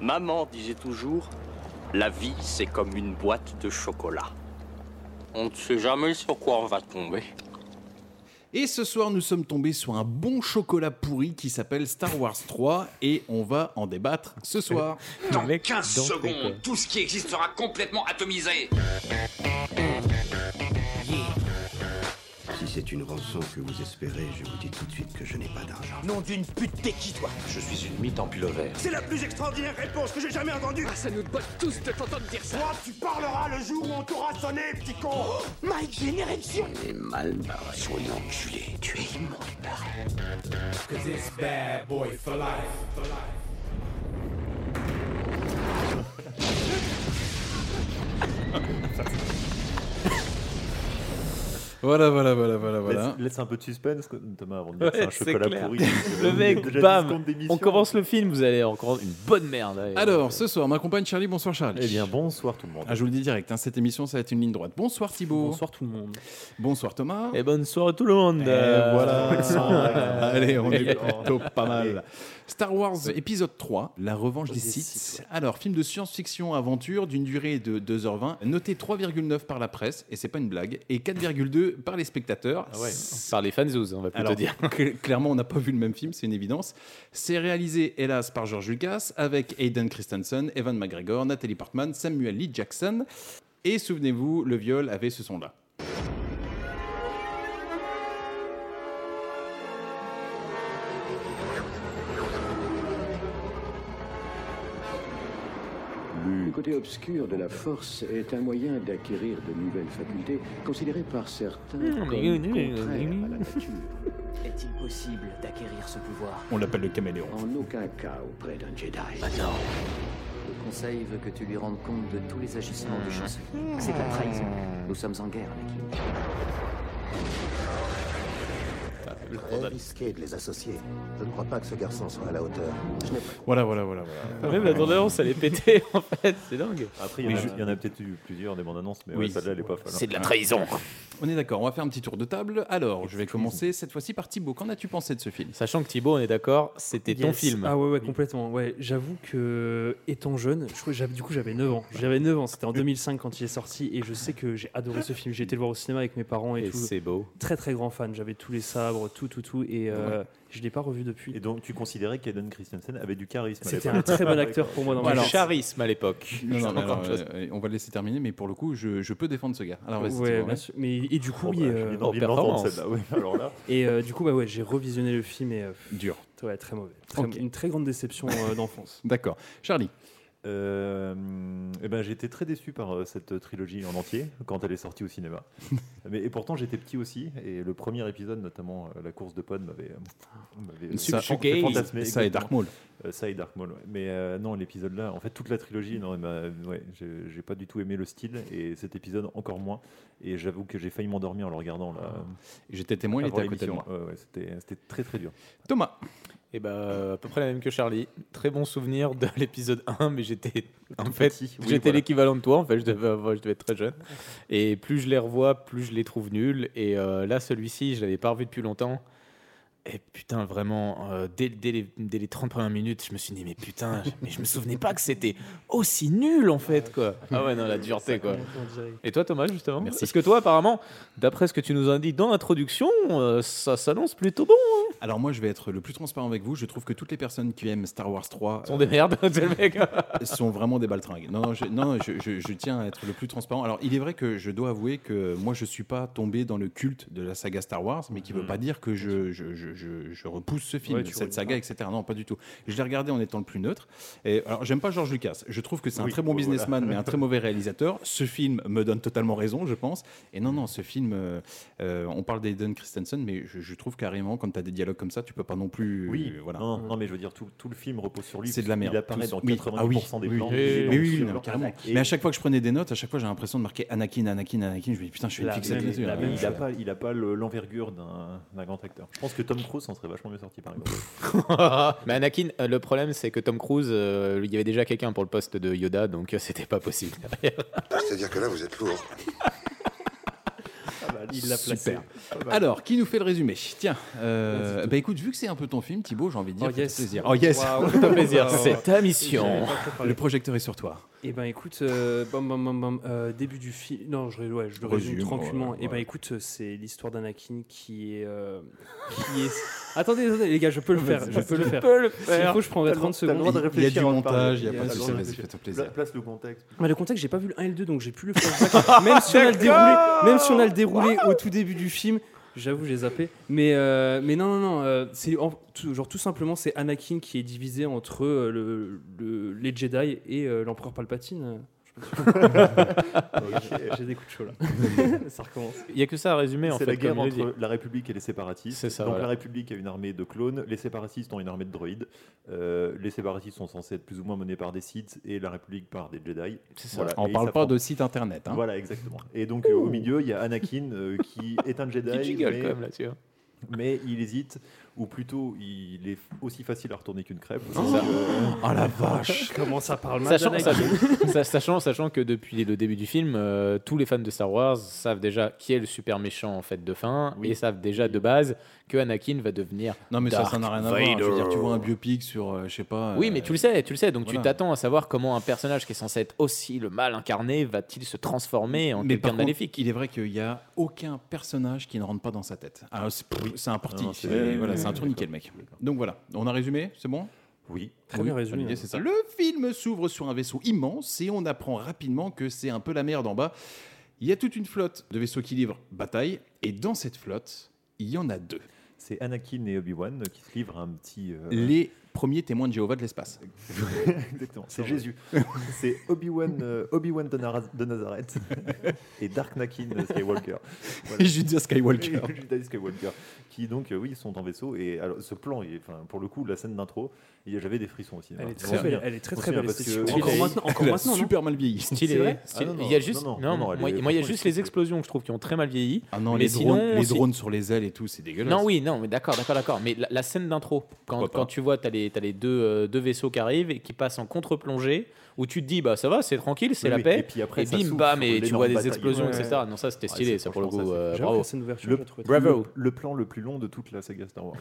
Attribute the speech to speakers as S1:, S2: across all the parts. S1: Maman disait toujours, la vie c'est comme une boîte de chocolat. On ne sait jamais sur quoi on va tomber.
S2: Et ce soir, nous sommes tombés sur un bon chocolat pourri qui s'appelle Star Wars 3 et on va en débattre ce soir.
S3: Dans
S4: mec d'entrée,
S3: 15
S4: quoi.
S3: secondes, tout ce qui existe sera complètement atomisé.
S5: Si c'est une rançon que vous espérez, je vous dis tout de suite que je n'ai pas d'argent.
S6: Nom d'une pute, t'es qui toi
S7: Je suis une mythe en pilover.
S6: C'est la plus extraordinaire réponse que j'ai jamais entendue Ah, ça nous botte tous de t'entendre dire ça Toi, tu parleras le jour où on t'aura sonné, petit con Mike, j'ai une érection
S2: Voilà, voilà, voilà, voilà, voilà.
S8: Laisse, laisse un peu de suspense, quoi, Thomas, avant de dire que
S4: Ouais,
S8: c'est
S4: c'est
S8: un chocolat
S4: clair.
S8: pourri. euh,
S4: Le mec,
S8: Déjà dix
S4: bam
S8: secondes d'émission.
S4: On commence le film, vous allez encore une bonne merde. allez.
S2: Alors, ce soir, ma compagne Charlie, bonsoir Charlie.
S8: Eh bien, bonsoir tout le monde.
S2: Ah, je vous le dis direct, hein, cette émission, ça va être une ligne droite. Bonsoir Thibaut. Bonsoir,
S4: bonsoir tout le monde.
S2: Thomas.
S8: Eh ben,
S4: Et bonne soirée tout le monde. Euh,
S8: voilà.
S2: Allez, on
S8: eh ben.
S2: est plutôt pas mal. Star Wars épisode 3, La revanche des
S8: Des
S2: Sith.
S8: Sith,
S2: Alors, film de science-fiction aventure d'une durée de 2h20, noté 3,9 par la presse, et c'est pas une blague, et 4,2 par les spectateurs.
S8: Ah ouais.
S4: Par les fanzoos, on va plutôt
S2: Alors,
S4: dire.
S2: cl- clairement, on n'a pas vu le même film, c'est une évidence. C'est réalisé, hélas, par George Lucas, avec Hayden Christensen, Evan McGregor, Natalie Portman, Samuel Lee Jackson. Et souvenez-vous, le viol avait ce son-là.
S5: Le
S9: Le côté obscur de la force est un moyen d'acquérir de nouvelles facultés considérées par certains comme contraires à la nature.
S6: Est-il possible d'acquérir ce pouvoir
S2: On l'appelle le caméléon.
S9: En aucun cas auprès d'un Jedi.
S6: Le conseil veut que tu lui rendes compte de tous les agissements du chancelier. C'est de la trahison. Nous sommes en guerre avec lui.
S5: est risqué de les associer. Je ne crois pas que ce garçon soit à la hauteur.
S2: Voilà, voilà, voilà. voilà.
S4: Même la bande-annonce, elle est pétée en fait, c'est dingue.
S8: Après, il y, en a- il y en a peut-être eu plusieurs des bandes annonces, mais
S2: Oui.
S8: ouais, celle-là, elle est pas folle. hein.
S4: de la trahison.
S2: On est d'accord, on va faire un petit tour de table. Alors, je vais commencer cette fois-ci par Thibaut. Qu'en as-tu pensé de ce film
S4: Sachant que Thibaut, on est d'accord, c'était ton
S10: Yes.
S4: film.
S10: Ah ouais, ouais, complètement. Ouais, j'avoue que étant jeune, je crois que j'avais- du coup j'avais 9 ans. J'avais 9 ans, c'était en 2005 quand il est sorti et je sais que j'ai adoré ce film. J'ai été le voir au cinéma avec mes parents et,
S4: Et
S10: tout.
S4: c'est beau.
S10: Très très grand fan, j'avais tous les sabres, tout tout tout et euh, je l'ai pas revu
S8: Et bah,
S10: depuis.
S8: donc, tu considérais qu'Eden Christensen avait du charisme à
S10: C'était
S8: l'époque.
S10: un très bon acteur pour moi dans
S4: Du
S10: ma vie.
S4: charisme à l'époque.
S2: Non, non, mais alors,
S4: Encore une chose.
S2: euh, on va le laisser terminer, mais pour le coup, je, je peux défendre ce gars. Alors, vas-y,
S10: Ouais,
S2: Thibaut, hein.
S10: bien sûr. Mais et du coup,
S8: Bon,
S10: oui,
S8: bah,
S10: euh,
S8: j'ai envie de
S4: en
S8: l'entendre,
S4: performance.
S8: celle-là. Oui, alors là,
S10: et euh, du coup bah ouais, j'ai revisionné le film et euh,
S2: ouais. Dur.
S10: ouais, très mauvais. Très-
S2: Ok.
S10: Une très grande déception euh, d'enfance.
S2: D'accord. Charlie.
S8: Euh, eh ben, j'étais très déçu par euh, cette trilogie en entier quand elle est sortie au cinéma. Mais, et pourtant j'étais petit aussi et le premier épisode notamment euh, la course de pod m'avait euh, m'avait, euh,
S2: Ça-
S8: fait fantasmer,
S2: Ça et Dark
S8: exactement.
S2: Maul.
S8: Euh, ça et Dark Maul. ouais. Mais euh, non l'épisode là en fait toute la trilogie non elle m'a- ouais, j'ai, j'ai pas du tout aimé le style et cet épisode encore moins et j'avoue que j'ai failli m'endormir en le regardant là.
S2: J'étais
S10: Ah,
S2: témoin, il
S8: avant
S2: était à côté de
S8: l'émission.
S2: moi.
S8: Ouais, ouais, c'était, c'était très très dur.
S2: Thomas.
S4: Et bah, euh, à peu près la même que Charlie. Très bon souvenir de l'épisode 1, mais j'étais en fait,
S8: petit, oui,
S4: j'étais
S8: voilà.
S4: l'équivalent de toi. En fait, je devais, avoir- je devais être très jeune. Et plus je les revois, plus je les trouve nuls. Et euh, là, celui-ci, je l'avais pas revu depuis longtemps. Et putain, vraiment, euh, dès, dès les, dès les 30 premières minutes, je me suis dit, mais putain, mais je me souvenais pas que c'était aussi nul en fait, quoi. Ah ouais, non, la dureté, quoi. Et toi, Thomas, justement
S2: Merci.
S4: Parce que toi, apparemment, d'après ce que tu nous as dit dans l'introduction, euh, ça s'annonce plutôt bon.
S2: Alors moi, je vais être le plus transparent avec vous. Je trouve que toutes les personnes qui aiment Star Wars 3
S4: Ce sont des merdes, hein. c'est le mec.
S2: sont vraiment des baltringues. Non, non, je, non, je, je- je tiens à être le plus transparent. Alors, il est vrai que je dois avouer que moi, je suis pas tombé dans le culte de la saga Star Wars, mais qui veut pas dire que je, je, je- je- je repousse ce film,
S10: Ouais, tu
S2: cette
S10: relis
S2: saga,
S10: pas.
S2: etc. Non, pas du tout. Je l'ai regardé en étant le plus neutre. Et, alors, j'aime pas George Lucas. Je trouve que c'est un
S8: Oui,
S2: très bon
S8: voilà.
S2: businessman, mais un très mauvais réalisateur. Ce film me donne totalement raison, je pense. Et non, non, ce film, euh, euh, on parle d'Aiden Christensen, mais je, je trouve carrément, quand tu as des dialogues comme ça, tu peux pas non plus. euh,
S8: Oui,
S2: voilà.
S8: Euh, non, non, mais je veux dire, tout, tout le film repose sur lui.
S2: C'est de la merde.
S8: Il apparaît
S2: Tous-
S8: dans
S2: oui.
S8: 80%
S2: Ah oui,
S8: des
S2: oui,
S8: plans.
S4: oui.
S8: il est
S4: Oui,
S8: dans
S2: Mais
S8: le
S2: oui,
S8: film,
S2: non,
S8: alors,
S2: carrément.
S8: et-
S2: Mais à chaque fois que je prenais des notes, à chaque fois j'ai l'impression de marquer Anakin, Anakin, Anakin. Je me dis putain, je suis
S10: La
S2: fixé
S10: même-
S2: là-dessus.
S10: la
S2: hein.
S10: même-
S8: il n'a pas, il a pas le- l'envergure d'un d'un grand acteur. Je pense que Tom Cruise en serait vachement mieux sorti, par exemple.
S4: Mais Anakin, euh, le problème, c'est que Tom Cruise, euh, il y avait déjà quelqu'un pour le poste de Yoda, donc euh, c'était pas possible.
S5: C'est-à-dire que là, vous êtes lourd.
S8: Ah bah,
S10: Il l'a placé.
S2: Super. Alors, qui nous fait le résumé Tiens, euh, bah écoute, vu que c'est un peu ton film, Thibaut, j'ai envie de dire.
S10: Oh,
S2: fais-toi
S10: yes.
S2: plaisir. Oh yes
S4: Fais-toi plaisir,
S10: Waouh.
S4: c'est ta mission.
S2: Le projecteur est sur toi.
S10: Eh ben écoute, euh, bam, bam, bam, bam, euh, début du film. Non, je, ouais, je le résume,
S2: Résume,
S10: tranquillement.
S2: ouais,
S10: Eh ben
S2: ouais.
S10: écoute, euh, c'est l'histoire d'Anakin qui est, euh, qui est. Attendez, attendez, les gars, je peux le faire. Je peux le faire.
S4: peux le
S10: S'il faut, je prendrai 30
S8: T'as le
S10: secondes.
S8: droit de
S2: Il y a du
S8: réfléchir avant de
S2: montage,
S8: parler.
S2: il y a pas de
S8: T'as le droit
S2: souci,
S8: de
S2: vas-y,
S8: réfléchir.
S2: fais-toi plaisir.
S8: Place le Ah, contexte.
S10: Mais Bah, le contexte, j'ai pas vu le 1 et le 2, donc j'ai plus le flashback. même, si on a le déroulé, même si on a le déroulé au tout début du film, j'avoue, j'ai zappé. Mais, euh, mais non, non, non. euh, c'est en- tout, genre, tout simplement, c'est Anakin qui est divisé entre euh, le, le- les Jedi et euh, l'empereur Palpatine. Euh, J'ai- J'ai des coups de chaud là. Ça recommence.
S4: Il n'y a que ça à résumer en
S8: C'est
S4: fait.
S8: la guerre
S4: comme il le
S8: entre la République et les séparatistes.
S4: C'est ça,
S8: Donc
S4: voilà.
S8: la République a une armée de clones, les séparatistes ont une armée de droïdes. Euh, les séparatistes sont censés être plus ou moins menés par des Sith et la République par des Jedi.
S4: dit. C'est ça.
S8: Voilà,
S2: On
S8: et ils
S2: parle pas
S8: s'affrontent.
S2: de site internet. hein.
S8: Voilà, exactement. Et donc euh, au milieu, il y a Anakin euh, qui est un Jedi,
S4: Qui gigole
S8: mais,
S4: quand même là-dessus. hein.
S8: mais il hésite, ou plutôt il est aussi facile à retourner qu'une crêpe.
S2: Oh la vache
S10: Comment ça parle mal
S4: Sachant,
S10: d'Anakin
S4: sachant- sa- sachant, sachant que depuis le début du film, euh, tous les fans de Star Wars savent déjà qui est le super méchant en fait de fin et savent déjà de base que Anakin va devenir.
S2: Non mais ça,
S4: Dark
S2: ça n'a rien à voir. hein. Je veux dire, tu vois un biopic sur, euh, je sais pas.
S4: Oui,
S2: euh,
S4: mais tu le sais, tu le sais. Donc
S2: voilà.
S4: tu t'attends à savoir comment un personnage qui est censé être aussi le mal incarné va-t-il se transformer en
S2: Mais par
S4: quelqu'un de
S2: contre,
S4: maléfique.
S2: il est vrai qu'il n'y a aucun personnage qui ne rentre pas dans sa tête. Ah, c'est pff, c'est un portique.
S8: Non, c'est-
S2: c'est- voilà,
S8: Ouais,
S2: c'est un tourniquet, le mec. Donc voilà, on a résumé, c'est bon
S8: Oui.
S10: Très bien
S2: Oui,
S10: résumé.
S2: l'idée, c'est ça. Le film s'ouvre sur un vaisseau immense et on apprend rapidement que c'est un peu la merde en bas. Il y a toute une flotte de vaisseaux qui livrent bataille et dans cette flotte, il y en a deux.
S8: C'est Anakin et Obi-Wan qui se livrent à un petit. euh,
S2: Les premiers témoins de Jéhovah de l'espace.
S8: Exactement. C'est Jésus. C'est Obi-Wan Obi wan de, Nara- de Nazareth et Dark Nakin Skywalker. Voilà.
S2: Judas Skywalker.
S8: Et Judas Skywalker, qui donc, euh, oui, sont en vaisseau. Et alors, ce plan, est- enfin, pour le coup, la scène d'intro, il y a- j'avais des frissons aussi.
S10: Elle est
S2: C'est
S10: très
S2: vrai.
S10: belle. Elle est très
S8: On
S10: très
S8: se
S10: belle.
S8: souvient parce que-
S10: esthétiquement.
S8: Elle
S10: Encore
S8: est-
S10: maintenant, encore
S2: Elle a
S10: maintenant, non
S2: super mal vieilli.
S4: Stylé,
S10: C'est vrai
S4: stylé.
S8: Ah non, non,
S4: il y a
S8: non,
S4: juste,
S8: non,
S4: non,
S8: non, elle
S4: moi,
S8: est-
S4: moi, il y a
S8: franchement,
S4: juste
S8: elle est
S4: les explosions que je trouve qui ont très mal vieilli.
S2: Ah non,
S4: Mais
S2: les,
S4: sinon,
S2: drones, les
S4: si-
S2: drones sur les ailes et tout, c'est dégueulasse.
S4: Non, oui, non, mais d'accord, d'accord, d'accord. Mais la, la scène d'intro, quand,
S2: Pourquoi pas
S4: quand tu vois, t'as les, t'as les deux, euh, deux vaisseaux qui arrivent et qui passent en contre-plongée, où tu te dis, bah ça va, c'est tranquille, c'est
S8: Oui,
S4: la
S8: oui,
S4: paix.
S8: et puis après, ça
S4: bim,
S8: s'ouvre
S4: bam,
S8: sur
S4: et tu
S8: l'énorme
S4: vois des
S8: bataille.
S4: explosions,
S10: Ouais.
S4: etc. Non, ça c'était stylé,
S8: c'est-
S4: ça pour le coup.
S8: franchement, ça,
S4: euh,
S10: J'avoue que
S4: bravo.
S10: la scène d'ouverture,
S8: Le-
S10: je la trouvais très-
S4: Bravo.
S8: Le, le plan le plus long de toute la saga Star Wars.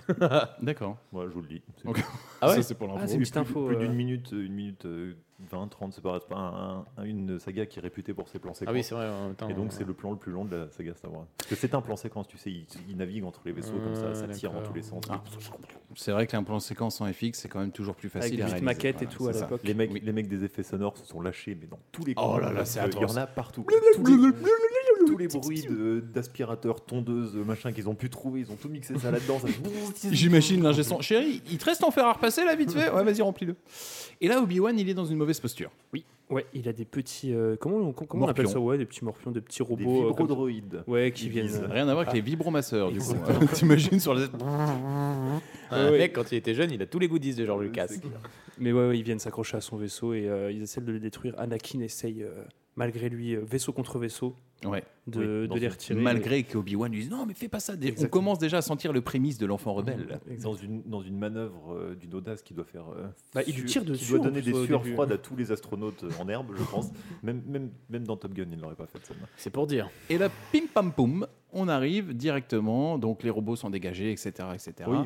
S2: D'accord.
S8: Moi, je vous le dis. C'est
S2: Ok.
S4: Ah ouais
S2: Ça, c'est pour l'info.
S10: Ah, c'est une petite info.
S8: Plus
S10: euh,
S8: d'une minute, une minute euh, 20, 30, c'est pas c'est pas un- un- une saga qui est réputée pour ses plans séquences.
S4: Ah oui, c'est vrai. en même temps,
S8: Et donc,
S4: euh,
S8: c'est le plan le plus long de la saga Star Wars. Parce que c'est un plan séquence, tu sais, il, il navigue entre les vaisseaux comme ça,
S4: Ah,
S8: ça tire en
S4: d'accord.
S8: tous les sens.
S2: Ah. C'est vrai qu'un plan séquence en FX, c'est quand même toujours plus facile à
S10: Avec
S2: réaliser.
S10: une maquette et
S2: Voilà,
S10: tout à
S2: c'est ça.
S10: l'époque.
S8: Les, mecs,
S2: Oui.
S8: les mecs des effets sonores se sont lâchés, mais dans tous les
S2: Oh
S8: coins.
S2: là là, c'est
S8: Euh, Il y
S2: atroce.
S8: en a partout. tous, les, tous les bruits de- d'aspirateurs, tondeuses, machin qu'ils ont pu trouver, ils ont tout mixé ça là-dedans. ça fait-
S2: J'imagine l'ingé son. Chérie, il te reste en fer à repasser là vite fait Ouais, vas-y, remplis-le. Et là, Obi-Wan, il est dans une mauvaise posture.
S10: Ouais, il a des petits. euh, comment on, comment on appelle
S2: Morpions.
S10: ça Ouais, des petits morpions, des petits
S8: Des
S10: robots. euh, comme-
S8: vibrodroïdes.
S10: Ouais, qui
S8: Ils
S10: viennent.
S8: visent.
S10: euh,
S2: Rien à
S4: Ah.
S2: voir avec les vibromasseurs, du coup. T'imagines sur les.
S4: Un
S10: Ouais.
S4: mec, quand il était jeune, il a tous les goodies de George Lucas.
S8: Ah C'est clair.
S10: Mais ouais, ouais, ils viennent s'accrocher à son vaisseau et euh, ils essaient de le détruire. Anakin essaye, euh, malgré lui, euh, vaisseau contre vaisseau,
S2: Ouais.
S10: de,
S8: Oui, dans
S10: de les
S8: une-
S10: retirer.
S2: Malgré qu'Obi-Wan lui dise non, mais fais pas ça. Dé- On
S10: Exactement.
S2: commence déjà à sentir le prémisse de l'enfant rebelle.
S8: Dans une, dans une manœuvre euh, d'une audace qui doit faire. euh,
S10: Bah, il lui
S8: suer-
S10: tire
S8: qui
S10: dessus,
S8: doit
S10: en
S8: donner
S10: plus,
S8: des
S10: au
S8: sueurs
S10: début.
S8: froides à tous les astronautes euh, en herbe, je pense. Même, même, même dans Top Gun, il l'aurait pas fait celle-là.
S4: C'est pour dire.
S2: Et là, pim pam poum, on arrive directement. Donc les robots sont dégagés, etc. etc.
S8: Oui.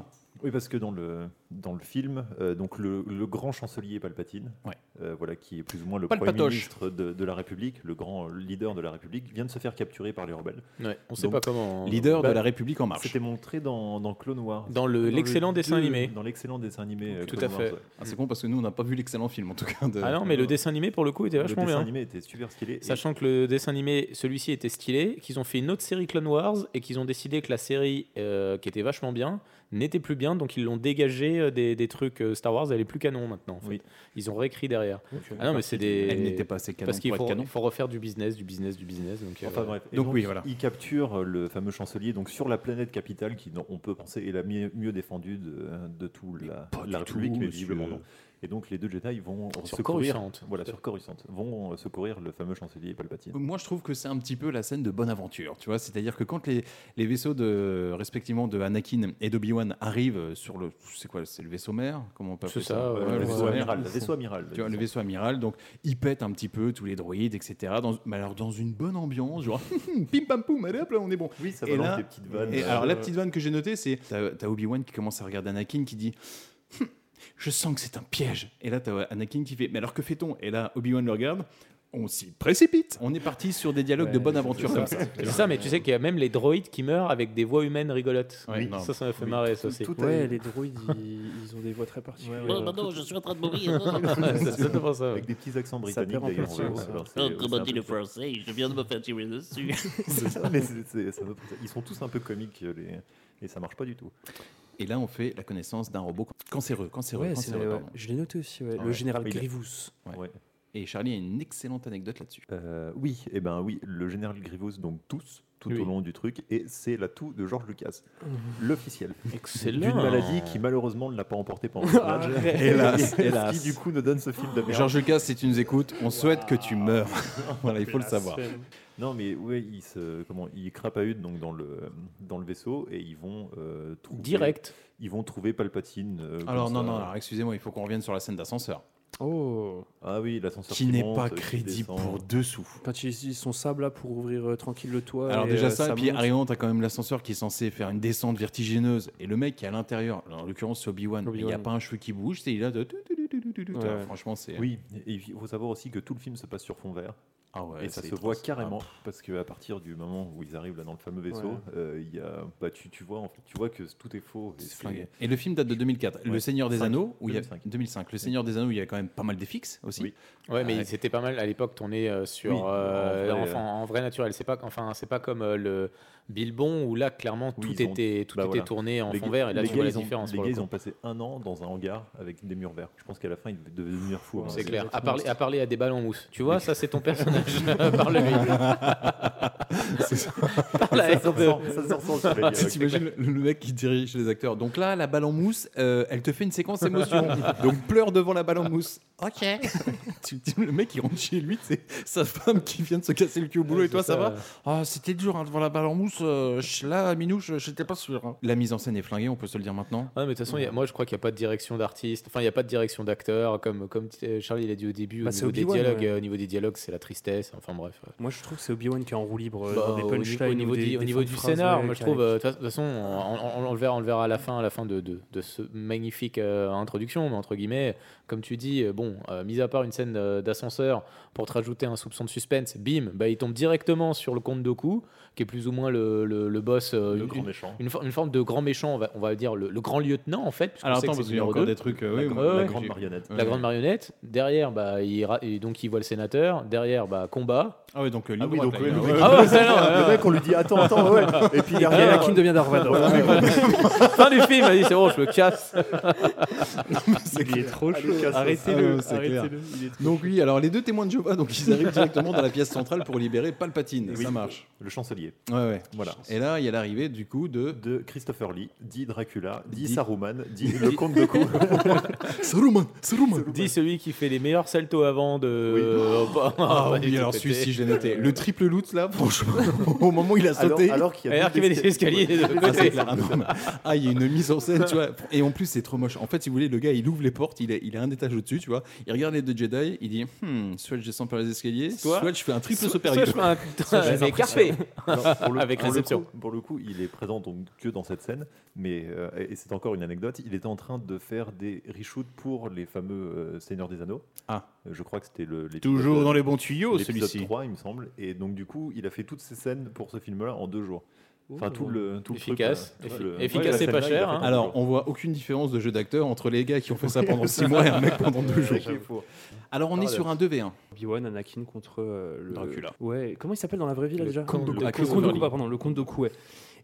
S8: Oui, parce que dans le, dans le film, euh, donc le, le grand chancelier Palpatine,
S2: Ouais.
S8: euh, voilà, qui est plus ou moins le premier
S2: Palpatoche.
S8: ministre de, de la République, le grand leader de la République, vient de se faire capturer par les rebelles.
S4: Ouais, on sait
S8: Donc,
S4: pas comment. hein.
S2: Leader
S8: Bah,
S2: de la République en marche.
S8: C'était montré dans, dans Clone Wars.
S4: Dans le-
S8: le
S4: l'excellent
S8: deux-
S4: dessin animé.
S8: Dans l'excellent dessin animé. euh,
S4: Tout
S8: Clone
S4: à
S8: Wars,
S4: fait.
S8: ouais.
S2: Ah, c'est con parce que nous, on n'a pas vu l'excellent film en tout cas. de-
S4: Ah non, mais le dessin animé pour le coup était
S8: Euh, Le
S4: vachement
S8: dessin
S4: bien.
S8: animé était super stylé. et-
S4: Sachant que le dessin animé, celui-ci était stylé, qu'ils ont fait une autre série Clone Wars et qu'ils ont décidé que la série euh, qui était vachement bien n'était plus bien, donc ils l'ont dégagé euh, des, des trucs euh, Star Wars, elle est plus canon maintenant. en fait.
S8: Oui.
S4: Ils ont réécrit derrière.
S8: euh,
S4: Ah non, mais c'est des.
S2: Elle n'était pas assez canon
S4: Parce qu'il
S2: pour
S4: faut,
S2: être canon.
S4: il faut refaire du business, du business, du business. Donc, euh,
S8: Enfin bref. Et
S2: Donc oui, voilà.
S8: Il capture le fameux chancelier donc sur la planète capitale qui, non, on peut penser, est la mieux, mieux défendue de, de tout la,
S2: pas
S8: la
S2: du
S8: République,
S2: tout,
S8: mais
S2: monsieur.
S8: visiblement non. Et donc les deux Jedi vont
S4: Sur
S8: secourir-
S4: Coruscant.
S8: Voilà, sur Coruscant, vont euh, secourir le fameux chancelier Palpatine.
S2: Moi, je trouve que c'est un petit peu la scène de bonne aventure, tu vois. C'est-à-dire que quand les, les vaisseaux de respectivement de Anakin et d'Obi-Wan arrivent sur le, c'est quoi, c'est le vaisseau mère, comment on peut
S4: C'est
S2: appeler
S4: ça, ouais.
S2: le
S8: Euh, le
S2: vaisseau
S8: vaisseau
S4: ouais.
S2: mère.
S8: amiral, le vaisseau amiral.
S2: Tu vois, le vaisseau amiral, donc il pète un petit peu tous les droïdes, etc. Dans, mais alors dans une bonne ambiance, genre pim pam poum, allez hop là on est bon.
S8: Oui, ça
S2: Et
S8: balance
S2: là-
S8: des petites vannes.
S2: Et
S8: euh,
S2: alors la petite vanne que j'ai notée, c'est t'as t'as Obi-Wan qui commence à regarder Anakin qui dit Hum, je sens que c'est un piège. Et là t'as Anakin qui fait mais alors que fait-on Et là Obi-Wan le regarde, on s'y précipite. On est parti sur des dialogues de bonne aventure comme ça.
S4: C'est ça, mais tu sais qu'il y a même les droïdes qui meurent avec des voix humaines rigolotes.
S2: Ouais, non.
S4: ça, ça m'a fait marrer, ça aussi.
S8: tout a
S10: Ouais,
S8: eu-
S10: les droïdes, ils, ils ont des voix très particulières.
S1: je suis en train de mourir.
S4: Ouais, c'est exactement ça. ouais.
S8: Avec des petits accents
S10: Ça
S8: britanniques
S10: perd en
S8: d'ailleurs.
S10: culture,
S8: ouais,
S10: ça.
S8: alors, c'est- c'est un peu-
S1: français Je viens de me faire tirer dessus.
S8: C'est ça, mais c'est- c'est- c'est un peu- Ils sont tous un peu comiques euh, les... et ça marche pas du tout.
S2: Et là on fait la connaissance d'un robot cancéreux, cancéreux,
S10: Ouais, c'est
S2: cancéreux.
S10: vrai, ouais.
S2: pardon.
S10: Je l'ai noté aussi, ouais.
S2: Ouais.
S10: le général
S8: Il est-
S10: Grievous.
S2: Ouais.
S8: Ouais.
S2: Et Charlie a une excellente anecdote là-dessus.
S8: Euh, oui, et ben oui, le général Grievous, donc tous, tout
S4: Oui.
S8: au long du truc, et c'est l'atout de George Lucas,
S2: Mmh.
S8: l'officiel,
S4: Excellent.
S8: d'une maladie qui malheureusement ne l'a pas emporté pendant le tournage.
S10: Arrête.
S2: Hélas,
S8: Et
S2: hélas.
S8: Qui du coup nous donne ce film de merde.
S2: Georges Lucas, si tu nous écoutes, on souhaite que tu meurs. voilà, il faut le savoir.
S8: Non mais oui, ils se comment ils crapahutent donc dans le dans le vaisseau et ils vont euh, trouver,
S4: Direct.
S8: Ils vont trouver Palpatine. euh, comme
S2: Alors
S8: ça.
S2: non, non, alors, excusez-moi, il faut qu'on revienne sur la scène d'ascenseur,
S10: Oh
S8: Ah oui, l'ascenseur
S2: qui n'est
S8: monte,
S2: pas
S8: qui
S2: crédible
S8: descend.
S2: pour deux sous.
S10: Quand ils utilisent son sable là pour ouvrir euh, tranquille le toit.
S2: Alors
S10: et,
S2: déjà
S10: euh,
S2: ça, et puis
S10: monte.
S2: Arion, t'as quand même l'ascenseur qui est censé faire une descente vertigineuse, et le mec qui est à l'intérieur, alors, en l'occurrence c'est Obi-Wan, mais il n'y a
S10: Obi-Wan.
S2: pas un cheveu qui bouge, c'est il a de...
S10: Ouais.
S2: Franchement, c'est...
S8: Oui, et il faut savoir aussi que tout le film se passe sur fond vert.
S2: Ah ouais,
S8: et ça
S2: c'est
S8: se voit
S2: atroce.
S8: carrément parce que à partir du moment où ils arrivent là dans le fameux vaisseau, euh, il y a, bah, tu, tu vois en fait, tu vois que tout est faux. et
S2: C'est
S8: c'est-
S2: flingué. Et le film date de 2004. Le
S8: Ouais.
S2: Seigneur des
S8: Cinq.
S2: Anneaux, où il y a
S8: 2005.
S2: 2005. Le Seigneur des Anneaux, où il y a quand même pas mal d'effixes aussi.
S8: Oui.
S4: Ouais, mais
S2: Ah,
S4: il- c'était pas mal à l'époque tourné euh, sur
S8: Oui,
S4: euh,
S8: en
S4: en,
S8: vrai,
S4: enfin, en vrai naturel. C'est pas, enfin, c'est pas comme euh, le Bilbon où là clairement
S8: Oui,
S4: tout
S8: ils ont-
S4: était tout
S8: bah,
S4: était
S8: voilà.
S4: tourné en
S8: Les
S4: fond
S8: gars-
S4: vert et là
S8: les
S4: tu
S8: gars,
S4: vois la
S8: ils ont-
S4: différence.
S8: Les
S4: pour
S8: gars,
S4: le
S8: ils
S4: coup.
S8: ont passé un an dans un hangar avec des murs verts. Je pense qu'à la fin, ils devaient devenir fous. hein.
S4: C'est
S8: Ils
S4: clair.
S8: étaient-
S4: À parler, à parler à des balles en mousse. Tu vois, ça c'est ton personnage. Parle-lui. Parle à
S8: Ça se
S4: elle de-
S8: ressent, ça se ressent sur les
S2: Tu sais,
S8: dialogues.
S2: Ah, T'imagines le, le mec qui dirige les acteurs. Donc là, la balle en mousse, euh, elle te fait une séquence émotion. Donc pleure devant la balle en mousse. Ok. Tu- tu- le mec, il rentre chez lui, c'est sa femme qui vient de se casser le cul au boulot. et toi, ça, va Ah, C'était dur hein, devant la balle en mousse. euh, je- là, Minouche, j'étais pas sûr. hein. La mise en scène est flinguée, on peut se le dire maintenant.
S4: Ah, mais de toute façon, il y a- moi je crois qu'il n'y a pas de direction d'artiste, enfin il n'y a pas de direction d'acteur, comme, comme euh, Charlie l'a dit au début,
S10: Bah,
S4: au,
S10: c'est
S4: niveau des
S10: Obi-Wan,
S4: dialogues,
S10: ouais.
S4: euh, au niveau des dialogues, c'est la tristesse, enfin bref. ouais.
S10: Moi je trouve que c'est Obi-Wan qui est en roue libre euh,
S4: Bah,
S10: dans des
S4: au-
S10: punchlines.
S4: au niveau,
S10: ou des-
S4: du- au
S10: des
S4: niveau
S10: fins de
S4: du
S10: phrases,
S4: scénar,
S10: ouais,
S4: moi je
S10: carré-
S4: trouve, euh, de toute façon, on, on- on le verra, on le verra à la fin, à la fin de, de, de ce magnifique euh, introduction, mais entre guillemets, comme tu dis, euh, bon, euh, mis à part une scène euh, d'ascenseur pour te rajouter un soupçon de suspense, bim, bah, il tombe directement sur le compte Doku, qui est plus ou moins le, le- le boss, euh,
S8: Le
S4: une-
S8: grand
S4: une,
S8: méchant.
S4: une for- une forme de grand méchant, on va, on va dire le, le grand lieutenant en fait. puisqu'on
S2: Alors
S4: sait que
S2: attends,
S4: c'est
S2: parce qu'il
S4: le
S2: y a
S4: numéro
S2: encore
S4: deux.
S2: des trucs. euh, oui,
S4: La
S2: moi,
S4: grande-
S8: La
S4: ouais.
S8: grande marionnette.
S4: La grande marionnette. Derrière, bah, il ra- et donc il voit le sénateur. Derrière, bah, combat.
S2: Ah oui, donc euh,
S8: Ah
S2: ligne
S8: oui,
S2: droite,
S8: donc
S2: là,
S8: le,
S2: il y a-
S8: le mec,
S4: Ah ouais, ça, non,
S8: le
S4: ouais,
S8: mec, on lui dit attends, attends, ouais. Et puis
S10: Et
S8: derrière,
S10: Anakin devient Darth Vader.
S4: fin du film, il dit c'est bon, je me casse.
S10: Il est trop chaud.
S8: casse-toi.
S2: Ah
S10: Arrêtez-le.
S2: ouais, c'est
S10: Arrêtez-le. il est-
S2: Donc oui, alors les deux témoins de Jéhovah, donc ils arrivent directement dans la pièce centrale pour libérer Palpatine.
S8: Oui.
S2: Ça marche.
S8: le chancelier.
S2: Ouais, ouais.
S8: Voilà.
S2: Et là, il y a l'arrivée du coup de
S8: De Christopher Lee, dit Dracula, dit
S2: Dit-
S8: Saruman, dit le comte de Cou.
S2: Saruman, Saruman.
S4: Dit celui qui fait les meilleurs saltos avant de.
S8: Oui.
S4: Oh, bah,
S2: Ah
S4: pas du
S2: oui,
S4: tout
S2: alors
S4: pété.
S2: celui-ci, je l'ai noté. Le triple loot, là, franchement, au moment où il a
S8: Alors,
S2: sauté.
S8: alors qu'il y a
S4: Alors
S8: plus
S4: qu'il y avait des escaliers de
S2: Ah, c'est
S4: côté.
S2: clair. Ah, non, mais- ah, il y a une mise en scène, tu vois. Et en plus, c'est trop moche. En fait, si vous voulez, le gars, il ouvre les portes, il est, il est un étage au-dessus, tu vois. Il regarde les deux Jedi, il dit hmm, soit je descends par les escaliers,
S4: Soit-
S2: soit, je fais un triple
S4: Soit
S2: super
S4: je fais un- Mais carpé.
S8: Alors, pour le-
S4: Avec
S8: pour le
S4: réception.
S8: coup- Pour le coup, il est présent donc que dans cette scène, mais euh, et et c'est encore une anecdote. Il était en train de faire des reshoots pour les fameux euh, Seigneurs des Anneaux.
S2: Ah.
S8: Euh, Je crois que c'était le l'épisode-
S2: bons tuyaux,
S8: Euh, l'épisode 3, il me semble. Et donc du coup, il a fait toutes ces scènes pour ce film-là en deux jours. euh, Enfin tout le tout le truc,
S4: Efficace.
S8: euh, tout
S4: Effi-
S8: le-
S4: efficace
S8: Ouais, la
S4: et pas
S8: scène-là,
S4: cher,
S8: il l'a fait
S4: hein.
S8: en deux
S2: Alors,
S8: jours.
S2: on voit aucune différence de jeu d'acteur entre les gars qui ont fait ça pendant 6 mois et un mec pendant 2 jours.
S8: Ouais, j'avoue.
S2: Alors, on est sur un 2v1.
S10: Obi-Wan, Anakin contre euh, le...
S2: Dracula.
S10: Ouais, comment il s'appelle dans la vraie vie là
S4: Le
S10: déjà
S4: Comte
S10: Le
S4: Dooku.
S10: Comte
S2: Ah, Comte
S10: Dooku,
S2: Dooku.
S10: bah, pardon, le comte Doku, ouais.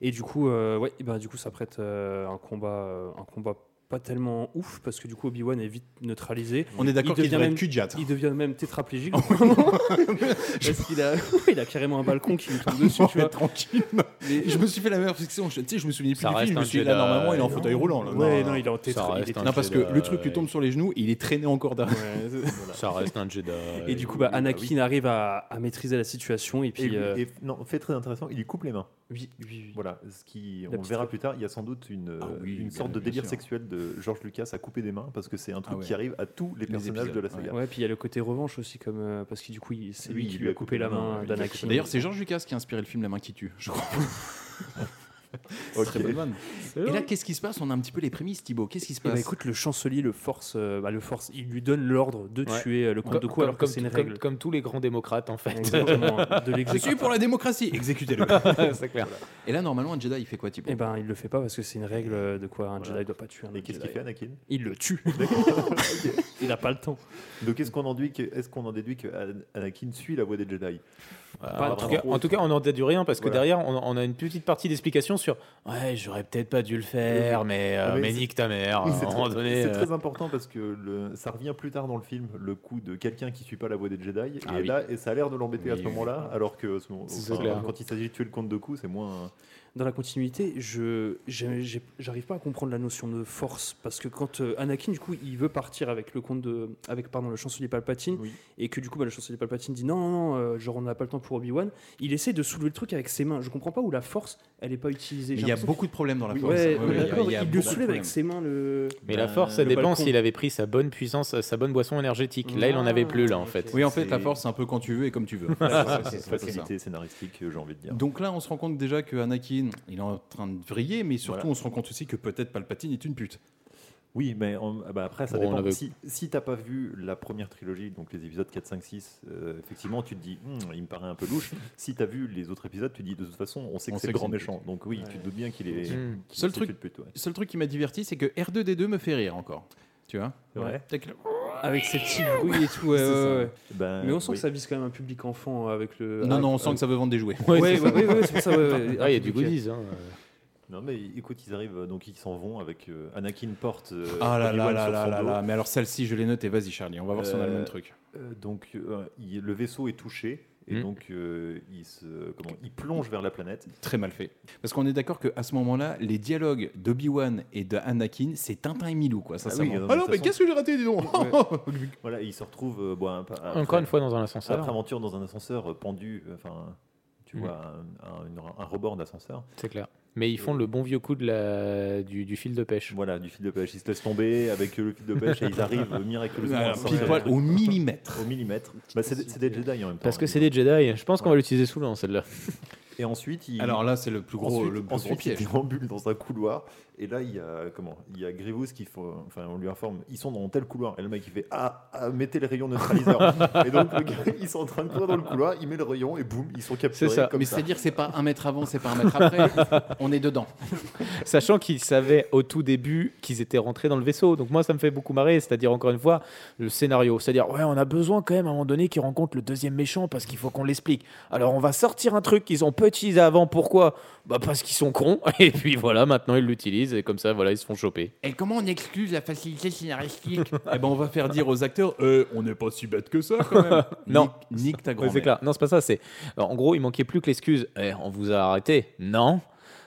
S10: Et du coup, euh, ouais, et ben, du coup, ça prête euh, un combat, euh, un combat pas tellement ouf parce que du coup Obi-Wan est vite neutralisé.
S2: On est d'accord
S10: Il
S2: qu'il
S10: devient
S2: devrait
S10: même-
S2: être cul-de jatte.
S10: Il devient même tétraplégique. au bout d'un moment. parce qu'il a, il a carrément un balcon qui lui tombe dessus, tu
S2: Ouais,
S10: vois.
S2: tranquille.
S10: Mais-
S2: Je me suis fait la meilleure fiction. Je, tu sais, je me souvenais plus
S4: Ça
S2: du
S4: reste
S2: film. Je
S4: un
S2: me suis dit, là,
S4: Jedi.
S2: normalement, il est en fauteuil roulant. là.
S10: Ouais, non, il est en tétra.
S4: Ça
S10: il est
S4: reste
S10: tétra-
S4: un
S2: Non, parce que
S4: Jedi.
S2: le truc lui tombe sur les genoux, il est traîné encore d'un.
S4: Ça reste un Jedi.
S10: Et du coup, bah, Anakin arrive à, à maîtriser la situation et
S8: Et,
S10: puis. euh,
S8: lui- et- non, fait très intéressant, il lui coupe les mains.
S10: oui, oui, oui.
S8: Voilà, ce qui,
S10: La
S8: on le
S10: petite
S8: verra
S10: ref-
S8: plus tard, il y a sans doute une,
S2: Ah oui,
S8: une
S2: bien-
S8: sorte de
S2: bien
S8: délire
S2: sûr.
S8: sexuel de George Lucas à couper des mains parce que c'est un truc
S2: Ah ouais.
S8: qui arrive à tous les,
S2: Les
S8: personnages
S2: épisodes,
S8: de la saga.
S10: Ouais, puis il y a le côté revanche aussi, comme, euh, parce que du coup, il- c'est lui
S8: Oui,
S10: qui lui a coupé la main
S8: oui.
S10: d'Anakin.
S2: D'ailleurs, c'est George Lucas qui a inspiré le film La main qui tue, je crois.
S8: Ok.
S2: Très bonne vanne. Et là, qu'est-ce qui se passe On a un petit peu les prémices, Thibaut. Qu'est-ce qui se
S10: Eh ben,
S2: passe
S10: écoute, le chancelier le force, euh, bah, le force, il lui donne l'ordre de
S4: Ouais.
S10: tuer euh, le comte de
S4: Comme-
S10: quoi alors que
S4: comme-
S10: c'est une
S4: comme-
S10: règle.
S4: Comme tous les grands démocrates, en fait.
S10: Exactement, de
S2: Je suis
S10: l'exécuter.
S2: pour la démocratie. Exécutez-le.
S4: c'est clair.
S2: Et là, normalement, un Jedi, il fait quoi, Thibaut
S10: Et ben, il le fait pas parce que c'est une règle euh, de quoi un Jedi doit pas tuer un
S8: Et
S10: autre
S8: qu'est-ce
S10: Jedi.
S8: qu'il fait, Anakin
S10: Il le tue. il a pas le temps.
S8: Donc est-ce qu'on en déduit que, est-ce qu'on en déduit que An- Anakin suit la voie des Jedi
S4: en, tout cas, en tout cas, on n'en déduit rien parce que
S8: Voilà.
S4: derrière, on, on a une petite partie d'explication sur Ouais, j'aurais peut-être pas dû le faire, mais, euh,
S10: Ah
S8: Mais
S4: mais
S8: c'est-
S4: nique ta mère.
S8: C'est
S4: à un
S8: très-
S4: moment donné.
S8: c'est
S4: euh,
S8: très important parce que le- ça revient plus tard dans le film, le coup de quelqu'un qui suit pas la voie des Jedi.
S4: Ah
S8: et
S4: oui.
S8: là, et ça a l'air de l'embêter à ce
S4: Oui, oui.
S8: moment-là, alors que ce-
S4: C'est
S8: enfin,
S4: clair.
S8: quand il s'agit de tuer le compte de coups, c'est moins.
S10: Dans la continuité, je j'ai- j'ai- j'arrive pas à comprendre la notion de force parce que quand euh, Anakin du coup il veut partir avec le comte de avec pardon le chancelier Palpatine
S8: Oui.
S10: et que du coup bah, le chancelier Palpatine dit non non non euh, genre on n'a pas le temps pour Obi Wan, il essaie de soulever le truc avec ses mains. Je comprends pas où la force elle est pas utilisée.
S2: Mais Il
S10: J'ai
S2: y a
S10: l'impression
S2: beaucoup de problèmes dans la
S10: Oui,
S2: force.
S10: ouais,
S2: Ouais, ouais,
S10: d'accord,
S2: il y a
S10: il le
S2: beaucoup de
S10: soulève
S2: problèmes.
S10: avec ses mains le.
S4: Mais la force, ça
S10: le
S4: dépend
S10: balcon.
S4: s'il avait pris sa bonne puissance, sa bonne boisson énergétique. Là, il en avait plus, là, en fait.
S2: Oui, en fait,
S8: C'est-
S2: la force, c'est un peu quand tu veux et comme tu veux.
S8: C'est
S2: c'est ça. Mm.
S8: facilité scénaristique, euh, j'ai envie de dire.
S2: Donc là, on se rend compte déjà que Anakin, il est en train de vriller, mais surtout,
S8: Voilà.
S2: on se rend compte aussi que peut-être Palpatine est une pute.
S8: Oui, mais on- ah bah après, ça
S4: Bon, on
S8: dépend.
S4: avait-
S8: Si, si t'as pas vu la première trilogie, donc les épisodes 4, 5, 6, euh, effectivement, tu te dis, Hum, il me paraît un peu louche. si t'as vu les autres épisodes, tu te dis, de toute façon, on sait
S2: On
S8: que
S2: sait
S8: c'est le
S2: que
S8: grand
S2: c'est une
S8: méchant. Donc oui, tu te doutes bien qu'il est.
S4: Mm.
S8: qu'il
S2: Seul
S8: est
S2: truc-
S8: une pute, ouais.
S2: Le seul truc qui m'a diverti, c'est que R2D2 me fait rire encore. Tu vois
S8: Ouais.
S2: T'as que-
S10: avec ses petits bruits et tout. ouais, ouais, ouais.
S8: Ben,
S10: Mais on sent
S8: oui.
S10: que ça vise quand même un public enfant euh, avec le.
S2: Non,
S10: ah,
S2: non, on
S10: euh,
S2: sent que ça veut vendre des jouets.
S10: Ouais, ouais, ouais, ouais, c'est pour ça. Ouais, ouais,
S4: Ah, il y a du
S10: public,
S4: goodies. hein.
S8: Non, mais écoute, ils arrivent, euh, donc ils s'en vont avec euh, Anakin porte. euh,
S2: Ah là là
S8: Obi-Wan
S2: là
S8: sur
S2: là
S8: son
S2: là
S8: dos.
S2: là, mais alors celle-ci, je l'ai notée. Vas-y, Charlie, on va voir si on a le
S8: Euh,
S2: même truc.
S8: Euh, donc euh, il- le vaisseau est touché et
S4: Mm.
S8: donc euh, il, se, comment, il plonge vers la planète.
S2: Très mal fait. Parce qu'on est d'accord qu'à ce moment-là, les dialogues d'Obi-Wan et d'Anakin, c'est Tintin et Milou, quoi. Ça,
S8: Ah
S2: ça
S8: oui,
S2: manque.
S8: euh,
S2: Ah non,
S8: de
S2: mais
S8: toute
S2: qu'est-ce que j'ai raté, dis donc
S8: Voilà, et il se retrouve euh, bon, un- après-
S4: Encore une fois, dans un
S8: Après
S4: ascenseur.
S8: aventure dans un ascenseur euh, pendu, euh, enfin, tu
S4: Mhm.
S2: Hmm.
S8: vois, un, un- une- un rebord d'ascenseur.
S4: hein, C'est clair. Mais ils font le bon vieux coup de la... du, du fil de pêche.
S8: Voilà, du fil de pêche. Ils se laissent tomber avec le fil de pêche et ils arrivent euh, miraculeusement à
S2: Alors,
S8: sortir
S2: pile
S8: le
S2: poil
S8: truc
S2: au millimètre.
S8: au millimètre. Bah, c'est des- c'est des Jedi en même temps.
S4: Parce que
S8: hein,
S4: c'est
S8: dis
S4: des Jedi. Je pense qu'on va l'utiliser souvent, celle-là.
S8: donc. Et ensuite, ils.
S2: Alors là, c'est le plus gros,
S8: ensuite,
S2: le plus
S8: ensuite,
S2: gros piège.
S8: ils déambulent dans un couloir et là il y a comment il y a Grievous qui faut enfin on lui informe ils sont dans tel couloir et le mec il fait ah, ah, mettez les rayons neutraliseurs et donc le gars, ils sont en train de courir dans le couloir il met le rayon et boum ils sont capturés
S4: ça.
S8: comme
S2: mais
S8: ça.
S2: c'est-à-dire, c'est pas un mètre avant, c'est pas un mètre après. on est dedans.
S4: Sachant qu'ils savaient au tout début qu'ils étaient rentrés dans le vaisseau. Donc moi, ça me fait beaucoup marrer. C'est-à-dire, encore une fois, le scénario. C'est-à-dire, ouais, on a besoin quand même à un moment donné qu'ils rencontrent le deuxième méchant parce qu'il faut qu'on l'explique. Alors on va sortir un truc qu'ils ont pas utilisé avant. Pourquoi Bah parce qu'ils sont cons. Et puis voilà, maintenant ils l'utilisent. Et comme ça, voilà, ils se font choper.
S2: Et comment on exclut la facilité scénaristique Eh ben, on va faire dire aux acteurs, euh, on n'est pas si bête que ça, quand même.
S4: Non.
S2: Nique, nique ta
S4: Ouais,
S2: grand-mère.
S4: c'est clair. Non, c'est pas ça. C'est Alors, en gros, il manquait plus que l'excuse. Eh, on vous a arrêté. Non.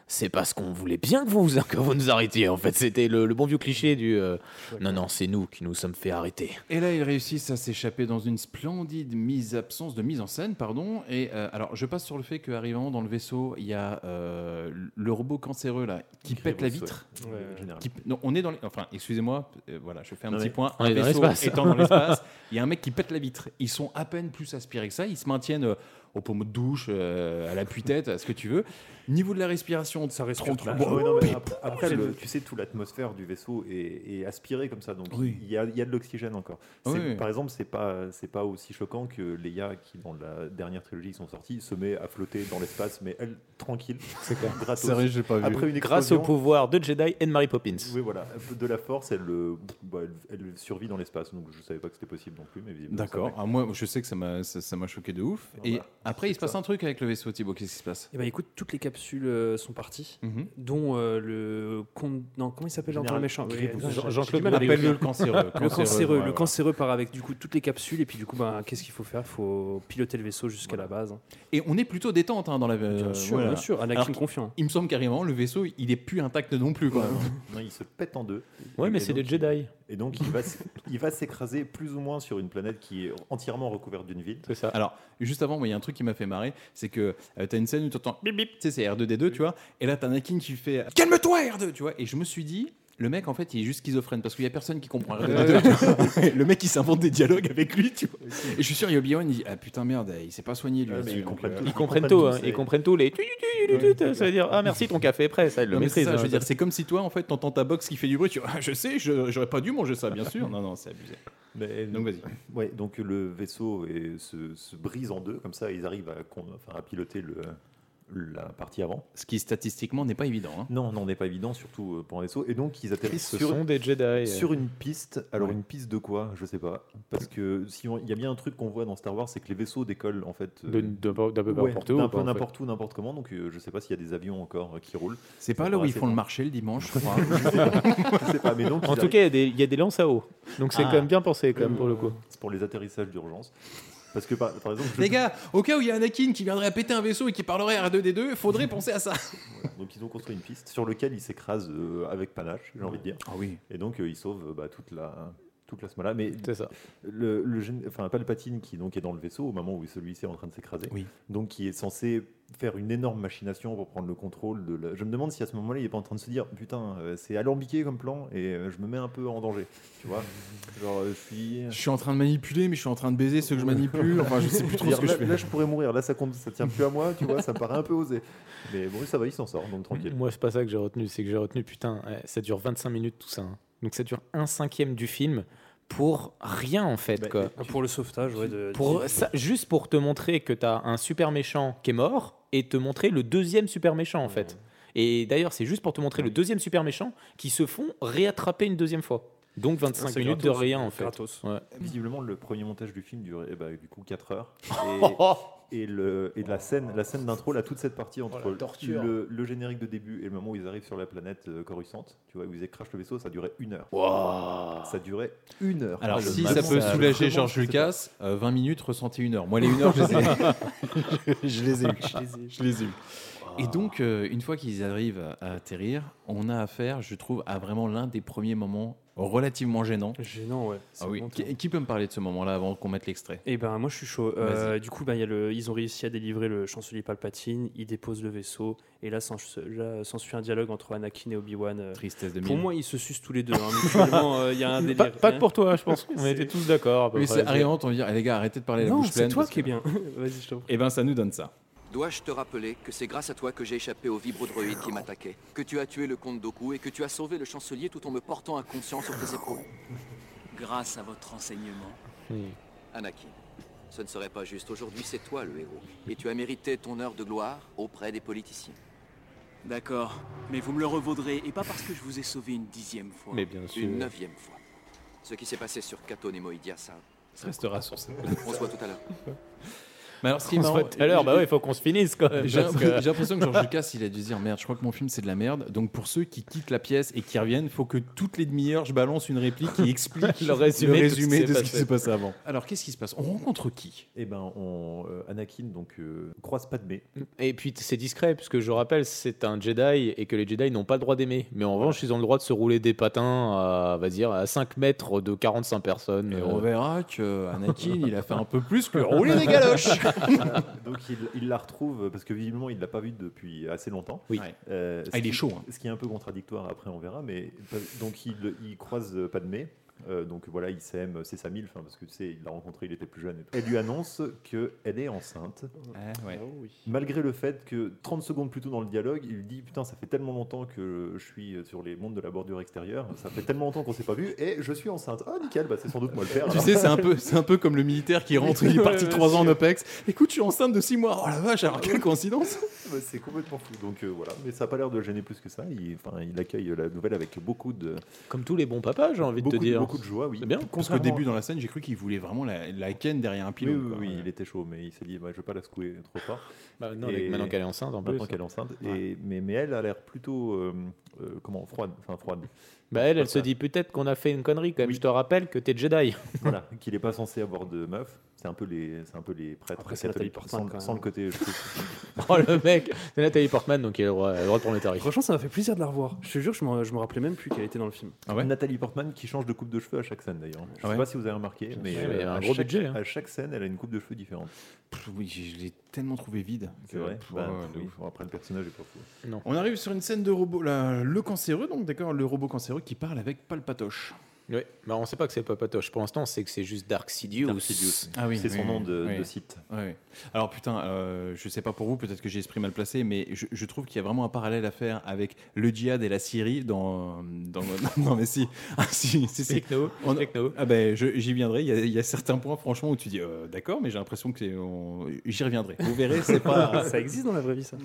S4: C'est parce qu'on voulait bien que vous, que vous nous arrêtiez. En fait, c'était le, le bon vieux cliché du euh, non, non, c'est nous qui nous sommes fait arrêter.
S2: Et là, ils réussissent à s'échapper dans une splendide mise absence de mise en scène, pardon. Et euh, alors, je passe sur le fait qu'arrivant dans le vaisseau, il y a euh, le robot cancéreux là qui pète la
S8: Grievous,
S2: vitre.
S8: ouais.
S10: ouais.
S8: Général.
S2: Qui- non, on est dans les... Enfin, excusez-moi, euh, voilà, je fais un
S8: Non,
S2: petit
S8: mais-
S2: point.
S4: On
S2: un
S4: est dans
S2: vaisseau
S4: l'espace.
S2: étant dans l'espace, il y a un mec qui pète la vitre. Ils sont à peine plus aspirés que ça. Ils se maintiennent euh, au pommeau de douche, euh, à la tête à ce que tu veux. Niveau de la respiration, ça reste trop, trop
S8: Bah,
S2: bon.
S8: ouais, non, mais ap- après, le- tu sais, toute l'atmosphère du vaisseau est, est aspirée comme ça, donc
S2: Oui.
S8: il y, a, il y a de l'oxygène encore. C'est-
S2: Oui.
S8: Par exemple, c'est pas c'est pas aussi choquant que Leia, qui dans la dernière trilogie qui sont sortis, se met à flotter dans l'espace, mais elle tranquille, c'est gratos.
S2: j'ai pas
S8: Après une
S4: Grâce
S8: explosion,
S4: au pouvoir de Jedi et de Mary Poppins.
S8: oui, voilà, de la force, elle, euh, bah, elle, elle survit dans l'espace, donc je savais pas que c'était possible non plus, mais visiblement, ça
S2: D'accord.
S8: va.
S2: Ah, moi, je sais que ça m'a ça, ça m'a choqué de ouf.
S8: Ah,
S2: Et
S8: voilà.
S2: Après, il se passe un truc avec le vaisseau, Thibaut. Qu'est-ce qui se passe
S10: Et bah écoute, toutes les capsules euh, sont parties,
S2: Mhm.
S10: dont euh, le con- non comment il s'appelle encore le
S8: Général
S10: méchant Oui,
S8: Grievous.
S4: Jean-
S10: euh, j'ai-
S4: Jean-Claude
S10: j'ai du mal à
S4: Appelle-le
S2: Appelle-le
S10: l'écrire.
S2: le cancéreux.
S10: le cancéreux,
S2: ouais,
S10: le
S2: ouais.
S10: cancéreux part avec du coup toutes les capsules et puis du coup bah, qu'est-ce qu'il faut faire Faut piloter le vaisseau jusqu'à la base. hein.
S2: Et on est plutôt détente hein, dans la. euh,
S10: Bien sûr,
S2: voilà.
S10: bien sûr, Anakin
S2: Alors-
S10: confiant.
S2: Il me semble carrément, le vaisseau, il est plus intact non plus. Quoi.
S8: Non, il se pète en deux.
S4: Ouais, mais
S8: Et
S4: c'est des
S8: donc,
S4: Jedi.
S8: Et donc, il va, s- il va s'écraser plus ou moins sur une planète qui est entièrement recouverte d'une ville.
S4: C'est ça.
S2: Alors, juste avant, moi, il y a un truc qui m'a fait marrer, c'est que euh, t'as une scène où t'entends bip bip, tu sais, c'est R2D2, tu vois, et là t'as Anakin qui fait euh, calme-toi R2, tu vois, et je me suis dit. Le mec, en fait, il est juste schizophrène parce qu'il y a personne qui comprend rien. le mec, il s'invente des dialogues avec lui, tu vois. Et je suis sûr, Obi-Wan, il dit Ah putain, merde, il sait pas soigner lui.
S8: Ah, mais
S2: là-dessus,
S8: il
S2: donc,
S8: comprend
S2: euh,
S8: tout.
S4: Ils
S8: Ils
S4: comprennent
S8: comprennent
S4: tout,
S8: tout,
S4: hein.
S8: c'est-
S4: ils comprennent tout. Les tu- tu- tu- tu- tu- ça veut dire ah merci ton café est prêt, ça ils le
S2: Non, mais c'est
S4: maîtrise.
S2: ça, je veux dire, c'est comme si toi, en fait, t'entends ta box qui fait du bruit, tu vois, Ah, je sais, je- j'aurais pas dû manger ça, bien sûr. Non, non, c'est abusé.
S8: Mais-
S2: Donc vas-y.
S8: Ouais, donc le vaisseau est- se, se brise en deux, comme ça ils arrivent à, con- enfin, à piloter le, la partie avant.
S2: Ce qui statistiquement n'est pas évident. hein.
S8: Non, non, n'est pas évident, surtout euh, pour un vaisseau. Et donc ils atterrissent
S4: ce
S8: sur,
S4: sont des Jedi.
S8: sur une piste. Alors
S2: Ouais.
S8: une piste de quoi Je sais pas. Parce que si on- il y a bien un truc qu'on voit dans Star Wars, c'est que les vaisseaux décollent en fait. euh,
S4: de, de- d'un peu
S8: ouais,
S4: n'importe où.
S8: d'un
S4: quoi,
S8: peu
S4: en fait.
S8: n'importe où, n'importe comment. Donc euh, je sais pas s'il y a des avions encore euh, qui roulent.
S2: C'est
S8: Ça
S2: pas là où
S8: paraît
S2: ils font
S8: assez
S2: le marché le dimanche, je crois. hein.
S8: Je sais pas, mais donc
S4: En
S8: ils
S4: tout cas, il y a des- il y, a des lances à eau. Donc c'est
S8: Ah.
S4: quand même bien pensé, quand même, pour le coup.
S8: arrivent- c'est pour les atterrissages d'urgence. Parce que par, par exemple, je-
S2: Les gars, au cas où il y a Anakin qui viendrait à péter un vaisseau et qui parlerait à R2D2, faudrait penser à ça.
S8: donc ils ont construit une piste sur laquelle ils s'écrasent euh, avec panache, j'ai envie de dire.
S2: Ah oui.
S8: Et donc, euh, il sauve euh, bah, toute la toute la semaine là. Mais
S4: C'est ça.
S8: le, le gén- enfin Palpatine qui donc est dans le vaisseau au moment où celui-ci est en train de s'écraser,
S2: Oui.
S8: donc qui est censé faire une énorme machination pour prendre le contrôle de. La... Je me demande si à ce moment-là, il est pas en train de se dire putain, euh, c'est alambiqué comme plan et euh, je me mets un peu en danger. Tu vois, genre euh, je suis.
S2: Je suis en train de manipuler, mais je suis en train de baiser ceux que je manipule. Enfin, je sais plus trop ce
S8: Dire,
S2: que je
S8: là,
S2: fais.
S8: là, je pourrais mourir. Là, ça compte, ça tient plus à moi. Tu vois, ça me paraît un peu osé. Mais bon, ça va, il s'en sort, donc tranquille.
S4: Moi, c'est pas ça que j'ai retenu. C'est que j'ai retenu, putain, eh, ça dure 25 minutes tout ça. hein. Donc ça dure un cinquième du film pour rien, en fait.
S8: Bah,
S4: quoi.
S10: Ah, Pour le sauvetage, ouais. De,
S4: Pour
S10: de-
S4: ça, juste pour te montrer que t'as un super méchant qui est mort et te montrer le deuxième super méchant en fait. Et d'ailleurs, c'est juste pour te montrer le deuxième super méchant qui se font réattraper une deuxième fois. Donc 25
S10: c'est
S4: minutes
S10: gratos,
S4: de rien en fait.
S10: gratos.
S4: Ouais.
S8: Visiblement, le premier montage du film durait eh ben, du coup 4 heures. Et, et le, et de la scène, la scène d'intro, là, toute cette partie
S2: Oh,
S8: entre le, le générique de début et le moment où ils arrivent sur la planète euh, Coruscant, tu vois, où ils écrachent le vaisseau, ça durait une heure.
S9: Ah.
S8: Ça durait une heure.
S2: Alors,
S8: Ah, le
S2: si
S8: mal-
S2: ça peut
S8: vraiment,
S2: soulager
S8: je sais
S2: George
S8: pas.
S2: Lucas, euh, 20 minutes ressenties une heure. Moi, les une heure, je les ai, je les ai eues. Je les ai eues. Et donc, euh, une fois qu'ils arrivent à- à atterrir, on a affaire, je trouve, à vraiment l'un des premiers moments relativement gênants.
S10: Gênant, ouais.
S2: Ah oui.
S10: C'est bon,
S2: Qui, qui peut me parler de ce moment-là avant qu'on mette l'extrait
S10: Eh ben moi je suis chaud. Euh, du coup ben, il y a le... ils ont réussi à délivrer le chancelier Palpatine, ils déposent le vaisseau et là s'en- là, s'ensuit un dialogue entre Anakin et Obi-Wan. euh.
S2: Tristesse de
S10: Pour
S2: mille.
S10: moi ils se sucent tous les deux. hein. Mutuellement, euh, il y a un délire.
S4: Pas, pas que pour toi, je pense. On
S10: C'est-
S4: était tous d'accord. à peu
S2: Oui,
S4: près.
S2: c'est arrivant, on va dire, Eh, les gars, arrêtez de parler la
S10: Non,
S2: bouche pleine.
S10: c'est toi
S2: parce
S10: qui es
S2: que-
S10: bien. Vas-y je t'en prie.
S2: Eh ben, ça nous donne ça.
S7: Dois-je te rappeler que c'est grâce à toi que j'ai échappé au vibrodroïde qui m'attaquait, que tu as tué le comte Doku et que tu as sauvé le chancelier tout en me portant inconscient sur tes épaules
S11: Grâce à votre enseignement,
S4: Oui.
S7: Anakin, ce ne serait pas juste. Aujourd'hui, c'est toi le héros. Et tu as mérité ton heure de gloire auprès des politiciens.
S11: d'accord. Mais vous me le revaudrez, et pas parce que je vous ai sauvé une dixième fois.
S4: Mais bien sûr.
S7: Une neuvième fois. Ce qui s'est passé sur Kato Nemoidia, ça.
S2: Ça restera sur ça.
S7: On se voit tout à l'heure.
S2: Mais alors, ce qui est
S4: On se
S2: marrant-
S4: voit tout à l'heure, bah ouais, il faut qu'on se finisse quand même.
S2: J'ai
S4: parce que-
S2: j'ai l'impression que George Lucas, il a dû se dire merde, je crois que mon film c'est de la merde. Donc pour ceux qui quittent la pièce et qui reviennent, faut que toutes les demi-heures je balance une réplique qui explique
S4: Le résumé de ce qui s'est
S2: de ce qui
S4: passé.
S2: s'est passé avant. Alors qu'est-ce qui se passe On rencontre qui
S8: Eh ben, on, euh, Anakin, donc, euh, croise Padmé.
S4: Et puis t- c'est discret, puisque je rappelle, c'est un Jedi et que les Jedi n'ont pas le droit d'aimer. Mais en revanche, ils ont le droit de se rouler des patins à, va dire, à 5 mètres de 45 personnes.
S2: Et
S4: Euh,
S2: on verra que Anakin, il a fait un peu plus que rouler des galoches.
S8: Donc, il, il la retrouve, parce que visiblement, il l'a pas vue depuis assez longtemps.
S4: Oui.
S2: Ouais.
S8: Euh,
S2: Ah,
S8: ce
S2: il est
S8: qui-
S2: chaud, hein.
S8: Ce qui est un peu contradictoire, après on verra, mais pas- donc il, il croise euh, Padmé. euh, donc voilà, il s'aime, c'est sa mille, enfin, parce que tu sais, il l'a rencontré, il était plus jeune. Et tout. Elle lui annonce qu'elle est enceinte,
S2: Ah, ouais.
S8: malgré le fait que 30 secondes plus tôt dans le dialogue, il dit Putain, ça fait tellement longtemps que je suis euh, sur les mondes de la bordure extérieure, ça fait tellement longtemps qu'on s'est pas vu, et je suis enceinte. Ah, nickel, bah, c'est sans doute moi le père.
S2: Tu
S8: alors.
S2: sais, c'est un, peu, c'est un peu comme le militaire qui rentre, il est parti 3 ans en OPEX. Écoute, je suis enceinte de 6 mois. Oh la vache, alors quelle coïncidence
S8: Bah, c'est complètement fou. Donc euh, voilà, mais ça a pas l'air de le gêner plus que ça. Il, enfin, il accueille la nouvelle avec beaucoup de.
S4: Comme tous les bons papas, j'ai envie
S8: beaucoup,
S4: de te dire.
S8: beaucoup beaucoup de joie, oui.
S2: C'est bien. Parce qu'au
S8: Contrairement-
S2: début, dans la scène, j'ai cru qu'il voulait vraiment la, la ken derrière un pylône.
S8: oui, oui,
S2: quoi.
S8: oui, il était chaud, mais il s'est dit, bah, je vais pas la secouer trop fort.
S4: Bah, non, avec- maintenant qu'elle est enceinte, en plus.
S8: Maintenant qu'elle est enceinte. Et, mais, mais elle a l'air plutôt, euh, euh, comment, froide. Enfin, froide.
S4: Bah elle, elle
S8: C'est
S4: se
S8: pas
S4: dit peut-être qu'on a fait une connerie quand même. Je te rappelle que t'es Jedi.
S8: ça. voilà, qu'il n'est pas censé avoir de meuf. C'est un peu les, c'est un peu les prêtres
S4: Après, c'est Nathalie
S8: catholiques
S4: Portman,
S8: sans,
S4: quand même.
S8: sans le côté. je trouve.
S4: oh le mec, c'est Nathalie Portman, donc il a le droit, elle a le droit de prendre les tarifs.
S10: Franchement, ça m'a fait plaisir de la revoir. Je te jure, je me rappelais même plus qu'elle était dans le film.
S8: Nathalie Portman qui change de coupe de cheveux à chaque scène d'ailleurs. Je
S10: Ah
S8: ne
S10: ouais
S8: sais pas si vous avez remarqué,
S10: Je
S8: mais, euh,
S10: sais, mais il y a un
S8: à,
S10: gros
S8: chaque,
S10: budget, hein.
S8: à chaque scène, elle a une coupe de cheveux différente.
S2: Pff, oui, je je l'ai tellement trouvé vide.
S8: C'est vrai.
S2: Pff,
S8: Bah,
S2: ouais, ouais, de
S8: oui.
S2: ouf.
S8: Bon, Après, le personnage est pas fou.
S2: On arrive sur une scène de robot, la- le cancéreux, donc d'accord, le robot cancéreux qui parle avec Palpatoche.
S4: Ouais, bah on sait pas que c'est Papatoche. Pour l'instant, on sait que c'est juste Dark Sidious.
S2: Ah oui,
S8: C'est son
S2: oui,
S8: nom
S2: oui,
S8: de-
S2: oui.
S8: de site.
S2: Ouais, ouais. Alors putain, euh, je sais pas pour vous, peut-être que j'ai l'esprit mal placé, mais je, je trouve qu'il y a vraiment un parallèle à faire avec le djihad et la Syrie dans. dans non mais si, Ah, si, si, si.
S4: Explique-nous,
S2: On- Ah ben je- j'y viendrai. Il y, a, il y a certains points franchement où tu dis euh, d'accord, mais j'ai l'impression que c'est- on- j'y reviendrai. Vous verrez, c'est pas.
S10: ça existe dans la vraie vie, ça.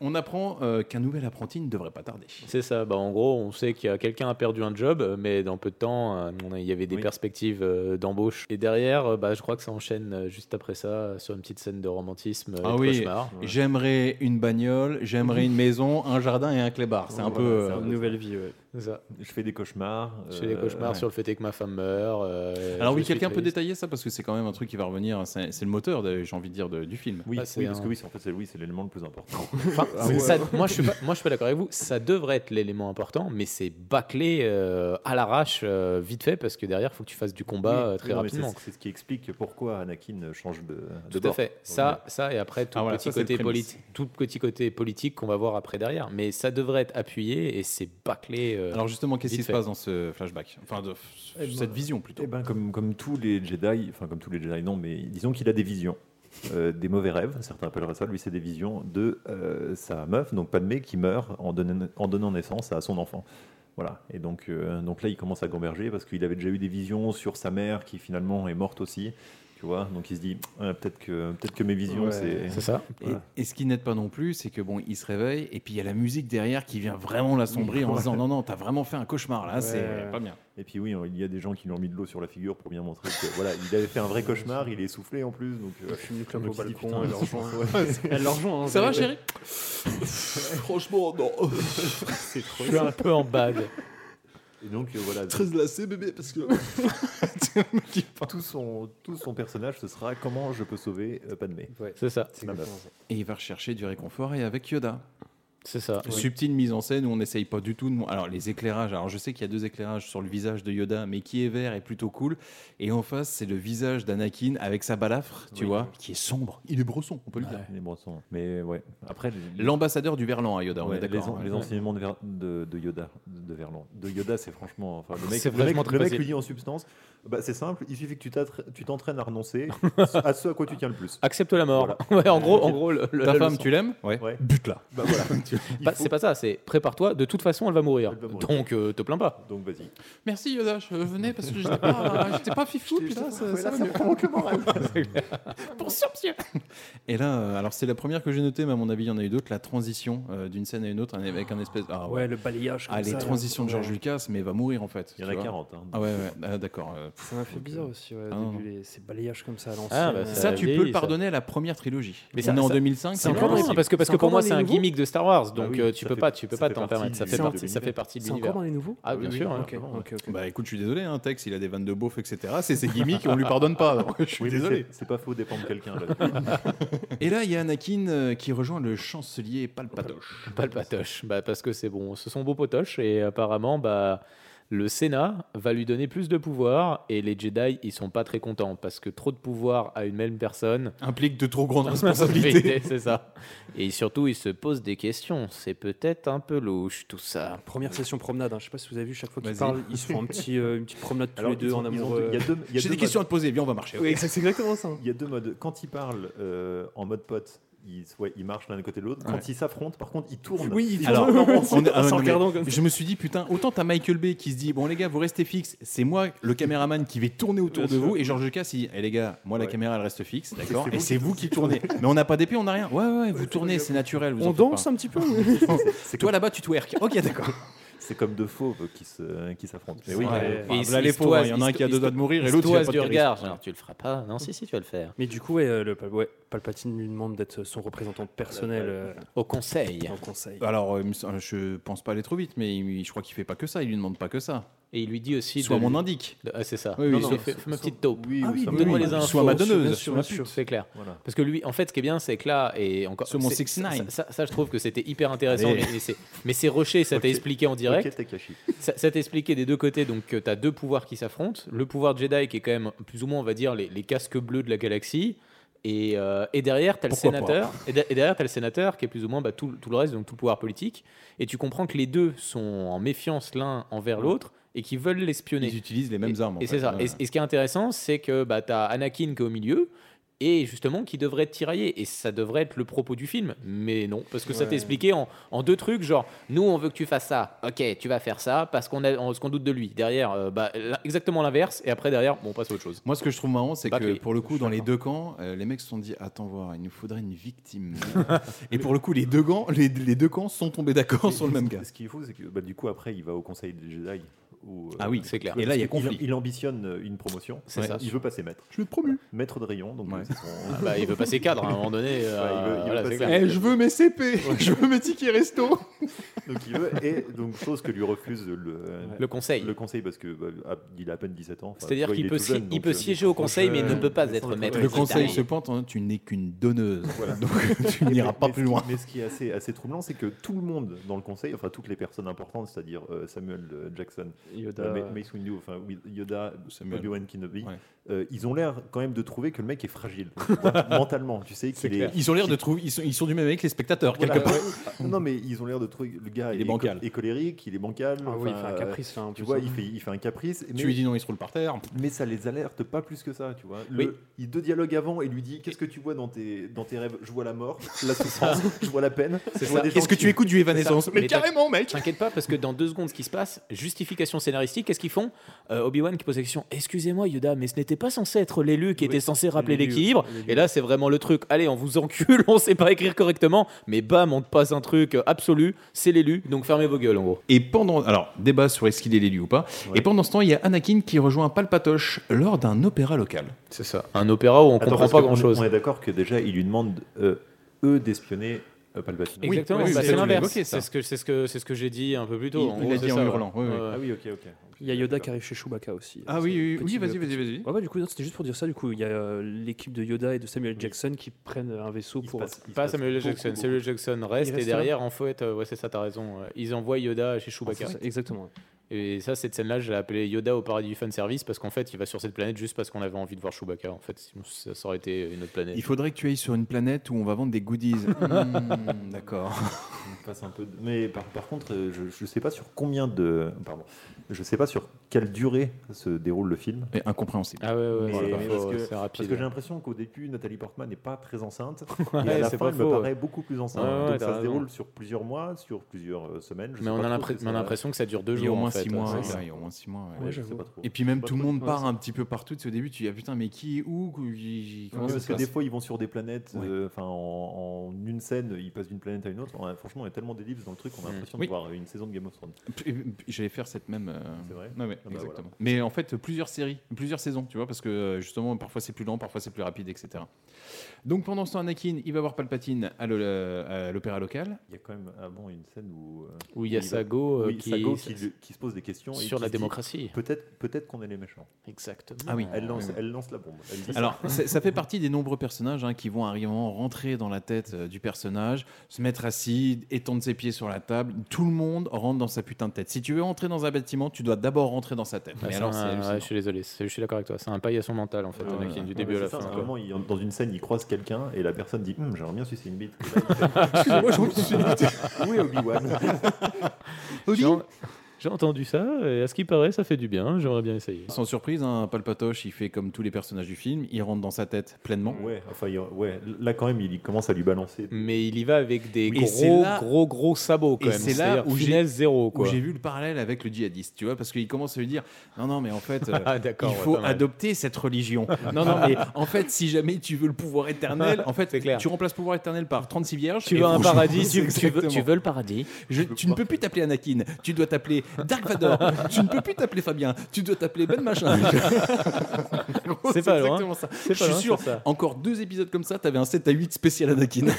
S2: On apprend euh, qu'un nouvel apprenti ne devrait pas tarder.
S4: C'est ça. Bah, en gros, on sait qu'il y a quelqu'un a perdu un job, euh, mais dans peu de temps, euh, on a- il y avait des
S8: Oui.
S4: perspectives euh, d'embauche. Et derrière, euh, bah, je crois que ça enchaîne euh, juste après ça euh, sur une petite scène de romantisme euh, et
S2: Ah
S4: de
S2: oui,
S4: cauchemar.
S2: j'aimerais une bagnole, j'aimerais une maison, un jardin et un clébard. C'est un peu. euh,
S10: nouvelle vie, ouais.
S4: Ça.
S8: Je fais des cauchemars.
S4: Je fais des
S8: euh,
S4: cauchemars
S2: ouais.
S4: sur le fait que ma femme meurt. euh,
S2: Alors
S4: je
S2: oui,
S4: suis
S2: quelqu'un peut
S4: triste.
S2: détailler ça parce que c'est quand même un truc qui va revenir. C'est c'est le moteur, de- j'ai envie de dire, de- du film.
S8: Oui,
S4: Ah, c'est
S8: oui, parce
S4: un-
S8: que oui, c'est- en fait, c'est oui, c'est l'élément le plus important.
S4: Enfin, ça- moi, je suis pas, moi, je suis pas d'accord avec vous. Ça devrait être l'élément important, mais c'est bâclé euh, à l'arrache, euh, vite fait, parce que derrière, il faut que tu fasses du combat
S8: Oui,
S4: euh, très
S8: oui, non, mais
S4: rapidement.
S8: c'est- C'est ce qui explique pourquoi Anakin change de. de
S4: Tout à
S8: bord.
S4: fait. Ça, ça et après tout,
S2: Ah,
S4: le
S2: voilà,
S4: petit
S2: ça, c'est
S4: côté
S2: le prémisse.
S4: politi- tout le petit côté politique qu'on va voir après derrière. Mais ça devrait être appuyé et c'est bâclé. euh,
S2: Alors justement, qu'est-ce
S4: vite
S2: qui se
S4: fait.
S2: passe dans ce flashback Enfin, de,
S8: Eh ben,
S2: cette vision plutôt.
S8: Eh ben, comme, comme tous les Jedi, enfin comme tous les Jedi, non, mais disons qu'il a des visions, euh, des mauvais rêves, certains appelleraient ça, lui c'est des visions de euh, sa meuf, donc Padmé, qui meurt en, donnant- en donnant naissance à son enfant. Voilà, et donc, euh, donc là il commence à gamberger parce qu'il avait déjà eu des visions sur sa mère qui finalement est morte aussi, tu vois, donc il se dit Ah, peut-être que, peut que mes visions
S2: Ouais,
S8: c'est.
S4: c'est ça.
S2: Et,
S8: Voilà.
S2: et ce qui n'aide pas non plus, c'est que bon, il se réveille et puis il y a la musique derrière qui vient vraiment l'assombrir en se disant non non, t'as vraiment fait un cauchemar là, c'est
S10: Ouais.
S2: pas bien.
S8: Et puis oui, hein, il y a des gens qui lui ont mis de l'eau sur la figure pour bien montrer que voilà, il avait fait un vrai cauchemar, il est essoufflé en plus, donc. euh,
S10: Je suis venu clope
S8: donc
S10: au
S8: il se dit,
S10: balcon,
S8: Putain,
S10: elle leur rejoint.
S8: ouais, c'est-
S10: Elle leur rejoint. hein,
S2: Ça va,
S10: c'est-
S2: chérie Franchement, non.
S8: c'est trop
S4: Je suis un peu en bad.
S8: Et donc euh, voilà,
S2: glacé, bébé, parce que.
S8: tout son, tout son personnage, ce sera comment je peux sauver euh, Padmé.
S4: C'est ça.
S8: C'est ma meuf.
S2: Et il va rechercher du réconfort et avec Yoda.
S4: C'est ça.
S2: Subtile mise en scène où on n'essaye pas du tout de. mo- Alors, les éclairages. Alors, je sais qu'il y a deux éclairages sur le visage de Yoda, mais qui est vert et plutôt cool. Et en face, c'est le visage d'Anakin avec sa balafre, tu vois, qui est sombre. Il est brosson, on peut le dire.
S8: Ah, Les bressons. Mais ouais, après, les,
S2: L'ambassadeur du Verlan, hein, Yoda, on
S8: ouais,
S2: est
S8: les,
S2: d'accord.
S8: en-
S2: hein.
S8: les enseignements de, Ver- de, de Yoda, de Verlan. De Yoda, c'est franchement. Enfin, le mec,
S4: C'est
S8: le mec,
S4: vraiment très
S8: le mec
S4: facile.
S8: lui dit en substance bah, c'est simple, il suffit que tu t'attra- tu t'entraînes à renoncer à ce à quoi tu tiens le plus.
S4: Accepte la mort. Ouais, en gros, en gros, le- le-
S2: Ta
S4: la
S2: femme,
S4: leçon.
S2: tu l'aimes Ouais.
S8: Ouais.
S2: Bute-la.
S8: Bah voilà. Il
S4: Pas-
S8: faut-
S4: C'est pas ça. C'est prépare-toi. De toute façon, elle va mourir.
S8: Elle va mourir.
S4: Donc, euh, te plains pas.
S8: Donc vas-y.
S2: Merci Yoda, je venais parce que j'étais pas, euh, j'étais pas fifou, putain, ça, ça va mieux. Bonsoir, monsieur. Et là, euh, alors c'est la première que j'ai notée, mais à mon avis, il y en a eu d'autres, la transition euh, d'une scène à une autre, un- avec un espèce. Ah ouais.
S10: Ouais, le balayage.
S2: Ah, les transitions de George Lucas, mais va mourir en fait.
S8: Il y en
S2: tu
S8: a
S2: vois.
S8: 40. hein.
S2: Ah ouais, ouais, ah, d'accord. euh, pff.
S10: Ça m'a fait bizarre aussi, ouais, au
S2: Ah, non,
S10: début, les- ces balayages comme ça à l'ancienne.
S4: Ah, bah, ça-
S2: Ça, tu
S4: vieillit,
S2: peux le
S4: ça.
S2: pardonner à la première trilogie.
S4: Mais
S2: Mais
S4: ça-
S2: on est en
S4: ça-
S2: 2005,
S4: C'est
S2: pas
S4: encore
S2: possible.
S4: drôle, parce que parce
S10: C'est
S4: que pour
S10: encore
S4: moi
S10: dans
S4: c'est
S10: les
S4: un
S10: nouveaux
S4: gimmick de Star Wars,
S8: Bah
S4: donc
S8: oui,
S4: euh, tu
S8: ça
S4: peux
S8: fait-
S4: pas tu peux
S8: ça
S4: pas
S8: fait
S4: t'en
S8: partie
S4: permettre. Ça
S8: du-
S4: fait
S10: c'est
S4: partie-
S8: un-
S4: ça fait partie de
S10: C'est encore
S4: l'univers.
S10: dans les nouveaux
S4: Ah bien
S8: Oui, oui,
S4: sûr. hein.
S10: Ok, ok, ok.
S2: Bah écoute, je suis désolé, hein, Tex, il a des vannes de beauf, etc. C'est ses gimmicks, on lui pardonne pas. alors, je suis
S8: Oui, mais
S2: désolé.
S8: c'est- C'est pas faux dépendre de quelqu'un. là.
S2: Et là, il y a Anakin euh, qui rejoint le chancelier Palpatoche.
S4: Pas le patoche, bah, parce que c'est bon, ce sont beaux potoches et apparemment bah, le Sénat va lui donner plus de pouvoir et les Jedi ils sont pas très contents parce que trop de pouvoir à une même personne.
S2: Implique de trop grandes responsabilités.
S4: c'est ça. Et surtout ils se posent des questions, c'est peut-être un peu louche tout ça.
S10: Première session promenade, hein. je sais pas si vous avez vu, chaque fois qu'ils
S2: Vas-y.
S10: parlent, ils se font un petit, euh, une petite promenade tous
S8: Alors,
S10: les deux
S8: ils ont-
S10: en
S8: ils ont
S10: amour.
S8: deux- il y a deux- il y a
S2: J'ai
S8: deux
S2: des questions à te poser, viens, on va marcher. ok.
S10: c'est exactement ça.
S8: Il y a deux modes. Quand ils parlent euh, en mode pote, ils, ouais, ils marchent l'un à côté de l'autre. Quand
S2: Ouais.
S8: ils s'affrontent, par contre, ils tournent.
S10: Oui, ils
S8: ils
S2: Alors,
S8: tournent en rond.
S2: on est- ah,
S10: En
S2: non,
S10: se
S2: mais
S10: regardant comme ça.
S2: je me suis dit, putain, autant t'as Michael Bay qui se dit, bon les gars, vous restez fixe, c'est moi le caméraman qui vais tourner autour
S8: Bien
S2: de
S8: sûr.
S2: vous, et George Lucas, il dit, eh les gars, moi la
S8: Ouais.
S2: caméra elle reste fixe, d'accord,
S8: c'est
S2: et
S8: vous
S2: c'est vous qui tournez. mais on n'a pas d'épée, on n'a rien. Ouais, ouais, vous tournez, c'est naturel. Vous en
S10: On
S2: faites pas.
S10: danse un petit peu.
S8: C'est
S2: Toi là-bas, tu twerk. Ok, d'accord. Ah,
S8: C'est comme deux fauves qui se- qui s'affrontent. Mais oui,
S4: Ouais.
S8: mais-
S2: bah,
S4: Et ils- ils se toisent- ils se- ils se- Ils se toisent du regard. Genre, tu le feras pas. Non, si, si, tu vas le faire.
S10: Mais du coup, ouais, euh, le Pal- ouais, Palpatine lui demande d'être son représentant personnel euh,
S4: au conseil.
S10: Au conseil.
S2: Alors, euh, il me sem- je pense pas aller trop vite, mais il- je crois qu'il fait pas que ça. Il lui demande pas que ça.
S4: Et il lui dit aussi.
S2: Soit
S4: de-
S2: mon indique.
S4: de- ah, c'est ça.
S2: Oui,
S4: non,
S2: oui,
S4: non,
S2: soit-
S4: fais-
S2: soit-
S4: fais ma petite taupe.
S2: Oui, Ah oui, soit-
S4: Donne-moi
S2: oui,
S4: les
S2: oui.
S4: infos.
S2: Soit ma donneuse,
S4: Sur,
S2: ma
S4: sur-
S2: pute.
S4: C'est clair.
S2: Voilà.
S4: Parce que lui, en fait, ce qui est bien, c'est que là, et encore.
S2: Sur mon
S4: c'est-
S2: 69.
S4: Ça, ça- ça, je trouve que c'était hyper intéressant.
S2: Allez.
S4: Mais, mais c'est- mais c'est rushé, ça t'a
S8: Ok.
S4: expliqué en direct.
S8: Ok, Takashi.
S4: ça, ça t'expliquait des deux côtés, donc tu as deux pouvoirs qui s'affrontent. Le pouvoir de Jedi qui est quand même plus ou moins, on va dire, les, les casques bleus de la galaxie. Et, euh, et derrière, tu as le
S2: Pourquoi pas
S4: sénateur. Et, de- et derrière, t'as le sénateur qui est plus ou moins bah, tout, tout le reste, donc tout le pouvoir politique. Et tu comprends que les deux sont en méfiance l'un envers l'autre et qui veulent l'espionner.
S2: Ils utilisent les mêmes armes. en
S4: Et
S2: fait.
S4: c'est ça.
S2: Ouais.
S4: Et, et ce qui est intéressant, c'est que bah, tu as Anakin qui est au milieu et justement qui devrait être tiraillé. Et ça devrait être le propos du film. Mais non, parce que ça
S2: Ouais.
S4: t'est expliqué en, en deux trucs genre, nous, on veut que tu fasses ça. Ok, tu vas faire ça parce qu'on a on- ce qu'on doute de lui. Derrière, euh, bah, la- exactement l'inverse. Et après, derrière, bon, on passe à autre chose.
S2: Moi, ce que je trouve marrant, c'est que
S4: Bâclé.
S2: pour le coup, dans les deux camps, euh, les mecs se sont dit Attends, voir, il nous faudrait une victime. et pour le coup, les deux, camps, les, les deux camps sont tombés d'accord sur le même gars.
S8: Ce qu'il faut, c'est que bah, du coup, après, il va au conseil des Jedi. où, euh,
S2: Ah oui, c'est clair. Et là, il y a
S8: parce qu'il-
S2: conflit.
S8: Il ambitionne euh, une promotion.
S4: C'est ça.
S8: Il veut passer maître.
S2: Je suis promu.
S8: Maître de rayon. Donc, euh, c'est son-
S4: Ah bah, il veut passer cadre à un moment donné. euh,
S8: Ouais, il veut- il veut
S4: voilà, c'est
S8: passer
S4: clair.
S2: Eh, je veux mes CP, je veux mes tickets resto.
S8: Donc il veut, et donc chose que lui refuse le, euh,
S4: Le conseil.
S8: Le conseil parce que bah, à- il a à peine 17 ans. Enfin,
S4: C'est-à-dire
S8: tu vois,
S4: qu'il
S8: il est
S4: peut
S8: tout
S4: si-
S8: jeune,
S4: il
S8: donc,
S4: peut
S8: euh,
S4: siéger au conseil, mais il ne peut pas être maître.
S2: Le conseil se
S4: Jedi.
S2: porte en Tu n'es qu'une donneuse.
S8: Voilà.
S2: Donc, tu n'iras pas
S8: mais
S2: plus
S8: ce qui-
S2: loin.
S8: Mais ce qui est assez, assez troublant, c'est que tout le monde dans le conseil, enfin toutes les personnes importantes, c'est-à-dire euh, Samuel euh, Jackson,
S10: Yoda.
S8: euh, Ma- Mace Windu, enfin oui, Yoda,
S2: Samuel.
S8: Obi-Wan Kenobi,
S2: Ouais.
S8: euh, ils ont l'air quand même de trouver que le mec est fragile mentalement. Tu sais
S2: C'est
S8: qu'il est,
S2: clair. Ils ont l'air de trouver. Ils sont, ils sont du même avec les spectateurs,
S8: Voilà,
S2: quelque part.
S8: ouais. Non, mais ils ont l'air de trouver le gars
S2: Il est bancal.
S8: col- est colérique, il est bancal.
S10: Ah oui, il
S8: enfin,
S10: fait un caprice, là, en
S8: tu
S10: plus,
S8: vois,
S10: hein.
S8: il fait, il fait un caprice. mais-
S2: Tu lui dis non, il se roule par terre.
S8: Mais ça les alerte pas plus que ça, tu vois. Le-
S4: Oui.
S8: Il deux dialogues avant et lui dit Qu'est-ce que tu vois dans tes, dans tes rêves Je vois la mort, la souffrance, je vois la peine. je vois
S4: ça.
S8: des gens
S4: Est-ce que
S8: qui-
S4: tu écoutes du Evanescence
S8: C'est ça.
S4: Mais Mais t'as- carrément,
S2: mec
S4: T'inquiète pas, parce que dans deux secondes, ce qui se passe, justification scénaristique, qu'est-ce qu'ils font Euh, Obi-Wan qui pose la question Excusez-moi, Yoda, mais ce n'était pas censé être l'élu qui était censé rappeler
S10: l'élu,
S4: l'équilibre. Et là, c'est vraiment le truc Allez, on vous encule, on sait pas écrire correctement, mais bam, on te passe un truc euh, absolu, c'est l'élu, donc fermez vos gueules en gros.
S2: Et pendant. Alors, débat sur est-ce qu'il est l'élu ou pas. Et pendant ce temps, il y a Anakin qui rejoint Palpatoche lors d'un opéra local.
S4: C'est ça. Un opéra où on
S8: Attends,
S4: comprend
S8: parce
S4: pas
S8: que on-
S4: grand-chose.
S8: On est d'accord que déjà, il lui demande euh, eux d'espionner euh, Palpatine.
S4: Exactement,
S2: oui,
S4: bah,
S2: oui,
S4: c'est
S2: oui,
S4: l'inverse.
S2: évoqué, ça.
S4: C'est ce que, c'est ce que, c'est ce que j'ai dit un peu plus
S2: Il-
S4: tôt. en
S2: il
S4: gros,
S2: l'a
S4: c'est
S2: dit en
S4: ça,
S2: hurlant,
S4: ouais.
S2: oui, oui.
S4: Ouais.
S8: Ah oui, ok, ok.
S10: Il y a Yoda qui arrive chez Chewbacca aussi.
S2: Ah oui, oui, oui,
S10: Petit-
S2: vas-y, vas-y, vas-y.
S10: Ouais, ouais, du coup, non, c'était juste pour dire ça. Du coup, il y a euh, l'équipe de Yoda et de Samuel Jackson qui prennent un vaisseau pour.
S4: Pas Samuel L. Jackson, Samuel L. Jackson
S10: Il
S4: reste
S10: reste
S4: et derrière en fait, euh, ouais c'est ça, t'as raison. euh, Ils envoient Yoda chez Chewbacca.
S10: C'est ça, Exactement.
S4: Et ça, cette scène-là, je l'ai appelée Yoda au paradis du fan service parce qu'en fait, il va sur cette planète juste parce qu'on avait envie de voir Chewbacca. En fait, sinon ça, ça aurait été une autre planète.
S2: Il faudrait que tu ailles sur une planète où on va vendre des goodies. Hmm, D'accord.
S8: On passe un peu de- Mais par, par contre, euh, je, je sais pas sur combien de. Pardon. Je sais pas sur quelle durée se déroule le film.
S2: Et incompréhensible.
S4: Ah ouais, ouais,
S8: Mais-
S4: c'est pas
S8: mais
S4: faux,
S8: parce que,
S4: c'est
S8: parce
S4: rapide. hein.
S8: que j'ai l'impression qu'au début, Nathalie Portman n'est pas très enceinte. et à
S4: Ouais,
S8: la
S4: c'est
S8: fin,
S4: pas
S8: elle me
S4: faux,
S8: paraît
S4: ouais.
S8: beaucoup plus enceinte.
S4: Ouais, ouais, t'as
S8: Donc ça se
S4: raison.
S8: déroule sur plusieurs mois, sur plusieurs euh, semaines. je
S4: Mais
S8: sais
S4: on
S8: pas
S4: a
S8: trop
S4: l'impression
S8: ce que ça
S4: mais on a
S8: va-
S4: l'impression que ça dure deux
S2: Il y a
S4: jours.
S2: au moins
S4: en fait,
S2: six
S4: ouais,
S2: mois.
S4: c'est
S2: ouais,
S4: ça.
S2: Il y a au moins six mois. ouais.
S8: Ouais,
S10: j'avoue.
S8: je sais pas trop.
S2: Et puis même
S8: Je sais
S2: tout le
S8: pas trop
S2: monde
S8: comment
S2: part
S8: ça
S2: un petit peu partout. Tu sais, Au début, tu dis ah, putain, mais qui, où, qui-
S8: Ouais,
S2: comment ça
S8: parce
S2: se
S8: que
S2: passe
S8: des fois, ils vont sur des planètes.
S2: Ouais.
S8: euh, Enfin, en, en une scène, ils passent d'une planète à une autre. Ouais, franchement, on a tellement d'ellipses dans le truc, on a
S2: Mm.
S8: l'impression
S2: Oui.
S8: de voir une saison de Game of Thrones.
S2: P- p- J'allais faire cette même. euh,
S8: C'est
S4: Mm.
S8: vrai
S2: ouais, ouais,
S8: Ah bah
S2: exactement. Mais en fait, plusieurs séries, plusieurs saisons, tu vois, parce que euh, justement, parfois c'est plus lent, parfois c'est plus rapide, etc. Donc pendant ce temps, Anakin, il va voir Palpatine à l'o- euh, à l'opéra local.
S8: Il y a quand même avant une scène où. euh,
S4: Où il y a
S8: va-
S4: Sago, euh,
S8: oui,
S4: qui-
S8: Sago qui, lui- qui se pose des questions. et
S4: Sur
S8: qui
S4: la
S8: se dit,
S4: démocratie.
S8: Peut-être peut qu'on est les méchants.
S4: Exactement.
S2: Ah oui.
S8: Elle lance,
S2: Oui, oui.
S8: elle lance la bombe. Elle dit ça.
S2: Alors, ça, ça fait partie des nombreux personnages hein, qui vont arrivant rentrer dans la tête euh, du personnage, se mettre assis, étendre ses pieds sur la table. Tout le monde rentre dans sa putain de tête. Si tu veux entrer dans un bâtiment, tu dois d'abord rentrer dans sa tête.
S4: Ah,
S2: Mais
S4: c'est
S2: alors, c'est
S4: un- ouais,
S2: hallucinant.
S4: je suis désolé, c'est- je suis d'accord avec toi. C'est un paillasson mental en fait,
S2: Ah,
S4: Anakin,
S2: ouais.
S4: du
S8: Ouais,
S4: début à
S8: c'est
S4: la
S8: ça,
S4: fin.
S8: c'est
S4: quoi.
S8: vraiment, il- dans une scène, il croise quelqu'un et la personne dit Hum, J'aimerais bien sucer une bite. Moi,
S2: Excusez-moi, j'ai envie de sucer une bite.
S8: Où est Obi-Wan
S2: Obi,
S4: Genre- J'ai entendu ça, et à ce qui paraît, ça fait du bien. J'aimerais bien essayer.
S2: Sans surprise, hein, Palpatoche, il fait comme tous les personnages du film, il rentre dans sa tête pleinement.
S8: Ouais, enfin, il- ouais, là quand même, il commence à lui balancer.
S4: Mais il y va avec des
S2: Et c'est
S4: gros,
S2: là-
S4: gros, gros sabots quand
S2: et
S4: même.
S2: c'est là
S4: C'est-à-dire
S2: où j'ai-
S4: finesse zéro,
S2: où
S4: quoi.
S2: j'ai vu le parallèle avec le djihadiste, tu vois, parce qu'il commence à lui dire non, non, mais en fait, euh,
S4: Ah, d'accord,
S2: il
S4: ouais,
S2: faut
S4: pas mal.
S2: adopter cette religion. non, non, mais en fait, si jamais tu veux le pouvoir éternel, en fait, tu remplaces pouvoir éternel par 36 vierges.
S4: Tu
S2: et
S4: veux un
S2: franchement,
S4: paradis,
S2: c'est
S4: tu- tu veux- tu
S2: exactement.
S4: veux le paradis.
S2: Je- tu ne peux plus t'appeler Anakin, tu dois t'appeler Dark Vador, tu ne peux plus t'appeler Fabien, tu dois t'appeler Ben Machin. Gros,
S4: C'est pas loin.
S2: exactement ça.
S4: C'est
S2: Je
S4: pas
S2: suis
S4: loin,
S2: sûr,
S4: c'est ça.
S2: encore deux épisodes comme ça, t'avais un 7 à 8 spécial Anakin. Tu sais,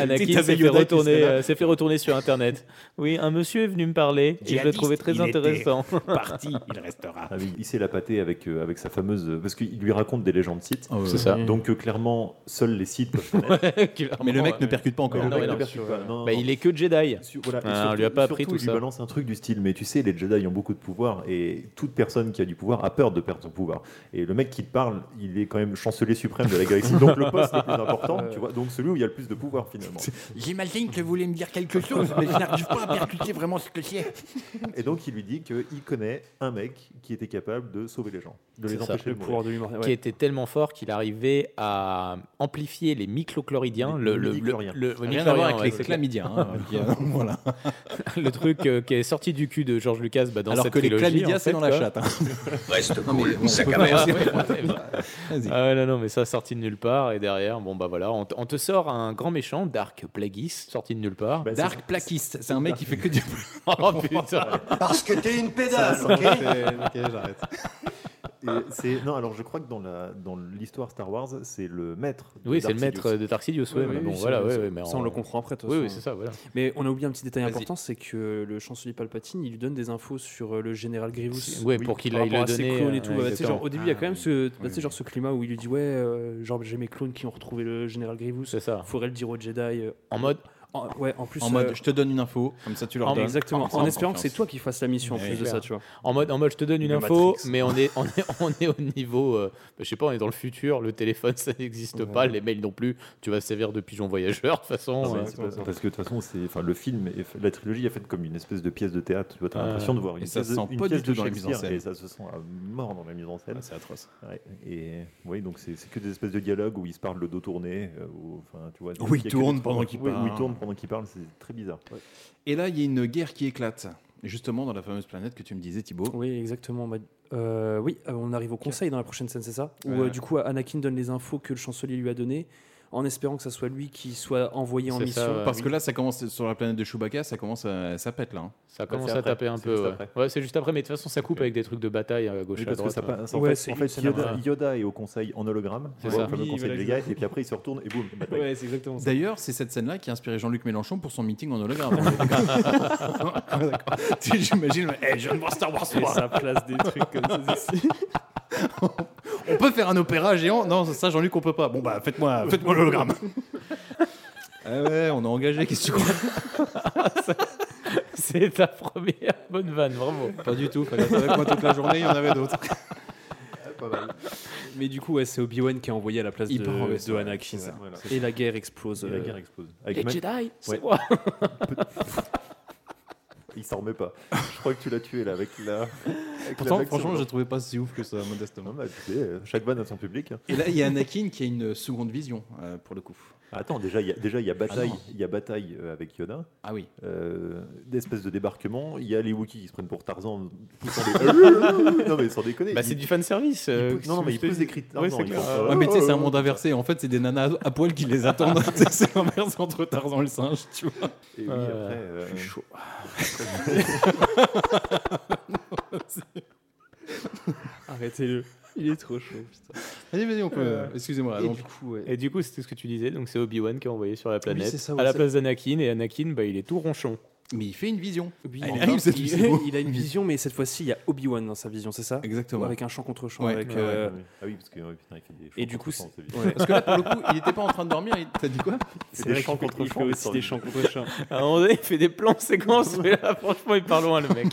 S4: Anakin
S2: t'avais Yoda
S4: s'est fait,
S2: qui serait
S4: retourner,
S2: là.
S4: euh, s'est fait retourner sur Internet. Oui, un monsieur est venu me parler et je le
S2: Djihadiste,
S4: trouvais très
S2: il était
S4: intéressant.
S2: parti, il restera.
S8: Ah oui, il s'est la pâté avec, euh, avec sa fameuse. euh, parce qu'il lui raconte des légendes sites.
S4: Ah ouais. C'est ça.
S8: Donc euh, clairement, seuls les sites peuvent connaître.
S2: Mais le mec ne percute pas encore.
S8: Mais
S4: Oh, Non, mais
S8: le mec ne
S4: non,
S8: percute
S4: sur-
S8: pas, non,
S4: Bah,
S8: non.
S4: il est que Jedi.
S8: Voilà,
S4: Ah,
S8: et
S4: on
S8: surtout-
S4: lui a pas appris tout
S8: surtout, il lui
S4: ça.
S8: balance un truc du style, mais tu sais, les Jedi ont beaucoup de pouvoir et toute personne qui a du pouvoir a peur de perdre son pouvoir. Et le mec qui te parle, il est quand même chancelier suprême de la galaxie, donc le poste le plus important, tu vois, donc celui où il y a le plus de pouvoir finalement.
S12: J'imagine que vous voulez me dire quelque chose, mais je n'arrive pas à percuter vraiment ce que c'est.
S8: Et donc il lui dit qu'il connaît un mec qui était capable de sauver les gens, de les
S4: C'est
S8: empêcher
S4: ça.
S8: de mourir.
S4: Qui était tellement fort qu'il arrivait à amplifier les microchloridiens.
S8: Les
S4: Le, le, le,
S8: midi-chloriens.
S4: le-
S8: Rien
S4: midi-chlorien,
S8: à voir
S2: avec les
S4: c'est
S2: chlamydiens,
S4: clair.
S2: hein, qui, euh, voilà.
S4: le truc euh, qui est sorti du cul de George Lucas bah, dans
S2: Alors
S4: cette
S2: que les
S4: trilogie,
S2: chlamydia,
S4: en
S2: c'est
S4: fait,
S2: dans la
S4: quoi.
S2: chatte, hein. Reste
S4: Non, mais
S2: cool,
S4: on
S2: sac
S4: peut
S2: à
S4: pas-
S2: merde.
S4: Ah ouais, non, non, mais ça, sorti de nulle part. Et derrière, bon, bah voilà, on, t- on te sort un grand méchant, Dark Plagueis, sorti de nulle part.
S8: Bah,
S2: Dark Plaquiste, c'est un mec qui fait que du.
S4: oh putain
S12: Parce que t'es une pédale,
S8: Ça, ça,
S12: ok
S8: c'est- ok, j'arrête. Et c'est- non, alors je crois que dans la dans l'histoire Star Wars, c'est le maître. de
S4: Oui, c'est
S8: Dark
S4: le maître
S8: Sidious.
S4: de Tarsidius. Ouais, mais bon,
S10: ça,
S4: voilà, ouais,
S10: ça,
S4: ouais, mais
S10: ça, on le comprend après. de toute
S4: Oui, oui,
S10: façon.
S4: c'est ça, voilà.
S10: Mais on a oublié un petit détail important, c'est que euh, le chancelier Palpatine, il lui donne des infos sur euh, le général Grievous.
S4: Ouais, pour qu'il
S10: par
S4: aille le
S10: rapport à ses
S4: donner,
S10: clones
S4: euh,
S10: et tout.
S4: ouais,
S10: Bah, tu sais,
S4: exactement.
S10: genre,
S4: Ah,
S10: au début, il y a quand même ce, bah, tu sais,
S4: oui.
S10: genre, ce climat où il lui dit ouais, euh, genre j'ai mes clones qui ont retrouvé le général Grievous.
S4: C'est ça.
S10: Faudrait le dire aux Jedi. euh,
S4: En mode.
S10: en- ouais, en plus.
S2: En mode,
S10: euh,
S2: je te donne une info, comme ça tu leur
S10: en-
S2: donnes. Ah,
S10: Exactement. En, Eh
S2: Ensemble,
S10: espérant que
S2: confiance.
S10: c'est toi qui fasses la mission en
S2: Ouais.
S10: plus de ça, tu vois.
S4: En mode, en mode, je te donne une
S10: Le
S4: info,
S10: Matrix.
S4: mais on est, on est, on est au niveau, euh, je sais pas, on est dans le futur, le téléphone ça n'existe pas, les mails non plus, tu vas sévère de pigeon voyageur, de toute façon.
S8: Non, mais
S4: euh,
S8: Ah, c'est pas ça. Parce que de toute façon, c'est, enfin, le film, est fait- la trilogie est faite comme une espèce de pièce de théâtre. Tu as
S4: Ah.
S8: l'impression de voir une
S2: Euh, Et ça
S8: pièce,
S2: se sent
S8: une
S2: pas du
S8: pièce
S2: tout
S8: de
S2: dans la mise en
S8: Shakespeare,
S2: scène.
S8: Et ça se sent à mort dans la mise en scène.
S2: Ah, c'est atroce.
S8: Ouais. Et oui, donc c'est, c'est que des espèces de dialogues où ils se parlent le dos tourné. euh, où, enfin, tu vois,
S2: Où ils
S8: il y a que des
S2: tournent
S8: trucs-
S2: pendant qu'ils
S8: oui, Où
S2: parlent.
S8: ils tournent pendant qu'ils parlent, c'est très bizarre.
S2: Et là, il y a une guerre qui éclate, justement dans la fameuse planète que tu me disais, Thibaut.
S10: Oui, exactement. Bah, euh, oui, euh, on arrive au conseil dans la prochaine scène, c'est ça Où
S2: Ouais.
S10: euh, du coup, Anakin donne les infos que le chancelier lui a données, en espérant que ça soit lui qui soit envoyé en
S4: C'est
S10: mission.
S4: ça, ouais.
S2: Parce que là, ça commence sur la planète de Chewbacca, ça commence, à, ça pète là. hein.
S4: Ça commence à taper un peu.
S2: juste
S4: ouais.
S2: après.
S4: Ouais, c'est juste après, mais de toute façon, ça coupe avec des trucs de bataille à gauche
S8: Oui,
S4: à
S8: parce que
S4: droite.
S8: ça
S4: hein.
S8: passe- en fait, en fait, Yoda, Yoda est au conseil en hologramme,
S4: C'est
S8: tu vois,
S4: ça.
S8: au fameux
S4: Oui,
S8: conseil
S4: voilà,
S8: des gars, et puis après il se retourne et boum. bataille.
S10: c'est exactement
S2: D'ailleurs, c'est cette scène-là qui a inspiré Jean-Luc Mélenchon pour son meeting en hologramme. Ah, d'accord. Tu sais, J'imagine, ouais, Eh, je viens de voir Star Wars
S10: Et
S2: 3.
S10: ça place des trucs comme ça. c'est-
S2: On peut faire un opéra géant Non, ça, Jean-Luc, on peut pas. Bon, bah, faites-moi faites l'hologramme. Ah ouais, on est engagé, qu'est-ce que tu crois
S4: C'est ta première euh, bonne vanne, bravo.
S2: Pas du tout, fallait être avec moi toute la journée, il y en avait d'autres.
S10: Mais du coup, ouais, c'est Obi-Wan qui est envoyé à la place
S2: Il
S10: de,
S2: part en West,
S10: de
S2: ouais,
S10: Anakin.
S2: c'est ça, voilà.
S10: Et la guerre explose.
S8: Et la
S10: euh,
S8: guerre explose.
S10: Les
S8: Ma-
S10: Jedi, c'est
S8: Ouais.
S10: moi.
S8: Peu- Il s'en remet pas. Je crois que tu l'as tué là avec la. avec
S2: Pourtant,
S8: la blague
S2: franchement,
S8: sur-
S2: je trouvais pas si ouf que ça, modestement.
S8: Non, bah, tu sais, euh, chaque vanne a son public.
S2: Et là, il y a Anakin qui a une seconde vision, euh, pour le coup.
S8: Ah, Attends, déjà, il y a, déjà, il y a bataille,
S2: Ah non.
S8: il y a bataille euh, avec Yoda. euh,
S2: Ah oui.
S8: D'espèces de débarquement. Il y a les Wookiees qui se prennent pour Tarzan, poussant des. non, mais sans déconner.
S4: Bah, c'est
S8: Ils-
S4: du fanservice.
S8: ils
S4: euh,
S8: pou-
S4: qu'est-ce
S8: Non, non,
S4: que
S8: mais
S4: je
S8: ils
S4: te
S8: poussent
S4: dis
S8: des cris. de
S4: Ouais,
S8: Tarzan,
S4: c'est
S8: ils
S4: clair.
S8: font-
S2: Ouais, mais tu sais, c'est un monde inversé. En fait, c'est des nanas à poil qui les attendent. Tu sais, c'est l'inverse entre Tarzan et le singe, tu vois.
S8: Et oui, après. euh,
S10: Arrêtez-le. Il est trop chaud, putain.
S2: Allez, vas-y, on peut.
S4: Euh,
S2: Excusez-moi.
S4: et
S2: donc-
S4: du Et du coup, c'était ce que tu disais, donc c'est Obi-Wan qui est envoyé sur la planète
S2: c'est ça, ouais,
S4: à la
S2: c'est-
S4: place d'Anakin, et Anakin, bah, il est tout ronchon.
S2: Mais il fait une vision.
S10: Oui,
S2: Elle
S10: il,
S2: arrive, cette
S10: il-
S2: vision.
S10: il a une vision, mais cette fois-ci, il y a Obi-Wan dans sa vision, c'est ça
S2: Exactement.
S10: Avec un champ contre champ.
S2: Ouais.
S10: avec,
S2: Ouais,
S10: euh,
S8: ouais, ouais. Ah oui, parce que ouais, putain, il fait des.
S10: Et
S8: chants
S10: du coup,
S8: contre chants,
S10: c'est-
S8: c'est-
S10: ouais.
S2: Parce que là, pour le coup, il était pas en train de dormir. il- T'as dit quoi
S8: C'est des chants contre chants, mais sans-
S10: contre champs.
S4: À un moment donné, il fait des plans séquences, mais là, franchement, il part loin, le mec.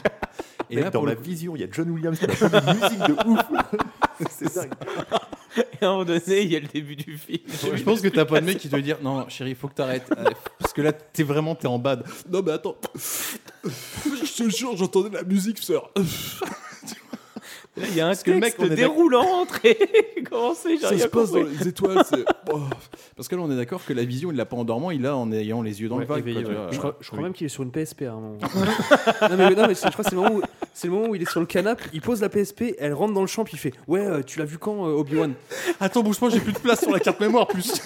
S2: Et
S8: Mec,
S2: là,
S8: dans
S2: pour
S8: la
S2: le coup-
S8: vision, il y a John Williams qui a fait une musique de ouf. c'est dingue.
S4: Et à un moment donné, il y a le début du film.
S2: Je pense que t'as pas de mec qui te veut dire non, chérie, faut que t'arrêtes. euh, parce que là, t'es vraiment t'es en bad. Non, mais attends. Je te jure, j'entendais la musique, sœur.
S4: Là, il y a un
S2: Parce que le
S4: texte
S2: mec, on est d'ac-
S4: déroule en entrée. Comment c'est
S2: Ça se passe dans les étoiles. c'est- Oh. Parce que là, on est d'accord que la vision, il l'a pas en dormant, il l'a en ayant les yeux dans
S10: Ouais,
S2: le vague.
S10: éveillé,
S2: quoi, tu
S10: ouais.
S2: vois.
S10: Je crois, je crois
S2: Oui.
S10: même qu'il est sur une PSP à un moment. non, mais, non, mais c'est- je crois que c'est le, moment où- c'est le moment où il est sur le canapé, il pose la PSP, elle rentre dans le champ, puis il fait Ouais, euh, tu l'as vu quand, euh, Obi-Wan
S2: Attends, bouge-moi, j'ai plus de place sur la carte mémoire, plus.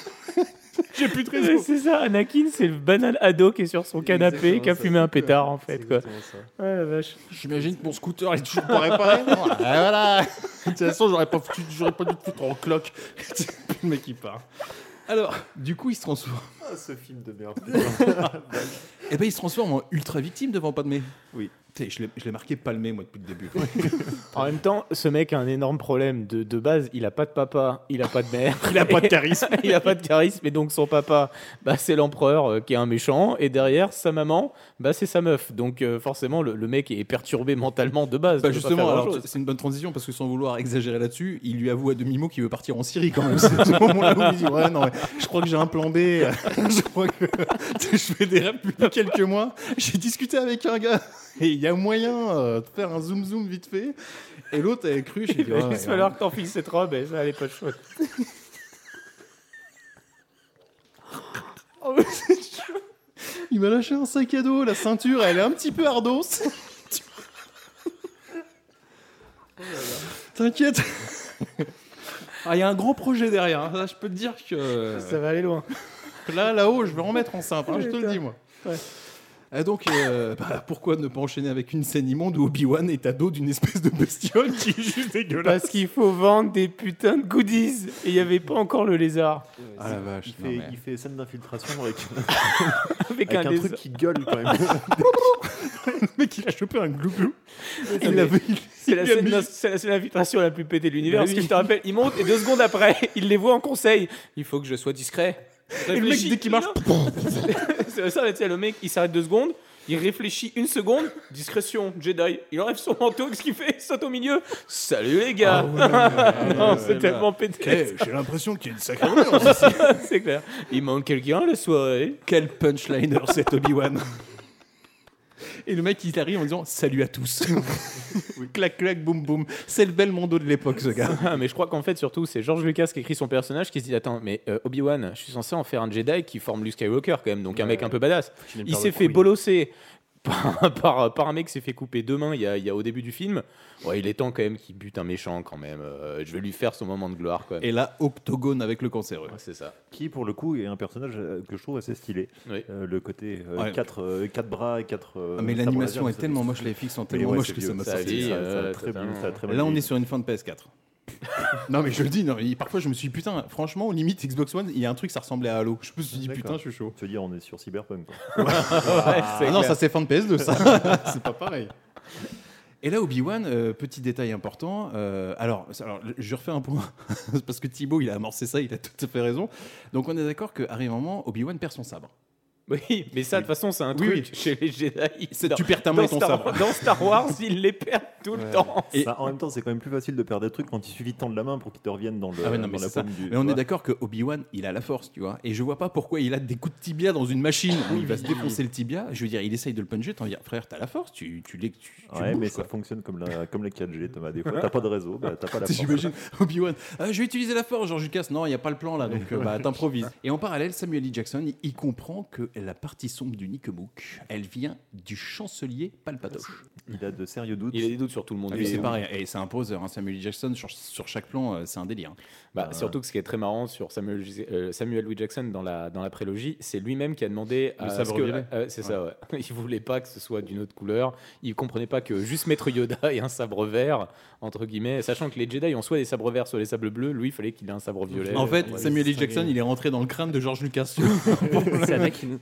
S2: J'ai plus de
S4: réseau. C'est ça, Anakin, c'est le banal ado qui est sur son canapé, qui a fumé un pétard en fait. Quoi. Ouais, la vache.
S2: J'imagine que mon scooter est toujours pas réparé. voilà, voilà. De toute façon, j'aurais pas, foutu- j'aurais pas dû te foutre en cloque. le mec, il part. Alors, du coup, il se transforme.
S8: Ah, ce film de merde.
S2: Et ben, il se transforme en ultra victime devant Padmé.
S8: Oui.
S2: Je l'ai- je l'ai marqué Palmé, moi, depuis le début.
S4: En même temps, ce mec a un énorme problème. De, de base, il a pas de papa, il a pas de mère.
S2: Il a pas de charisme.
S4: il a pas de charisme. Et donc, son papa, bah, c'est l'empereur euh, qui est un méchant. Et derrière, sa maman, bah, c'est sa meuf. Donc, euh, forcément, le, le mec est perturbé mentalement de base.
S2: Bah,
S4: Il peut pas faire
S2: justement, alors,
S4: grand-chose.
S2: c'est une bonne transition parce que sans vouloir exagérer là-dessus, il lui avoue à demi-mot qu'il veut partir en Syrie quand même. C'est ce moment-là où il dit Ouais, non, mais je crois que j'ai un plan B. je crois que je fais des rêves depuis quelques mois. J'ai discuté avec un gars et il y a moyen euh, de faire un zoom-zoom vite fait. Et l'autre, elle a cru. J'ai dit
S4: il va
S2: Ouais,
S4: juste falloir que t'en files cette robe. Et ça, elle est pas chouette.
S2: Oh, mais c'est chaud. Il m'a lâché un sac à dos, la ceinture, elle est un petit peu ardos. T'inquiète. Ah, il y a un gros projet derrière, hein. Là, je peux te dire que.
S4: Ça va aller loin.
S2: Là, là-haut, je vais en mettre enceinte, hein, je te le dis, moi.
S4: Ouais.
S2: Ah, donc, euh, bah, pourquoi ne pas enchaîner avec une scène immonde où Obi-Wan est à dos d'une espèce de bestiole qui est juste dégueulasse
S4: Parce qu'il faut vendre des putains de goodies. Et il n'y avait pas encore le lézard.
S2: Ah la vache,
S8: Il
S2: non,
S8: fait,
S2: mais-
S8: il fait scène d'infiltration avec,
S4: Avec
S8: avec,
S4: un
S8: un,
S4: lézard.
S8: truc qui gueule quand même.
S2: Le mec, il a chopé un glouglou.
S4: Non,
S2: Il l'avait.
S4: mais C'est la,
S2: il a
S4: scène
S2: mis- Eh,
S4: d'in- c'est la scène d'infiltration la plus pétée de l'univers.
S2: Bah
S4: parce
S2: oui.
S4: que je te rappelle, il monte et deux secondes après, il les voit en conseil. Il faut que je sois discret.
S2: Et le mec,
S4: Réfléchis.
S2: dès qu'il marche.
S4: C'est ça, tu sais, le mec, il s'arrête deux secondes, il réfléchit une seconde, discrétion, Jedi. Il enlève son manteau, qu'est-ce qu'il fait Il saute au milieu. Salut les
S2: Ah
S4: gars Non, c'est tellement pété.
S2: J'ai l'impression qu'il y a une sacrée
S4: c'est clair. Il manque quelqu'un la soirée.
S2: Quel punchliner cet Obi-Wan Et le mec il arrive en disant salut à tous. clac clac boum boum. C'est le bel mondo de l'époque ce gars.
S4: Ah, mais je crois qu'en fait, surtout, c'est George Lucas qui écrit son personnage qui se dit Attends, mais euh, Obi-Wan, je suis censé en faire un Jedi qui forme Luke Skywalker quand même, donc un mec un peu badass.
S8: une
S4: Il
S8: paire
S4: s'est
S8: de
S4: fait
S8: couilles.
S4: bolosser par, par, par un mec qui s'est fait couper deux mains il y a, il y a au début du film. Ouais, il est temps quand même qu'il bute un méchant quand même. Euh, je vais lui faire son moment de gloire quand même.
S2: Et là octogone avec le cancéreux.
S4: c'est ça.
S8: qui pour le coup est un personnage euh, que je trouve assez stylé.
S4: Oui.
S8: Euh, le côté
S2: Ouais.
S8: 4 quatre, euh, quatre bras et quatre. euh,
S2: Ah, mais
S8: sabres
S2: l'animation
S8: laser,
S2: est
S8: ça,
S2: tellement
S8: c'est-
S2: moche, les fixes sont
S8: Mais
S2: tellement
S8: ouais,
S2: moches
S8: c'est
S2: que
S8: vieux,
S2: ça m'a
S8: ça,
S2: sorti.
S8: vieillit,
S2: Ça,
S8: euh,
S2: ça a très
S8: totalement.
S2: bien- ça a très mal Là on est sur une fin de PS4. non mais je le dis, non, mais parfois je me suis dit, putain, franchement limite Xbox One, il y a un truc ça ressemblait à Halo. Je me suis dit
S8: D'accord.
S2: putain je suis chaud.
S8: Tu veux dire, on est sur Cyberpunk. quoi.
S2: Ah, non ça c'est fin de PS2 ça. c'est pas pareil. Et là, Obi-Wan, euh, petit détail important. euh, alors, ça- alors, je refais un point parce que Thibaut, il a amorcé ça, il a tout à fait raison. Donc, on est d'accord qu'arrive un moment, Obi-Wan perd son sabre.
S4: Oui, mais ça, de toute façon, c'est un
S2: Oui,
S4: truc chez les Jedi.
S2: C'est-
S4: Dans-
S2: tu perds ta main
S4: dans
S2: et ton
S4: Star-
S2: sabre.
S4: Dans Star Wars, ils les perdent tout le temps.
S2: Et-
S8: Bah, en même temps, c'est quand même plus facile de perdre des trucs quand il suffit de tendre la main pour qu'ils te reviennent dans, le,
S2: Ah ouais, non,
S8: dans
S2: mais
S8: la
S2: c'est ça.
S8: paume du.
S2: Mais on est
S8: tu vois.
S2: d'accord que Obi-Wan, il a la force, tu vois. Et je vois pas pourquoi il a des coups de tibia dans une machine où il va se défoncer le tibia. Je veux dire, il essaye de le puncher, t'en dis, frère, t'as la force, tu, tu, l'es- tu, tu
S8: Ouais,
S2: bouges,
S8: mais
S2: quoi.
S8: ça fonctionne comme, la, comme les 4G, Thomas. Des fois, t'as pas de réseau, bah, t'as pas la force.
S2: J'imagine Obi-Wan. Ah, je vais utiliser la force, George Lucas. Non, il n'y a pas le plan là, donc euh, bah, t'improvises. Et en parallèle, Samuel E. Jackson, il- il comprend que la partie sombre du Nickebook, elle vient du chancelier Palpatoche.
S8: Il a de sérieux doutes.
S4: Il a des doutes sur tout le monde.
S2: Ah, lui,
S4: Et-
S2: c'est pareil, et c'est un poseur. hein, Samuel E. Jackson, sur, sur chaque plan, euh, c'est un délire.
S4: Bah, Surtout que ce qui est très marrant sur Samuel, J- euh, Samuel Louis Jackson dans la, dans la prélogie, c'est lui-même qui a demandé
S2: Le
S4: à
S2: sabre
S4: ce que-
S2: violet.
S4: euh, c'est ça, ouais. Il voulait pas que ce soit d'une autre couleur. Il comprenait pas que juste mettre Yoda et un sabre vert, entre guillemets, sachant que les Jedi ont soit des sabres verts, soit des sabres bleus, lui, il fallait qu'il ait un sabre violet.
S2: En fait,
S4: Ouais.
S2: Samuel E. Jackson, il est rentré dans le crâne de George Lucas.
S10: C'est Anakin.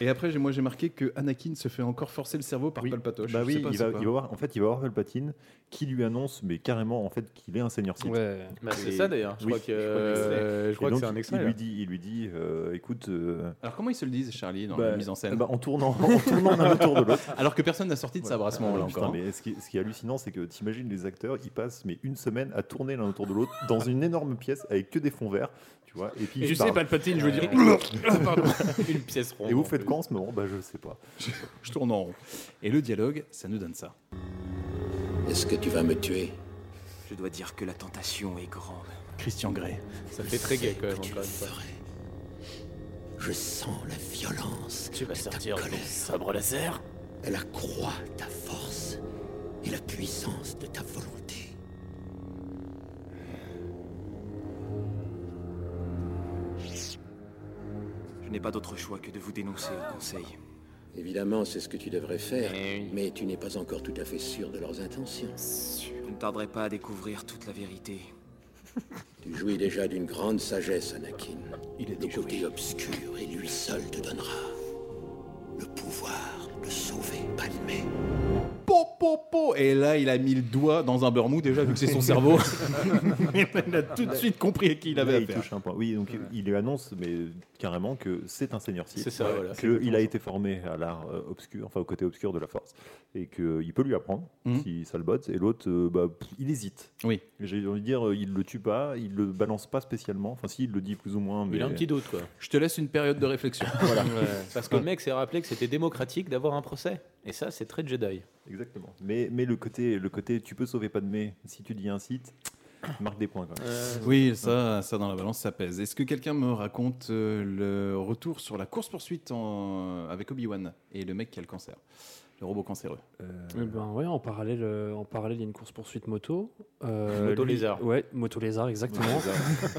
S2: Et après, j'ai- moi, j'ai marqué que Anakin se fait encore forcer le cerveau par Palpatoche.
S8: Bah
S2: Je sais
S8: oui,
S2: pas,
S8: il
S2: c'est
S8: va,
S2: quoi.
S8: il va voir, en fait, il va voir Palpatine qui lui annonce, mais carrément, en fait, qu'il est un seigneur Sith.
S10: Ouais.
S4: Bah, c'est
S8: Et-
S4: ça d'ailleurs. Je
S8: oui,
S4: crois que,
S8: c'est-
S4: euh,
S8: Et
S4: je crois que
S8: donc,
S4: c'est un extrait.
S8: Il
S4: là.
S8: lui dit, il lui dit euh, écoute, euh,
S2: Alors, comment ils se le disent, Charlie, dans
S8: bah,
S2: la mise en scène
S8: bah, en tournant, en tournant d'un autour de l'autre.
S2: Alors que personne n'a sorti de sabre à ce moment-là
S8: Ah, putain,
S2: encore. hein.
S8: mais ce qui, ce qui est hallucinant, c'est que t'imagines les acteurs, ils passent mais une semaine à tourner l'un autour de l'autre dans une énorme pièce avec que des fonds verts, tu vois. Et puis ils parlent.
S2: Palpatine, je veux dire.
S4: Une pièce
S8: Et vous faites quoi en ce moment Bah, je sais pas.
S2: je, je tourne en rond. Et le dialogue, ça nous donne ça.
S5: Est-ce que tu vas me tuer
S11: Je dois dire que la tentation est grande.
S2: Christian Grey.
S4: Ça fait très gay quand même, encore une fois.
S5: Je sens la violence. Tu vas sortir
S4: ton sabre laser
S5: Elle accroît ta force et la puissance de ta volonté.
S11: Je n'ai pas d'autre choix que de vous dénoncer au conseil.
S5: Évidemment, c'est ce que tu devrais faire, mais tu n'es pas encore tout à fait sûr de leurs intentions.
S11: Je ne tarderai pas à découvrir toute la vérité.
S5: Tu jouis déjà d'une grande sagesse, Anakin. Il est Le côté obscur et lui seul te donnera le pouvoir de sauver Padmé.
S2: Po, po, po. Et là, il a mis le doigt dans un beurre mou déjà, vu que c'est son cerveau. il a tout de suite compris qui il avait
S8: Là,
S2: à
S8: il
S2: faire.
S8: touche un point. Oui, donc il lui annonce, mais carrément, que c'est un seigneur Sith.
S4: C'est ça, voilà. C'est
S8: Qu'il a été formé à l'art euh, obscur, enfin au côté obscur de la force. Et qu'il peut lui apprendre
S2: Mhm.
S8: si ça le botte. Et l'autre, euh, bah, pff, il hésite.
S2: Oui.
S8: J'ai envie de dire, euh, il le tue pas, il le balance pas spécialement. Enfin, si, il le dit plus ou moins. Mais...
S4: Il a un petit doute, quoi.
S2: Je te laisse une période de réflexion.
S4: Voilà. Parce que le mec s'est rappelé que c'était démocratique d'avoir un procès. Et ça, c'est très Jedi.
S8: Exactement. Mais, mais le, côté, le côté, tu peux sauver Padmé si tu dis un site, marque des points quand même.
S2: Oui, ça, ça dans la balance, ça pèse. Est-ce que quelqu'un me raconte euh, le retour sur la course-poursuite en- euh, avec Obi-Wan et le mec qui a le cancer Le robot cancéreux.
S10: Eh ben ouais, en parallèle, euh, en parallèle, il y a une course poursuite moto. Euh,
S4: Moto
S10: lui-
S4: lézard.
S10: Ouais, moto lézard, exactement.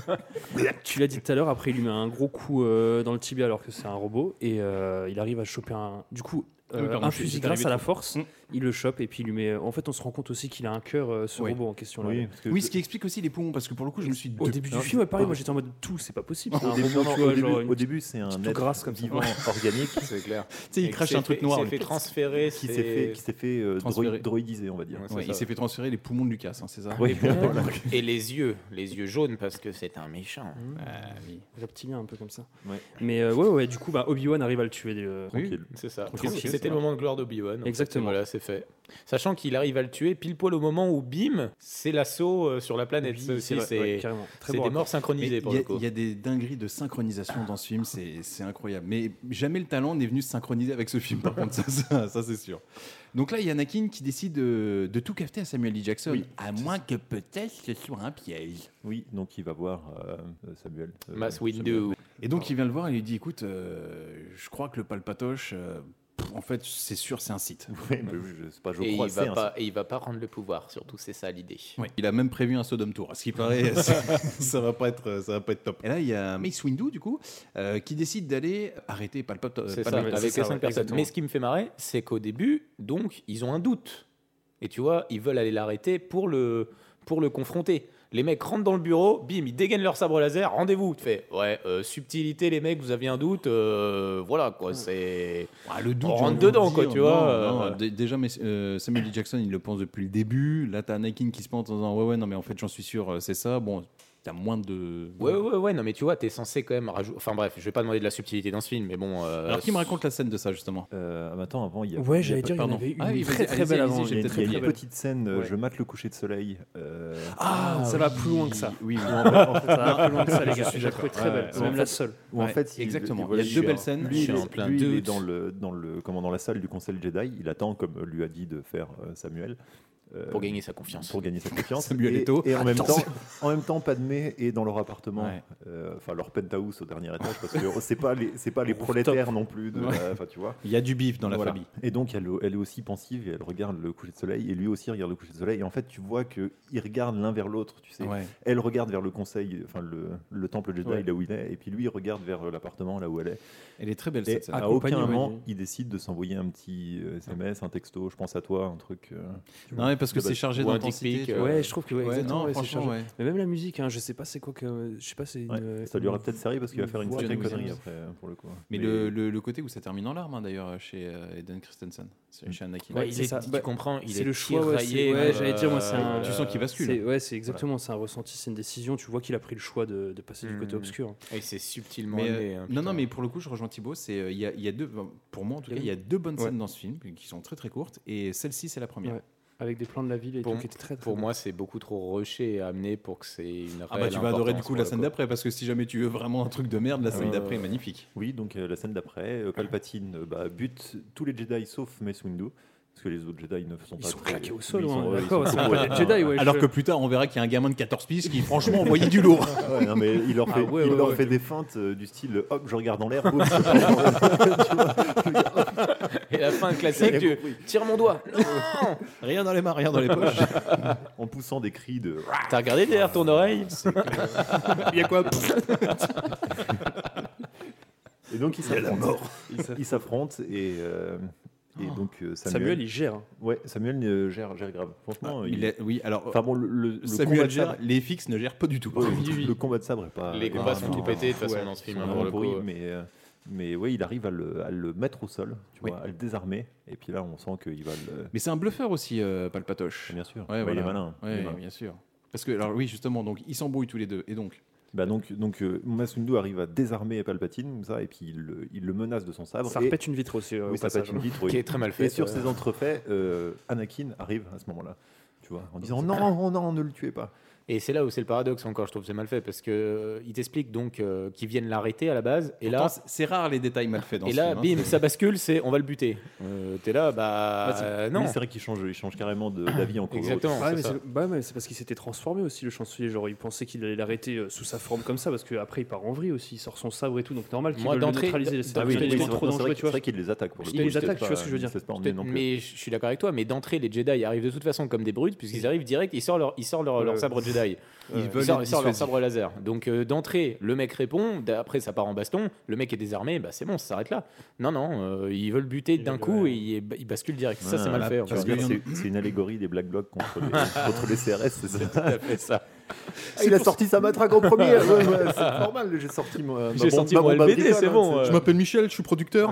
S4: Moto
S10: tu l'as dit tout à l'heure. Après, il lui met un gros coup euh, dans le tibia alors que c'est un robot et euh, il arrive à choper un. Du coup,
S2: Ah
S10: euh,
S2: oui, pardon,
S10: un
S2: je suis-
S10: fusil
S2: j'étais
S10: grâce
S2: arrivé
S10: à la
S2: trop.
S10: force. Il le chope et puis il lui met. En fait, on se rend compte aussi qu'il a un cœur, euh, ce
S2: Oui.
S10: robot en question. là.
S2: Oui, oui, ce qui explique aussi les poumons, parce que pour le coup, je me suis.
S10: Au
S2: de- Ah,
S10: début
S2: Non,
S10: du film, ouais, pareil,
S2: pas-
S10: moi j'étais en mode tout, c'est pas possible.
S8: Au
S10: c'est un
S8: début- non,
S10: robot, tu
S8: au
S10: vois,
S8: début-
S10: genre une
S8: au début, c'est un
S10: petite
S8: être
S10: grasse comme ça.
S8: vivant, organique.
S4: C'est clair.
S2: sais, il crache un truc noir,
S4: Il s'est
S2: là.
S4: fait transférer.
S8: qui s'est fait, qui s'est fait euh,
S2: Transféré.
S8: droï- droïdisé, on va dire.
S4: Ouais,
S2: Ouais, il s'est fait transférer les poumons de Lucas, hein, c'est ça
S8: Oui, voilà.
S4: Et les yeux. Les yeux jaunes, parce que c'est un méchant.
S10: Reptilien un peu comme ça.
S8: Ouais.
S10: Mais euh, ouais, ouais, du coup, bah, Obi-Wan arrive à le tuer. euh,
S8: Tranquille.
S4: C'est ça.
S10: Tranquille,
S4: C'était
S10: c'est ça.
S4: le moment de gloire d'Obi-Wan. en fait.
S10: Exactement.
S4: Voilà, c'est fait. Sachant qu'il arrive à le tuer pile poil au moment où, bim, c'est l'assaut euh, sur la planète.
S10: Oui,
S4: Ça aussi,
S10: c'est vrai,
S4: c'est
S10: ouais, carrément. Très
S4: c'est
S10: bon
S4: des
S10: raccord.
S4: morts synchronisées
S2: Mais
S4: pour
S2: il y
S4: le
S2: a-
S4: coup.
S2: Il y a des dingueries de synchronisation dans ce film, c'est c'est incroyable. Mais jamais le talent n'est venu se synchroniser avec ce film, par contre, ça, ça- ça, c'est sûr. Donc là, il y a Anakin qui décide de, de tout capter à Samuel D. Jackson. À moins que peut-être ce soit un piège.
S8: Oui, donc il va voir euh, Samuel. euh,
S4: Mass
S8: Samuel.
S4: Windu.
S2: Et donc il vient le voir et lui dit écoute, euh, je crois que le palpatoche, euh, pff, en fait, c'est sûr, c'est un site.
S8: Ouais, mais je- je sais pas, je
S4: Et,
S8: crois hein,
S4: il
S8: que c'est
S4: va
S8: un
S4: pas, et il va pas rendre le pouvoir, surtout, c'est ça l'idée.
S2: Ouais, il a même prévu un Sodom Tour. À ce qui paraît, ça, ça va pas être, ça va pas être top. Et là, il y a Mace Windu du coup euh, qui décide d'aller arrêter Palpatine.
S10: Euh,
S4: C'est ça, avec les cinq personnes. Mais ce qui me fait marrer, c'est qu'au début, donc, ils ont un doute. Et tu vois, ils veulent aller l'arrêter pour le, pour le confronter. Les mecs rentrent dans le bureau, bim, ils dégainent leur sabre laser, rendez-vous. Tu fais, ouais, euh, subtilité, les mecs, vous aviez un doute, euh, voilà quoi, c'est.
S2: Ah, le doute, j'ai
S4: On rentre
S2: envie de
S4: dedans,
S2: dire,
S4: quoi, tu
S2: non,
S4: vois.
S2: non,
S4: euh,
S2: dé- déjà, mais, euh, Samuel L. Jackson, il le pense depuis le début. Là, t'as Anakin qui se pense en disant Ouais, ouais, non, mais en fait, j'en suis sûr, euh, c'est ça. Bon, t'as moins de. euh,
S4: Ouais, ouais, ouais, non, mais tu vois, t'es censé quand même rajouter. Enfin bref, je vais pas demander de la subtilité dans ce film, mais bon. euh,
S2: Alors, qui me raconte la scène de ça, justement
S8: Euh, Maintenant, avant, il y a.
S10: Ouais,
S8: il y a
S10: j'allais
S8: pas-
S10: dire, il y en
S8: pardon.
S10: avait une
S2: Ah oui,
S10: très
S2: vas-y,
S10: très
S2: allez-y,
S10: belle
S2: allez-y,
S10: avant.
S2: j'ai
S8: Il y a,
S2: peut-être
S8: il y a
S2: oublié.
S8: une petite scène, euh,
S10: Ouais.
S8: je mate le coucher de soleil. euh,
S10: Ah, ça va plus loin que ça.
S2: Oui, oui.
S10: Non, mais en fait, ça va
S2: Non,
S10: plus loin que ça, les
S2: je
S10: gars.
S2: suis
S10: Je la
S2: d'accord.
S10: trouvais très
S2: Ouais,
S10: belle.
S2: ouais,
S10: C'est
S2: ouais.
S10: même la seule.
S8: Où en
S2: Ouais,
S8: fait, il-
S2: exactement.
S8: voilà,
S2: Il y a deux
S8: est-
S2: belles scènes.
S8: Lui,
S2: Je
S8: il
S2: suis
S8: est,
S2: en plein
S8: lui, il est
S2: doute.
S8: dans le dans le comment dans la salle du Conseil Jedi. Il attend comme lui a dit de faire euh, Samuel. euh,
S4: Pour gagner sa confiance.
S8: Pour gagner sa confiance.
S2: Samuel
S8: et,
S2: Eto'o.
S8: et en même
S2: Attends,
S8: temps, en même temps, Padmé est dans leur appartement,
S2: Ouais.
S8: euh, enfin leur penthouse au dernier étage, parce que c'est pas les c'est pas les prolétaires non plus. de la-
S2: Ouais.
S8: Enfin, tu vois.
S2: Il y a du bif dans la
S8: Voilà.
S2: famille.
S8: Et donc, elle, elle est aussi pensive et elle regarde le coucher de soleil et lui aussi regarde le coucher de soleil. Et en fait, tu vois qu'ils regardent l'un vers l'autre, tu sais.
S2: Ouais.
S8: Elle regarde vers le conseil, enfin le, le temple Jedi
S2: Ouais.
S8: là où il est, et puis lui il regarde vers euh, l'appartement là où elle est.
S2: Elle est très belle,
S8: Et
S2: cette scène.
S8: À
S2: Accompagnée,
S8: aucun
S2: ouais,
S8: moment,
S2: oui.
S8: il décide de s'envoyer un petit euh, SMS, un texto, je pense à toi, un truc. euh, tu
S2: Non,
S8: vois.
S2: mais parce que
S8: De
S2: c'est
S8: base.
S2: chargé
S8: Ou un
S2: d'intensité.
S8: dick pic,
S2: tu
S8: euh,
S2: vois.
S10: Ouais, je trouve que ouais, exactement,
S2: non,
S10: ouais, c'est
S2: franchement,
S10: chargé.
S2: ouais.
S10: Mais même la musique, hein, je sais pas c'est quoi que. Je sais pas c'est.
S8: Ouais,
S10: une-
S8: ça lui aurait
S10: une-
S8: peut-être servi parce qu'il va faire une
S10: voix
S8: sacrée
S10: de
S8: connerie
S10: musique.
S8: après, euh, pour le coup.
S2: Mais, Le, le- le côté où ça termine en larmes, hein, d'ailleurs, chez euh, Eden Christensen, Mm. c'est- chez Anakin.
S10: Ouais,
S4: il
S10: c'est
S4: est-
S10: ça.
S4: tu
S10: Bah,
S4: comprends, il
S10: c'est
S4: est
S10: le choix. Ouais,
S4: tiraillé,
S10: c'est- ouais,
S4: euh,
S10: j'allais dire, moi, c'est un.
S2: tu sens qu'il bascule.
S10: c'est- Ouais, c'est exactement, c'est un ressenti, c'est une décision. Tu vois qu'il a pris le choix de, de passer du côté
S4: Mhm.
S10: obscur.
S4: Et c'est subtilement.
S2: Mais, euh,
S4: amené, hein,
S2: non,
S4: putain.
S2: non, mais pour le coup, je rejoins Thibaut. C'est euh, il y, Mm. a- il y a deux, pour moi en tout cas, il y a deux bonnes
S10: Ouais.
S2: scènes dans ce film qui sont très très courtes, et celle-ci c'est la première.
S10: Ouais. Avec des plans de la ville et
S4: Pour,
S10: tout, qui était très, très
S4: pour
S10: bon.
S4: moi, c'est beaucoup trop rushé et amené pour que c'est une
S2: Ah bah
S4: réelle
S2: tu vas adorer du
S4: importance
S2: coup
S4: pour
S2: la
S4: le
S2: scène
S4: corps.
S2: d'après parce que si jamais tu veux vraiment un truc de merde, la scène
S8: Euh,
S2: d'après est magnifique.
S8: Oui, donc euh, la scène d'après, euh, Palpatine euh, bah, bute tous les Jedi sauf Mace Windu. Parce que les autres Jedi ne sont pas.
S10: sont
S8: très-
S10: claqués au sol,
S8: ils
S10: hein,
S8: sont- euh, ils
S10: d'accord,
S8: sont
S10: c'est
S8: trop
S10: un
S8: modèles.
S10: Jedi, ouais,
S2: Alors
S10: je-
S2: que plus tard, on verra qu'il y a un gamin de 14 pistes qui, franchement, envoyait du lourd.
S8: Ouais, non, mais il leur fait,
S2: Ah ouais,
S8: il
S2: ouais,
S8: leur
S2: ouais.
S8: fait des feintes euh, du style hop, je regarde en l'air. boum, je prends. Tu vois, le gars, hop.
S4: Et la fin classique
S8: J'avais
S4: du
S8: compris.
S4: tire mon doigt.
S2: Rien dans les mains, rien
S4: dans les poches.
S8: en poussant des cris de.
S4: T'as regardé derrière ton oreille
S8: Il y a quoi Et donc ils
S6: Il y a la
S8: s'affrontent.
S6: mort.
S8: Ils s'aff- Ils s'affrontent et. euh, et
S10: Oh.
S8: donc euh, Samuel,
S10: Samuel, il gère.
S8: Ouais, Samuel euh, gère, gère grave. Franchement,
S2: Ah,
S8: euh,
S2: il est- oui, alors,
S8: Enfin bon, le, le- le
S2: Samuel
S8: combat de
S2: gère,
S8: sabre-
S2: les fixes ne gèrent pas du tout.
S8: Ouais,
S2: Oui, oui.
S8: Le combat de sabre est pas.
S4: Ah, Les
S8: est
S4: combats
S8: pas-
S4: sont tout pétés, de toute façon, dans ce film, hein, pour le
S8: bruit,
S4: coup.
S8: mais euh, mais ouais, il arrive à le, à le mettre au sol, tu vois, à le désarmer. Et puis là, on sent qu'il va le.
S2: Mais c'est un bluffeur aussi, euh, Palpatoche.
S8: Bien sûr.
S2: Ouais,
S8: Bah, il est
S2: voilà.
S8: malin.
S2: Ouais,
S8: Il est malin.
S2: bien sûr. Parce que, alors oui, justement, donc ils s'embrouillent tous les deux. Et donc
S8: Bah donc, donc euh, Masundu arrive à désarmer Palpatine, comme ça, et puis il, le- il le menace de son sabre.
S10: Ça
S8: et-
S10: repète une vitre aussi, euh,
S8: oui,
S10: au
S8: ça pète
S10: passage.
S8: une vitre, oui.
S10: Qui est très mal euh.
S8: Et
S10: faite,
S8: sur
S10: ouais.
S8: ces entrefaits, euh, Anakin arrive à ce moment-là, tu vois, en disant non, non, non, ne le tuez pas.
S4: Et c'est là où c'est le paradoxe encore, je trouve, que c'est mal fait parce que euh, il t'explique donc euh, qu'ils viennent l'arrêter à la base et là.
S2: Pourtant, c'est rare les détails mal faits dans
S4: Et
S2: ce
S4: là,
S2: film, hein.
S4: bim, ça bascule, c'est on va le buter. Euh, T'es là, bah, euh, non.
S8: Oui, c'est vrai qu'il change, il change carrément de- d'avis en cours de route.
S10: Ouais, mais c'est- bah, mais c'est parce qu'il s'était transformé aussi, le chancelier. Genre, il pensait qu'il allait l'arrêter euh, sous sa forme comme ça, parce qu'après, il part en vrille aussi. Il sort son sabre et tout, donc normal qu'il
S4: Moi,
S10: veuille le
S4: d'entrée,
S10: neutraliser.
S8: Ah
S4: d'entrée,
S10: il
S4: oui,
S10: était
S4: c'est vrai-
S10: trop
S4: c'est
S10: dangereux,
S4: vrai
S10: tu
S4: qu'il- c'est
S10: vois.
S4: vrai qu'il
S8: les attaque, pour le
S10: Il
S8: coup,
S10: les
S8: peut-être
S10: attaque, tu
S8: pas-
S10: vois ce que je veux dire.
S8: peut-être pas emmener
S4: Peut-être,
S8: non plus.
S4: mais je je suis d'accord avec toi, mais d'entrée, les Jedi arrivent de toute façon comme des brutes, puisqu'ils arrivent direct, ils sortent leur, ils sortent leur,
S10: Ouais,
S4: leur
S10: ouais.
S4: sabre Jedi.
S10: Ils
S2: Euh,
S4: Ils,
S10: veulent
S4: sortent,
S10: être
S4: ils sortent leur
S10: dissuasifs.
S4: sabre laser. Donc euh, d'entrée, le mec répond, d'après ça part en baston, le mec est désarmé, bah, c'est bon, ça s'arrête là. Non, non, euh, ils veulent buter d'un coup et ils, ils basculent direct. ça, c'est
S8: Ouais,
S4: mal fait.
S8: parce que c'est c'est une allégorie des Black Blocs contre les, contre les CRS, c'est ça.
S4: ça.
S8: Ah, il a sorti sa matraque en premier. Ouais, ouais, c'est
S4: normal.
S8: normal, j'ai sorti
S10: euh,
S8: mon.
S4: J'ai sorti mon LBD, c'est bon,
S2: Je m'appelle Michel, je suis producteur.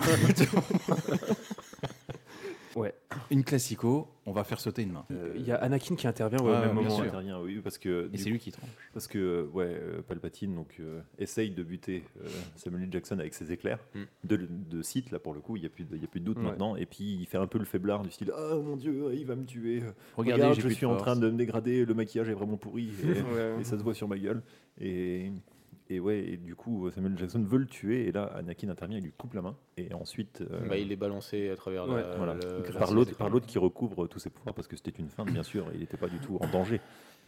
S10: ouais.
S2: Une classico, on va faire sauter une main.
S8: Euh,
S10: Il y a Anakin qui intervient ouais, au
S2: Ah,
S10: même
S2: bien
S10: moment.
S2: sûr.
S10: ouais.
S8: intervient, oui, parce que.
S2: Et
S8: du
S2: c'est
S8: coup-
S2: lui qui tranche.
S8: Parce que, euh, ouais, euh, Palpatine donc, euh, essaye de buter euh, Samuel L. Jackson avec ses éclairs
S4: Mm.
S8: de, de site, là, pour le coup, il n'y a, plus de- il y a plus de doute
S4: Ouais.
S8: maintenant. Et puis, il fait un peu le faiblard du style Oh mon dieu, il va me tuer.
S4: Regardez,
S8: Regarde,
S4: j'ai
S8: je
S4: plus de
S8: suis en
S4: force.
S8: train de me dégrader, le maquillage est vraiment pourri et,
S4: Ouais.
S8: et ça se voit sur ma gueule. Et. Et ouais, et du coup, Samuel Jackson veut le tuer, et là, Anakin intervient, il lui coupe la main, et ensuite. euh,
S4: Bah, il est balancé à travers
S8: Ouais.
S2: euh,
S4: la-
S8: Voilà.
S4: le-
S8: Donc,
S4: la-
S8: par l'autre par l'autre qui recouvre tous ses pouvoirs parce que c'était une feinte bien sûr il n'était pas du tout en danger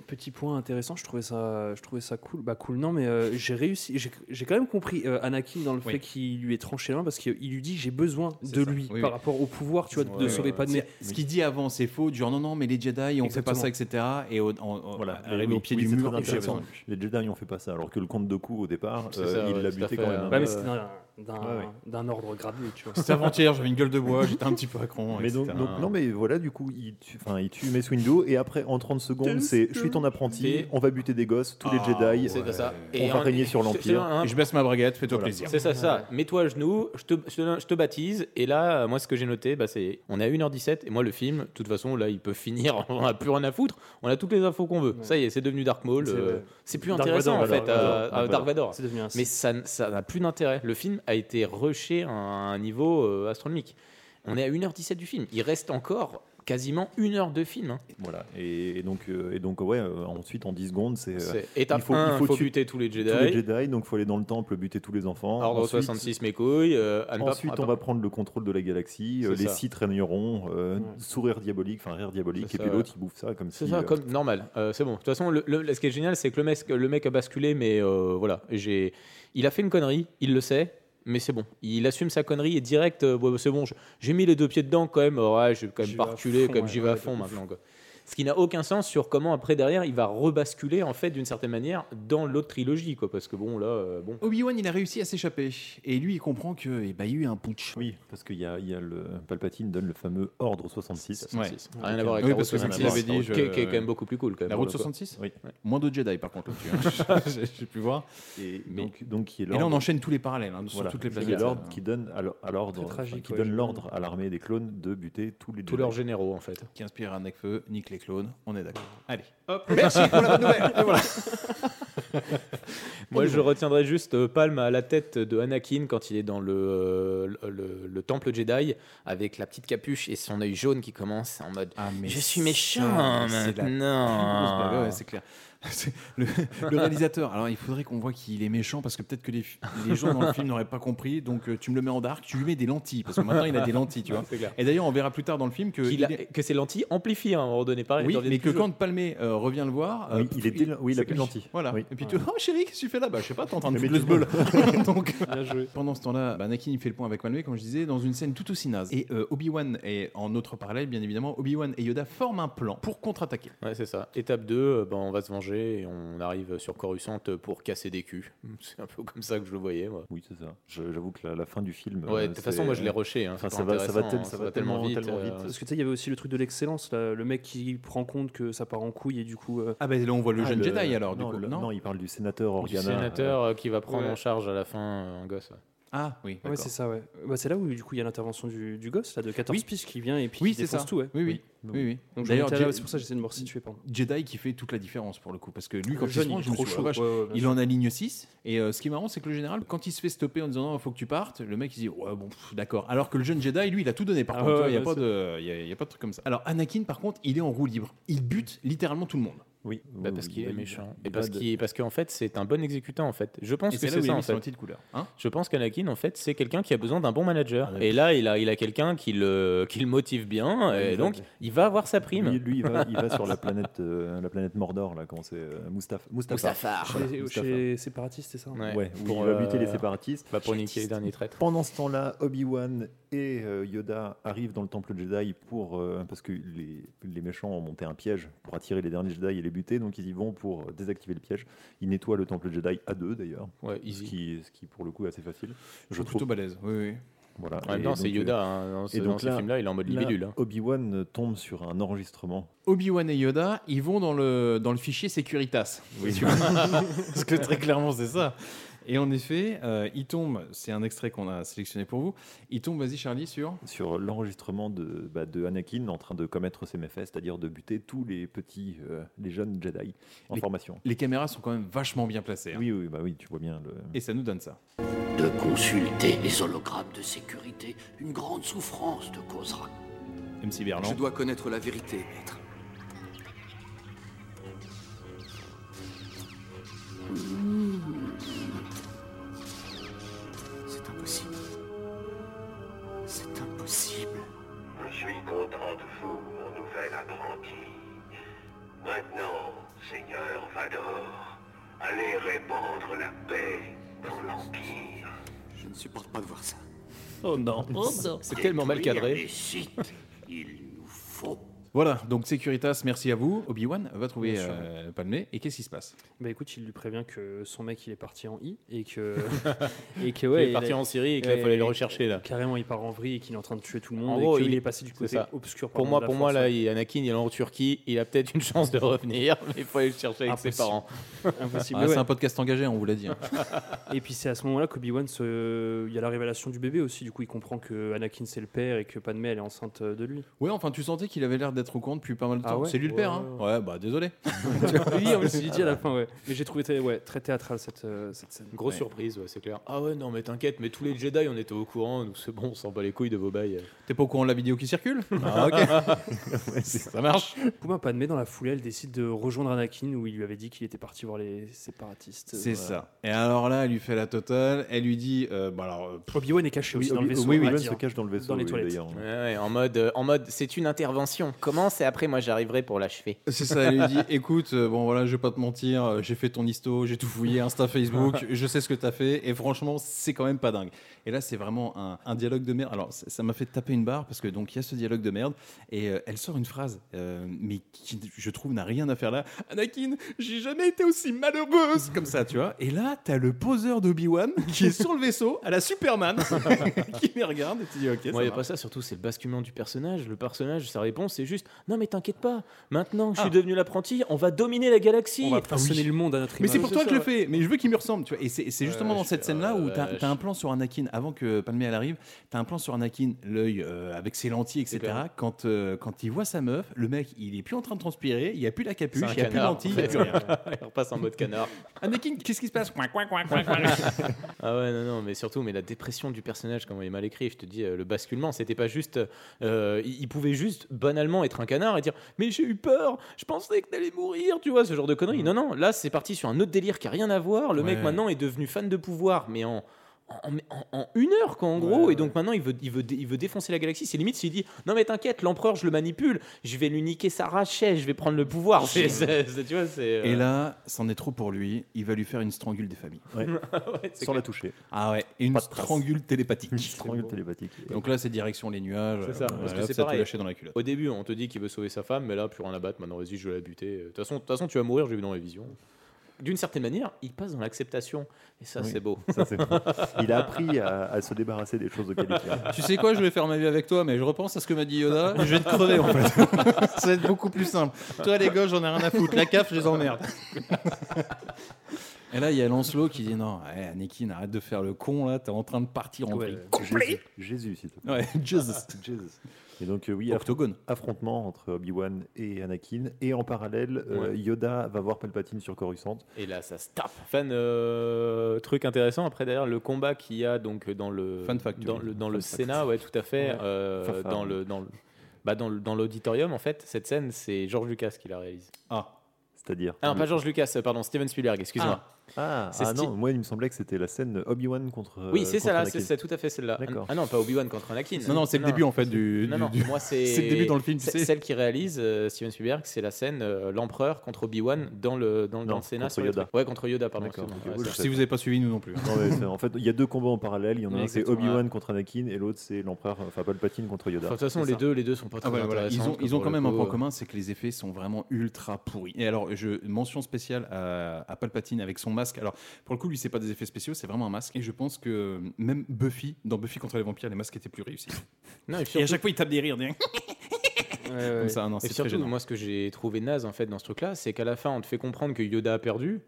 S10: Petit point intéressant, je trouvais ça, je trouvais ça cool. Bah cool, non, mais euh, j'ai réussi, j'ai- j'ai quand même compris euh, Anakin dans le
S2: Oui.
S10: fait qu'il lui est tranché la main parce qu'il lui dit j'ai besoin de
S2: ça.
S10: lui
S2: Oui,
S10: par
S2: oui.
S10: rapport au pouvoir, tu vois, de
S2: Ouais,
S10: sauver
S2: ouais,
S10: pas de
S2: ouais. Ce qu'il dit avant, c'est faux, du genre non, non, mais les Jedi, on
S10: Exactement.
S2: fait pas ça, etc. Et au, en- en-
S8: voilà
S2: arrivé
S8: Mais
S2: Ah, au pied
S8: oui,
S2: du
S8: c'est
S2: mur,
S8: très intéressant.
S2: etc.
S8: les Jedi ont fait pas ça alors que le comte de coup au départ
S2: C'est
S8: euh,
S2: ça,
S8: il
S2: ouais,
S8: l'a
S2: tout à
S8: buté
S2: fait,
S8: quand
S2: ouais.
S8: même
S10: Ouais,
S8: Euh,
S10: mais c'était d'un- d'un
S8: ouais, ouais.
S10: d'un ordre gradué, tu vois.
S2: C'était avant-hier, j'avais une gueule de bois, j'étais un petit peu accron.
S8: mais donc,
S2: etc.
S8: donc- non mais voilà du coup il tue, enfin, il tue Mace Windu et après en 30 secondes c'est je suis ton apprenti
S4: Et-
S8: on va buter des gosses tous les
S4: Ah,
S8: Jedi
S4: c'est ça.
S8: on
S4: Et
S8: va
S4: un-
S8: régner sur l'empire
S4: un-
S2: Et je baisse ma braguette, fais-toi
S8: Voilà.
S2: plaisir.
S4: C'est ça, c'est ça. Mets-toi à genoux, je te, je, te- je te baptise. Et là, euh, moi, ce que j'ai noté, bah, c'est on est à 1h17. Et moi, le film, de toute façon, là, il peut finir. On a plus rien à foutre. On a toutes les infos qu'on veut. Ça y est, c'est devenu Dark Maul.
S10: C'est
S4: euh,
S10: vrai.
S4: c'est plus
S10: Dark
S4: intéressant,
S10: Vador,
S4: en fait.
S10: Dark Vador,
S4: euh,
S10: Dark
S4: euh,
S10: Vador.
S4: Dark Vador.
S10: C'est devenu un
S4: Mais ça n- ça n'a plus d'intérêt. Le film a été rushé à un niveau euh, astronomique. On est à 1h17 du film. Il reste encore quasiment une heure de film. hein.
S8: voilà et, et donc euh, et donc ouais euh, ensuite en 10 secondes c'est euh,
S4: C'est étape 1, faut
S8: tuer
S4: buter tous les Jedi.
S8: tous les Jedi donc faut aller dans le temple buter tous les enfants
S4: Ordre
S8: Ensuite-
S4: 66, mes couilles. euh, à ne pas-
S8: Ensuite,
S4: à
S8: on
S4: pas-
S8: va prendre le contrôle de la galaxie. euh,
S4: C'est
S8: Les
S4: ça.
S8: sites régneront. euh, Sourire diabolique, enfin rire diabolique.
S4: C'est
S8: Et
S4: ça,
S8: puis
S4: ouais.
S8: l'autre, il bouffe ça comme si.
S4: C'est ça,
S8: euh,
S4: comme normal. Euh, c'est bon. De toute façon, le, le- ce qui est génial, c'est que le mec, le mec a basculé, mais euh, voilà. J'ai, il a fait une connerie, il le sait, mais c'est bon. Il assume sa connerie et direct, euh, ouais, c'est bon, je- j'ai mis les deux pieds dedans quand même. Ouais, je vais quand même
S10: J'y
S4: pas
S10: vais à
S4: reculer,
S10: fond,
S4: comme
S10: ouais,
S4: j'y vais à
S10: ouais,
S4: fond
S10: de ouf.
S4: maintenant. quoi. Ce qui n'a aucun sens sur comment après derrière il va rebasculer en fait d'une certaine manière dans l'autre trilogie quoi parce que bon là euh, bon
S2: Obi-Wan, il a réussi à s'échapper. Et lui, il comprend que eh ben, il y a eu un putsch.
S8: Oui, parce qu'il y a, il y a le Palpatine donne le fameux ordre 66.
S2: Ouais.
S4: rien à voir avec
S2: Oui,
S4: la
S2: parce que
S4: route
S2: c'est ce
S4: 66
S2: qu'il avait dit. je-
S4: qui, est- qui est quand même beaucoup plus cool quand même,
S2: La
S4: pour
S2: route
S4: le coup.
S2: 66
S8: Oui.
S2: Moins de Jedi, par contre, là-dessus. hein. J'ai- J'ai pu voir.
S8: Et
S2: Mais-
S8: donc, donc qui est
S2: Et là, on enchaîne tous les parallèles, hein, sur toutes les
S8: Il y a
S2: planètes.
S8: l'ordre qui donne à l'or- à l'ordre,
S2: Très tragique,
S8: enfin, qui
S2: ouais,
S8: donne
S2: j'ai-
S8: l'ordre à l'armée des clones de buter tous les
S4: tous
S8: Jedi.
S4: leurs généraux en fait
S2: Qui inspire un Necfeu, nique les clones, on est d'accord. Allez,
S4: Hop.
S2: merci pour la bonne nouvelle. Et voilà.
S4: Moi, je retiendrai juste euh, Palm à la tête de Anakin quand il est dans le, euh, le, le- le temple Jedi avec la petite capuche et son œil jaune qui commence en mode
S2: Ah,
S4: Je suis méchant maintenant.
S2: Non, c'est clair. C'est Le, le réalisateur, alors il faudrait qu'on voit qu'il est méchant parce que peut-être que les, fi- les gens dans le film n'auraient pas compris. Donc euh, tu me le mets en dark, tu lui mets des lentilles parce que maintenant il a des lentilles, tu vois.
S4: C'est clair.
S2: Et d'ailleurs, on verra plus tard dans le film que,
S4: Qu'il a-
S2: il est-
S4: que ces lentilles amplifient hein, à un moment donné, pareil.
S2: Oui,
S4: ils deviennent
S2: mais que
S4: plus jaunes.
S2: quand Palmé euh, revient le voir,
S4: Oui, il est déla- oui, il a
S2: c'est
S4: plus de
S2: lui.
S4: lentilles.
S2: Voilà.
S4: Oui.
S2: Et puis tu oh chérie, qu'est-ce que tu fais là Bah je sais pas, t'es en train de
S4: Mais
S2: foutre le
S4: tout le
S2: sbeul. Donc pendant ce temps-là, bah, Anakin il fait le point avec Palmé, comme je disais, dans une scène tout aussi naze. Et euh, Obi-Wan et en autre parallèle, bien évidemment, Obi-Wan et Yoda forment un plan pour contre-attaquer.
S4: Ouais, c'est ça. Étape 2, euh, ben, on va se venger et on arrive sur Coruscant pour casser des culs. C'est un peu comme ça que je le voyais. moi.
S8: Oui, c'est ça. Je- J'avoue que la, la fin du film.
S4: Ouais,
S8: euh,
S4: de toute façon,
S8: c'est-
S4: moi, je l'ai rushé, hein,
S8: Enfin,
S4: c'est
S8: ça,
S4: pas
S8: va, ça, va
S4: intéressant,
S8: tel-
S4: ça
S8: ça va
S4: va
S8: tellement,
S4: tellement
S8: tellement
S4: vite,
S8: vite.
S4: euh,
S10: Parce que tu sais, il y avait aussi le truc de l'excellence, là, le mec qui prend compte que ça part en couille et du coup. euh,
S2: Ah, bah là, on voit
S10: le jeune Jedi, alors, du
S8: non,
S10: coup,
S8: le-
S10: non
S8: non, il parle du sénateur
S4: Du
S8: Organa.
S4: sénateur euh, qui va prendre
S10: Ouais.
S4: en charge à la fin euh, un gosse. ouais.
S2: Ah, oui.
S10: Ouais, c'est ça, ouais. Bah, c'est là où du coup il y a l'intervention du, du gosse là de 14
S2: Oui.
S10: piges qui vient et puis
S2: Oui,
S10: qui
S2: c'est
S10: défonce
S2: ça.
S10: tout, ouais.
S2: Oui, oui.
S10: Donc,
S2: Oui, oui.
S10: Donc
S2: D'ailleurs,
S10: d'ailleurs,
S2: Jedi-
S10: c'est pour ça que j'essaie de me resituer. Pardon.
S2: Jedi qui fait toute la différence pour le coup. Parce que lui,
S10: Le
S2: quand il se
S10: jeune, il
S2: prend,
S10: est
S2: je me
S10: trop
S2: suis dit,
S10: chaud.
S2: oh, vache,
S10: Ouais, ouais, bien
S2: il
S10: sûr.
S2: en aligne 6. Et euh, ce qui est marrant, c'est que le général, quand il se fait stopper en disant non, faut que tu partes, le mec il dit ouais, bon, pff, d'accord. Alors que le jeune Jedi, lui, il a tout donné par
S10: Ah
S2: contre.
S10: ouais,
S2: tu vois, il n'y a,
S10: ouais,
S2: pas
S10: c'est-
S2: de- il y a- il y a pas de truc comme ça. Alors Anakin, par contre, il est en roue libre. Il bute littéralement tout le monde.
S10: Ah,
S8: Oui.
S4: Bah, parce qu'il est méchant. Et
S2: il
S4: parce
S2: va de-
S4: qu'il- parce qu'en fait, c'est un bon exécutant en fait. Je pense
S2: Et
S4: que
S2: c'est là
S4: c'est
S2: où il
S4: ça
S2: a
S4: en
S2: mis son
S4: fait.
S2: outil de couleur. Hein
S4: Je pense qu'Anakin, en fait, c'est quelqu'un qui a besoin d'un bon manager.
S2: Ah,
S4: et là, il a, il a quelqu'un qui le, qui le motive bien,
S8: Ouais,
S4: et
S8: il
S4: donc
S8: va-
S4: il va avoir sa prime.
S8: Lui, lui, il, va, il va sur la planète, euh, la planète Mordor, là, comment c'est euh, Mustaf- Mustafar.
S4: Mustafar.
S8: Voilà,
S10: Chez-
S8: Mustafar.
S10: Chez les séparatistes, c'est ça hein
S8: Ouais, où il va buter les séparatistes.
S4: Bah, pour niquer les derniers traîtres.
S8: Pendant ce temps-là, Obi-Wan et euh, Yoda arrivent dans le temple Jedi pour euh, parce que les, les méchants ont monté un piège pour attirer les derniers Jedi et les buter, donc ils y vont pour euh, désactiver le piège. Ils nettoient le temple Jedi à deux d'ailleurs,
S4: Ouais,
S8: ce, qui, ce qui pour le coup est assez facile.
S2: Je plutôt balèze. Oui, oui.
S8: Voilà.
S4: En même
S8: Et
S4: temps, c'est
S8: donc,
S4: Yoda,
S8: euh,
S4: hein, dans ce-
S8: et donc
S4: dans ce film-là, il est en mode
S8: là,
S4: libellule, hein.
S8: Obi-Wan tombe sur un enregistrement
S2: Obi-Wan et Yoda, ils vont dans le, dans le fichier Securitas.
S8: Oui.
S2: Tu vois Parce que très clairement, c'est ça. Et en effet, euh, ils tombent, c'est un extrait qu'on a sélectionné pour vous, ils tombent, vas-y Charlie, sur...
S8: sur l'enregistrement de, bah, de Anakin en train de commettre ses méfaits, c'est-à-dire de buter tous les petits, euh, les jeunes Jedi en
S2: Les-
S8: formation.
S2: Les caméras sont quand même vachement bien placées. hein.
S8: Oui, oui, bah oui, tu vois bien le.
S2: Et ça nous donne ça.
S5: De consulter les hologrammes de sécurité, une grande souffrance te causera.
S2: MC Berland.
S7: Je dois connaître la vérité, maître.
S5: C'est impossible. C'est impossible.
S13: Je suis content de vous, mon nouvel apprenti. Maintenant, Seigneur Vador, allez répandre la
S5: Eh,
S13: paix dans l'Empire.
S7: Je ne supporte pas de voir ça.
S4: Oh non, c'est tellement mal cadré.
S2: Voilà, donc Securitas, merci à vous. Obi-Wan va trouver euh, Palmé. Et qu'est-ce qui se passe
S10: Bah écoute, il lui prévient que son mec il est parti en I et que. et que
S4: Il est parti en Syrie et que là, il faut aller le rechercher, là.
S10: Carrément, il part en vrille et qu'il est en train de tuer tout le monde.
S4: En
S10: et
S4: gros,
S10: qu'il est passé du
S4: c'est
S10: côté
S4: ça.
S10: obscur.
S4: Pour
S10: pardon,
S4: moi,
S10: de la
S4: pour moi,
S10: force.
S4: là, il- Anakin, il est en Turquie. Il a peut-être une chance de revenir, mais il faut aller le chercher avec ses
S10: Impossible.
S4: parents.
S10: Impossible.
S2: Ah,
S10: ouais.
S2: C'est un podcast engagé, on vous l'a dit. hein.
S10: Et puis c'est à ce moment-là qu'Obi-Wan, se... il y a la révélation du bébé aussi. Du coup, il comprend que Anakin c'est le père et que Padmé elle est enceinte de lui.
S2: Ouais, enfin, tu sentais qu'il avait l'air d'être au courant depuis pas mal de
S10: Ah
S2: temps.
S10: ouais
S2: c'est lui le père, hein
S10: Ouais,
S2: ouais, bah désolé.
S10: oui, on se dit à la fin, ouais. Mais j'ai trouvé très, ouais, très théâtral cette, euh, cette scène.
S4: Grosse
S10: Ouais.
S4: surprise, ouais, c'est clair. Ah ouais, non, mais t'inquiète, mais tous les Jedi, on était au courant. Nous, c'est bon, on s'en bat les couilles de vos bails.
S2: T'es pas au courant de la vidéo qui circule Ah, ok. ça marche.
S10: Pouma Padmé, dans la foulée, elle décide de rejoindre Anakin où il lui avait dit qu'il était parti voir les séparatistes.
S2: C'est
S10: Voilà.
S2: ça. Et alors là, elle lui fait la totale. Elle lui dit, euh, bon alors, euh, pff,
S10: Obi-Wan est caché
S2: Oui,
S10: aussi dans le
S2: Obi-
S10: vaisseau.
S2: oui,
S10: on va
S2: Obi-Wan
S10: dire.
S2: se cache dans le vaisseau,
S10: Dans les
S2: oui,
S10: toilettes.
S2: d'ailleurs.
S4: Ouais, ouais, en mode, euh, en mode c'est une intervention. Commence et après, moi, j'arriverai pour l'achever.
S2: c'est ça. Elle lui dit, écoute, euh, bon voilà, je vais pas te mentir, euh, j'ai fait ton histo, j'ai tout fouillé, Insta, Facebook, je sais ce que t'as fait, et franchement, c'est quand même pas dingue. Et là, c'est vraiment un, un dialogue de merde. Alors, ça ça m'a fait taper une barre parce que donc il y a ce dialogue de merde, et euh, elle sort une phrase, euh, mais qui je trouve n'a rien à faire là. Anakin, j'ai jamais été aussi malheureuse comme ça, tu vois. Et là, t'as le poseur d'Obi-Wan qui est sur le vaisseau, à la Superman, qui les regarde et tu dis, ok.
S4: Moi,
S2: ça
S4: il a
S2: marche.
S4: pas ça, surtout, c'est le basculement du personnage. Le personnage, sa réponse, c'est juste juste Non, mais t'inquiète pas, maintenant que je suis devenu l'apprenti, on va dominer la galaxie.
S2: Ah.
S4: Ah
S2: On va façonner le
S10: monde à notre
S2: Mais c'est pour toi que je le fais, mais je veux qu'il me ressemble. Tu vois. Et c'est c'est justement dans cette scène-là
S4: euh,
S2: où t'as t'as un plan sur Anakin, avant que Palmé elle arrive, t'as un plan sur Anakin, l'œil euh, avec ses lentilles, etc.
S4: Super.
S2: Quand, euh, quand il voit sa meuf, le mec, il est plus en train de transpirer, il n'y a plus la capuche,
S4: C'est un
S2: il n'y a plus de
S4: canard,
S2: lentilles,
S4: en
S2: il n'y a
S4: fait.
S2: plus rien.
S4: Il repasse en mode canard.
S2: Anakin, qu'est-ce qui se passe Coin, coin, coin, coin, coin.
S4: ah ouais non non mais surtout mais la dépression du personnage comment il est mal écrit je te dis euh, le basculement c'était pas juste euh, il il pouvait juste banalement être un canard et dire mais j'ai eu peur je pensais que t'allais mourir tu vois ce genre de conneries non non là c'est parti sur un autre délire qui a rien à voir le mec
S2: Ouais.
S4: maintenant est devenu fan de pouvoir mais en en, en- en une heure quoi en gros et donc maintenant il veut il veut dé- il veut défoncer la galaxie c'est limite s'il dit non mais t'inquiète l'empereur je le manipule je vais lui niquer sa rachée je vais prendre le pouvoir C'est- c'est- c'est- tu vois c'est euh,
S2: Et là, c'en est trop pour lui. Il va lui faire une strangule des familles.
S4: Ouais, c'est
S8: Sans la toucher.
S2: Ah ouais, et une strangule télépathique. Une
S8: strangule télépathique.
S2: Donc là, c'est direction les nuages.
S4: C'est ça,
S2: Voilà,
S4: parce que
S2: hop,
S4: c'est
S2: ça, t'es
S4: pareil.
S2: lâché dans la culotte.
S4: Au début, on te dit qu'il veut sauver sa femme, mais là, plus rien à battre. Maintenant, vas-y, je vais la buter. De toute façon, de toute façon, tu vas mourir, j'ai vu dans les visions. D'une certaine manière, il passe dans l'acceptation. Et ça,
S8: Oui.
S4: c'est beau.
S8: Ça, c'est beau. Il a appris à, à se débarrasser des choses auxquelles il tient.
S2: Tu sais quoi, je vais faire ma vie avec toi, mais je repense à ce que m'a dit Yoda, je vais te crever en fait. Ça va être beaucoup plus simple. Toi, les gars, j'en ai rien à foutre. La CAF, je les emmerde. Et là, il y a Lancelot qui dit Non, ouais, Anakin, arrête de faire le con là, t'es en train de partir en
S8: Ouais,
S2: vrille.
S8: Jésus, Jésus, s'il te plaît.
S2: Ouais, Jesus.
S8: Jesus. Et donc, euh, oui, aff-
S2: Octogone.
S8: affrontement entre Obi-Wan et Anakin. Et en parallèle, euh,
S4: Ouais.
S8: Yoda va voir Palpatine sur Coruscant.
S4: Et là, ça se tape. Fan, euh, truc intéressant. Après, d'ailleurs, le combat qu'il y a donc dans le
S2: Fan Factory.
S4: dans le, dans le
S2: Fan
S4: Sénat, ouais, tout à fait.
S2: Ouais.
S4: euh,
S2: Fafa.
S4: dans le dans le- bah, dans le- dans l'auditorium, en fait, cette scène, c'est George Lucas qui la réalise.
S2: Ah.
S8: C'est-à-dire.
S4: Ah, non, pas George Lucas, euh, pardon, Steven Spielberg. Excuse-moi.
S8: Ah,
S4: C'est
S8: ah
S4: Sti-
S8: non, moi, il me semblait que c'était la scène Obi-Wan contre. euh,
S4: Oui, c'est
S8: contre
S4: ça là,
S8: Anakin.
S4: c'est c'est tout à fait celle-là.
S8: D'accord.
S4: Ah non, pas Obi-Wan contre Anakin.
S2: Non, non, c'est le début, en fait, du-
S4: Non,
S2: du-
S4: non,
S2: du-
S4: moi c'est.
S2: c'est le début dans le film, tu
S4: c'est-
S2: sais.
S4: Celle qui réalise euh, Steven Spielberg, c'est la scène euh, l'empereur contre Obi-Wan dans le dans, le- dans
S8: Non,
S4: le Sénat
S8: contre
S4: sur le
S8: Yoda.
S4: truc. Ouais, contre Yoda, pardon.
S8: D'accord.
S4: excuse-moi.
S8: Ok,
S4: Ouais,
S8: oui,
S4: c'est-
S2: Si vous n'avez pas suivi, nous non plus.
S8: Non, mais c'est- en fait, il y a deux combats en parallèle. Il y en a un, c'est
S4: Exactement.
S8: Obi-Wan contre Anakin et l'autre, c'est l'empereur, enfin Palpatine contre Yoda.
S4: Enfin, de toute façon,
S8: C'est
S4: les
S8: ça.
S4: deux, les deux sont pas
S2: Ah
S4: très
S2: ouais, voilà. Ils
S4: intéressants.
S2: ont, ils ont quand même un point
S4: point
S2: commun, c'est que les effets sont vraiment ultra pourris. Et alors, je, mention spéciale à, à Palpatine avec son masque. Alors, pour le coup, lui, c'est pas des effets spéciaux, c'est vraiment un masque. Et je pense que euh, même Buffy, dans Buffy contre les vampires, les masques étaient plus réussis.
S4: Non, et puis
S2: et à
S4: surtout-
S2: chaque fois, il tape des rires. Des... Comme ça, non,
S4: et
S2: c'est très
S4: surtout,
S2: gênant.
S4: moi, ce que j'ai trouvé naze en fait dans ce truc-là, c'est qu'à la fin, on te fait comprendre que Yoda a perdu.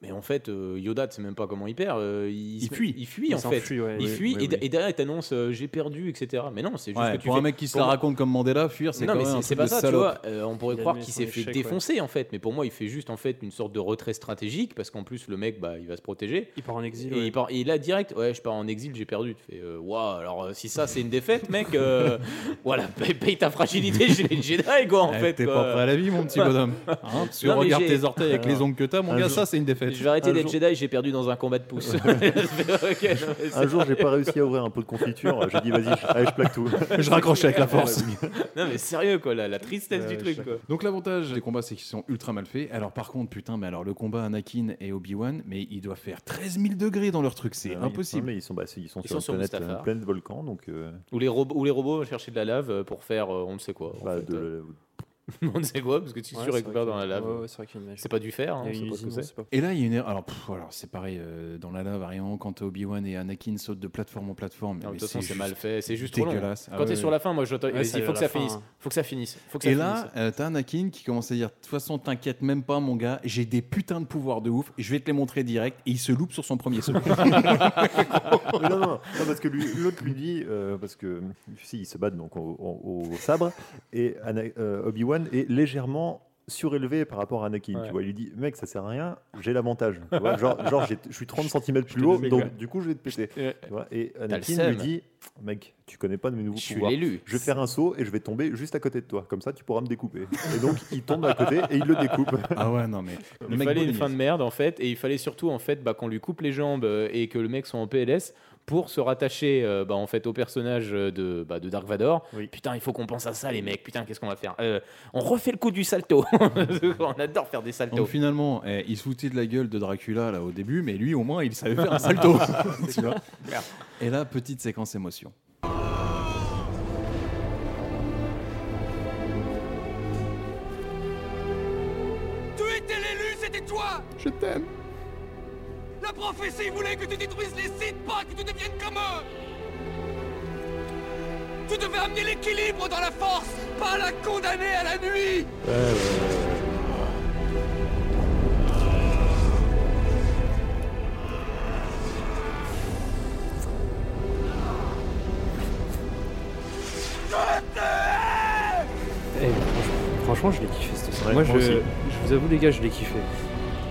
S4: Mais en fait, euh, Yoda, tu sais même pas comment il perd. euh, il,
S2: Il
S4: se-
S2: fuit.
S4: Il fuit,
S2: Il
S4: en fait.
S2: s'enfuit, ouais,
S4: il
S2: oui,
S4: fuit.
S2: oui,
S4: et, d-
S2: oui.
S4: et derrière, il t'annonce euh, j'ai perdu, etc. Mais non, c'est juste
S2: Ouais,
S4: que tu
S2: pour un
S4: fais-
S2: mec qui se
S4: pour
S2: la
S4: moi-
S2: raconte comme Mandela, fuir, c'est
S4: Non,
S2: quand
S4: mais
S2: même un
S4: c'est
S2: truc
S4: pas
S2: de
S4: ça,
S2: salope.
S4: tu vois. euh, on pourrait
S2: Il a
S4: croire
S2: mis
S4: qu'il
S2: son
S4: s'est fait
S2: échec, ouais.
S4: défoncer, en fait. Mais pour moi, il fait juste en fait une sorte de retrait stratégique parce qu'en plus, le mec, bah, il va se protéger.
S10: Il part en exil.
S4: Et, il part- et là, direct, ouais, je pars en exil, j'ai perdu. Tu fais, euh, waouh, alors euh, si ça, c'est une défaite, mec, euh, voilà, paye, paye ta fragilité chez les Jedi, quoi, en
S2: Eh,
S4: fait.
S2: T'es
S4: quoi.
S2: pas prêt à la vie, mon petit bonhomme. Hein, parce que
S4: Non, mais
S2: regarde
S4: j'ai-
S2: tes orteils avec les ongles que t'as, mon
S4: Un
S2: gars,
S4: jour-
S2: ça, c'est une défaite.
S4: Je vais arrêter
S2: Un
S4: d'être
S2: jour-
S4: Jedi, j'ai perdu dans un combat de pouce.
S8: Un jour, j'ai pas réussi à ouvrir un pot de confiture. J'ai dit, vas-y, je, allez, je plaque tout.
S2: Je raccrochais avec la force.
S4: non, mais sérieux, quoi, la, la tristesse du truc, quoi.
S2: Donc l'avantage des combats, c'est qu'ils sont ultra mal faits. Alors par contre, putain, mais alors le combat Anakin et Obi-Wan, mais il doit faire 13 000 degrés dans leur truc, c'est
S8: Ah oui,
S2: impossible.
S8: non, mais ils sont, bah, c'est- ils sont
S4: Ils
S8: sur
S4: sont
S8: une
S4: sur
S8: planète euh,
S4: Mustafar.
S8: pleine de volcans, donc. euh,
S4: Où les, robots, où les robots vont chercher de la lave euh, pour faire euh, on ne sait quoi. en
S8: bah,
S4: fait. euh,
S8: de le-
S4: on ne sait quoi, parce que si
S10: Ouais,
S4: tu
S10: c'est
S4: récupères
S10: vrai
S4: dans
S10: qu'il y
S4: la
S10: a-
S4: lave,
S10: ouais, ouais, c'est vrai qu'il y a une machine.
S4: c'est pas du fer, hein,
S10: Il y a
S4: on sait pas
S10: une
S4: ce que
S10: usine, on
S4: c'est.
S10: sait pas.
S2: Et là, il y a une erreur. Alors, pff, alors c'est pareil euh, dans la lave, variant, quand Obi-Wan et Anakin sautent de plateforme en plateforme.
S4: Non,
S2: mais
S4: Ah de toute façon, c'est
S2: juste
S4: mal fait, c'est juste trop long.
S2: dégueulasse. Ah
S4: Quand t'es sur la fin, moi, je t'autorise,
S2: il
S4: il faut que ça finisse. Faut que ça finisse. Faut que ça
S2: et
S4: finisse.
S2: là, euh, t'as Anakin qui commence à dire De toute façon, t'inquiète même pas, mon gars, j'ai des putains de pouvoirs de ouf, je vais te les montrer direct. Et il se loupe sur son premier saut.
S8: Mais non, non, non, parce que lui- l'autre lui dit, euh, parce que si, ils se battent donc au, au- au sabre, et Ana- euh, Obi-Wan est légèrement surélevé par rapport à Anakin.
S4: Ouais.
S8: Tu vois, il lui dit, mec, ça sert à rien, j'ai l'avantage. tu vois. genre, genre, j'ai- je suis 30 cm
S4: te
S8: plus haut,
S4: domine,
S8: donc
S4: ouais.
S8: du coup, je vais te péter.
S4: Ouais.
S8: Tu vois, et
S4: le
S8: Anakin
S4: seum.
S8: lui dit, mec, tu connais pas de mes nouveaux
S4: Je suis
S8: pouvoirs.
S4: l'élu.
S8: Je vais faire un saut et je vais tomber juste à côté de toi. Comme ça, tu pourras me découper. Et donc, il tombe à côté et il le découpe.
S2: ah ouais, non, mais.
S4: Il
S2: mec
S4: fallait
S2: beau
S4: une
S2: de
S4: fin de merde en fait, et il fallait surtout en fait bah, qu'on lui coupe les jambes euh, et que le mec soit en PLS pour se rattacher euh, bah, en fait au personnage euh, de, bah, de Dark Vador. Putain, il faut qu'on pense à ça les mecs. Putain, qu'est-ce qu'on va faire Euh, On refait le coup du salto. on adore faire des saltos.
S2: Donc finalement, eh, il se foutait de la gueule de Dracula là au début, mais lui au moins il savait faire un salto. tu vois. Et là, petite séquence émotion.
S6: Tu étais l'élu, c'était toi
S2: Je t'aime.
S6: La prophétie voulait que tu détruises les sites, pas que tu deviennes comme eux
S3: Vous devez amener l'équilibre dans la force, pas la condamner à la nuit
S10: Eh, mais franchement- Franchement, je l'ai kiffé cette série.
S4: Ouais,
S10: Moi,
S4: moi
S10: je,
S4: aussi.
S10: je vous avoue, les gars, je l'ai kiffé.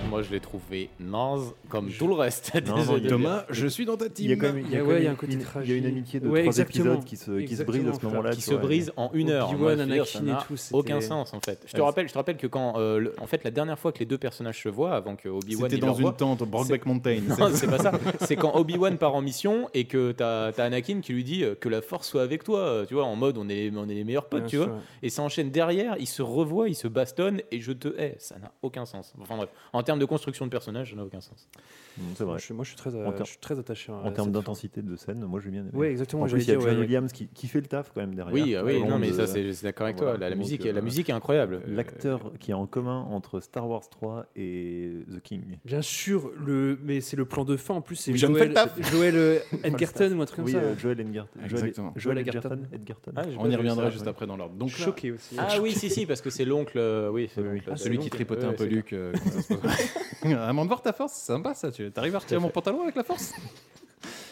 S4: Moi, je l'ai trouvé naze comme tout le reste.
S8: Non, non, il y a- Il y a quand même, il y a quand même une, il y a une amitié de trois épisodes qui se, qui se brise à ce moment-là.
S4: Qui se brise en une heure. Moi, je veux dire, ça n'a Aucun sens en fait. Je te
S8: Ouais.
S4: rappelle, je te rappelle que quand, euh, le- en fait, la dernière fois que les deux personnages se voient, avant que Obi Wan.
S2: C'était
S4: il
S2: dans
S4: leur
S2: une
S4: voie,
S2: tente, Brokeback
S4: c'est-
S2: Mountain.
S4: Non, c'est pas ça. C'est quand Obi Wan part en mission et que t'as as Anakin qui lui dit euh, que la Force soit avec toi. euh, Tu vois, en mode on est on est les meilleurs potes,
S10: Bien
S4: tu
S10: sûr,
S4: vois.
S10: ouais.
S4: Et ça enchaîne derrière. Ils se revoient, ils se bastonnent et je te hais. Ça n'a aucun sens. Enfin bref, en termes de construction de personnage, ça n'a aucun sens.
S8: Mmh, C'est vrai.
S10: Je suis- moi, je suis très, euh,
S8: En ter-
S10: je suis très attaché à
S8: En
S10: cette
S8: termes
S10: fin.
S8: d'intensité de scène, moi j'ai bien aimé.
S10: Ouais, exactement,
S8: En
S10: j'allais
S8: plus, il y a
S10: dire,
S8: John
S10: ouais. ah
S8: Williams qui, qui fait le taf quand même derrière.
S4: Oui, euh, oui,
S8: Tout au
S4: non,
S8: long
S4: mais
S8: de-
S4: ça, c'est- c'est d'accord avec toi, la- la
S8: Donc, euh,
S4: musique- la musique est incroyable. Euh,
S8: L'acteur qui est en commun entre Star Wars 3 et The King.
S10: Bien sûr, le... mais c'est le plan de fin en plus. C'est
S8: John
S10: Joel,
S8: Feltaf.
S10: Joel euh, Edgerton ou un truc comme
S8: Oui,
S10: ça.
S8: euh, Joel Edgerton. Joel-
S2: Exactement.
S8: Joel Edgerton. Edgerton.
S10: Ah
S2: On y reviendra juste après dans l'ordre. Donc là-
S10: choqué aussi.
S4: Ah oui, si, si, parce que c'est l'oncle. euh, oui, c'est l'oncle.
S2: Ah, celui qui
S4: l'oncle,
S2: tripotait
S4: ouais,
S2: un peu
S4: c'est
S2: Luc. euh, quand ça se passe. Amandevor, ta force, c'est sympa ça. Tu arrives à retirer mon pantalon avec la force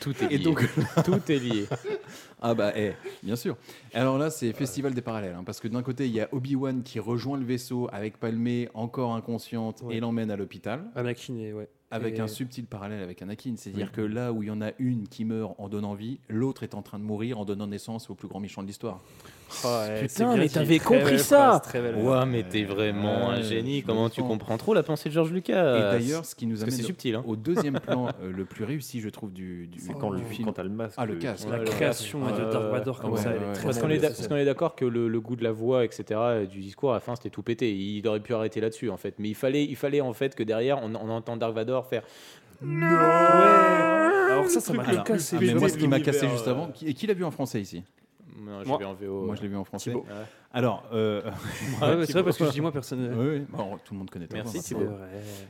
S4: Tout
S2: est lié.
S4: tout est lié.
S2: Ah bah, eh, bien sûr. Alors là, c'est festival des parallèles. hein, parce que d'un côté, il y a Obi-Wan qui rejoint le vaisseau avec Palmé, encore inconsciente,
S10: Ouais.
S2: et l'emmène à l'hôpital.
S10: Anakin est- ouais.
S2: Avec
S10: Et-
S2: un subtil parallèle avec Anakin. C'est-à-dire
S10: Oui.
S2: que là où il y en a une qui meurt en donnant vie, l'autre est en train de mourir en donnant naissance au plus grand méchant de l'histoire.
S4: Putain, mais t'avais compris ça Ouais, mais
S2: Ouais.
S4: t'es vraiment un
S2: Ouais,
S4: génie.
S2: je
S4: Comment
S2: me
S4: tu
S2: prends.
S4: comprends trop la pensée de George Lucas
S2: Et d'ailleurs, ce qui nous
S4: Euh, Parce que
S2: amène
S4: c'est subtil. hein.
S2: au deuxième plan euh, le plus réussi, je trouve, du, du,
S4: C'est quand
S2: du
S10: Oh.
S4: le-
S2: film.
S8: quand t'as le masque, euh,
S2: Ah, le
S8: le-
S2: casque.
S8: Ouais,
S2: La
S8: le
S2: création
S8: casque.
S2: de
S8: Ouais,
S2: Darth
S8: ouais,
S2: Vader
S8: ouais, ouais, ouais.
S4: Parce qu'on est, d'a- parce qu'on est d'accord que le, le goût de la voix, etc., et euh, du discours, à la fin, c'était tout pété. Il aurait pu arrêter là-dessus, en fait. Mais il fallait, il fallait en fait, que derrière, on, on entend Dark Vador faire.
S10: Non Alors ça, ça m'a
S2: Alors,
S10: cassé.
S2: ah, mais moi, ce qui m'a cassé juste avant, qui- et qui l'a vu en français ici
S4: Non, je
S2: Moi.
S4: l'ai en VO.
S2: Moi, je l'ai vu en français.
S4: Thibaut.
S2: Alors, euh,
S10: Ah ouais, mais c'est vrai, parce que je dis moi, personne-
S2: Oui, oui. Bon, tout le monde connaît. ta
S10: Merci,
S2: voix,
S10: Thibaut.
S2: maintenant.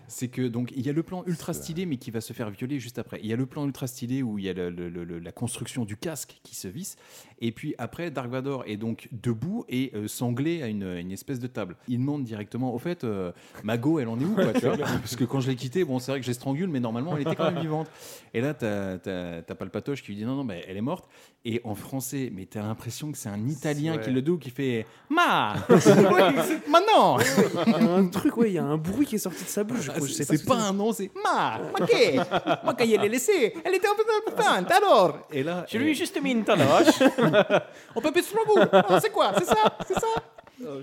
S2: C'est que donc il y a le plan ultra stylé, mais qui va se faire violer juste après. Il y a le plan ultra stylé où il y a le- le- le- la construction du casque qui se visse, et puis après Dark Vador est donc debout et euh, sanglé à une, une espèce de table. Il demande directement, au fait, euh, Mago, elle en est où quoi, tu vois Parce que quand je l'ai quittée, bon, c'est vrai que j'ai strangulé, mais normalement elle était quand même vivante. Et là, t'as t'as- t'as Palpatoche qui lui dit non, non, mais elle est morte. Et en français, mais t'as l'impression que c'est un Italien
S10: Ouais.
S2: qui le double, qui fait Ma Maintenant
S10: Il y a un truc, ouais, il y a un bruit qui est sorti de sa bouche.
S2: Ah,
S10: je sais
S2: c'est- c'est pas un nom, c'est Ma Ma che Ma che gliel'hai laissée Elle était un peu préoccupante, alors Et là.
S4: Je lui ai juste mis une tanoche.
S2: On peut plus se le goût C'est quoi C'est ça C'est ça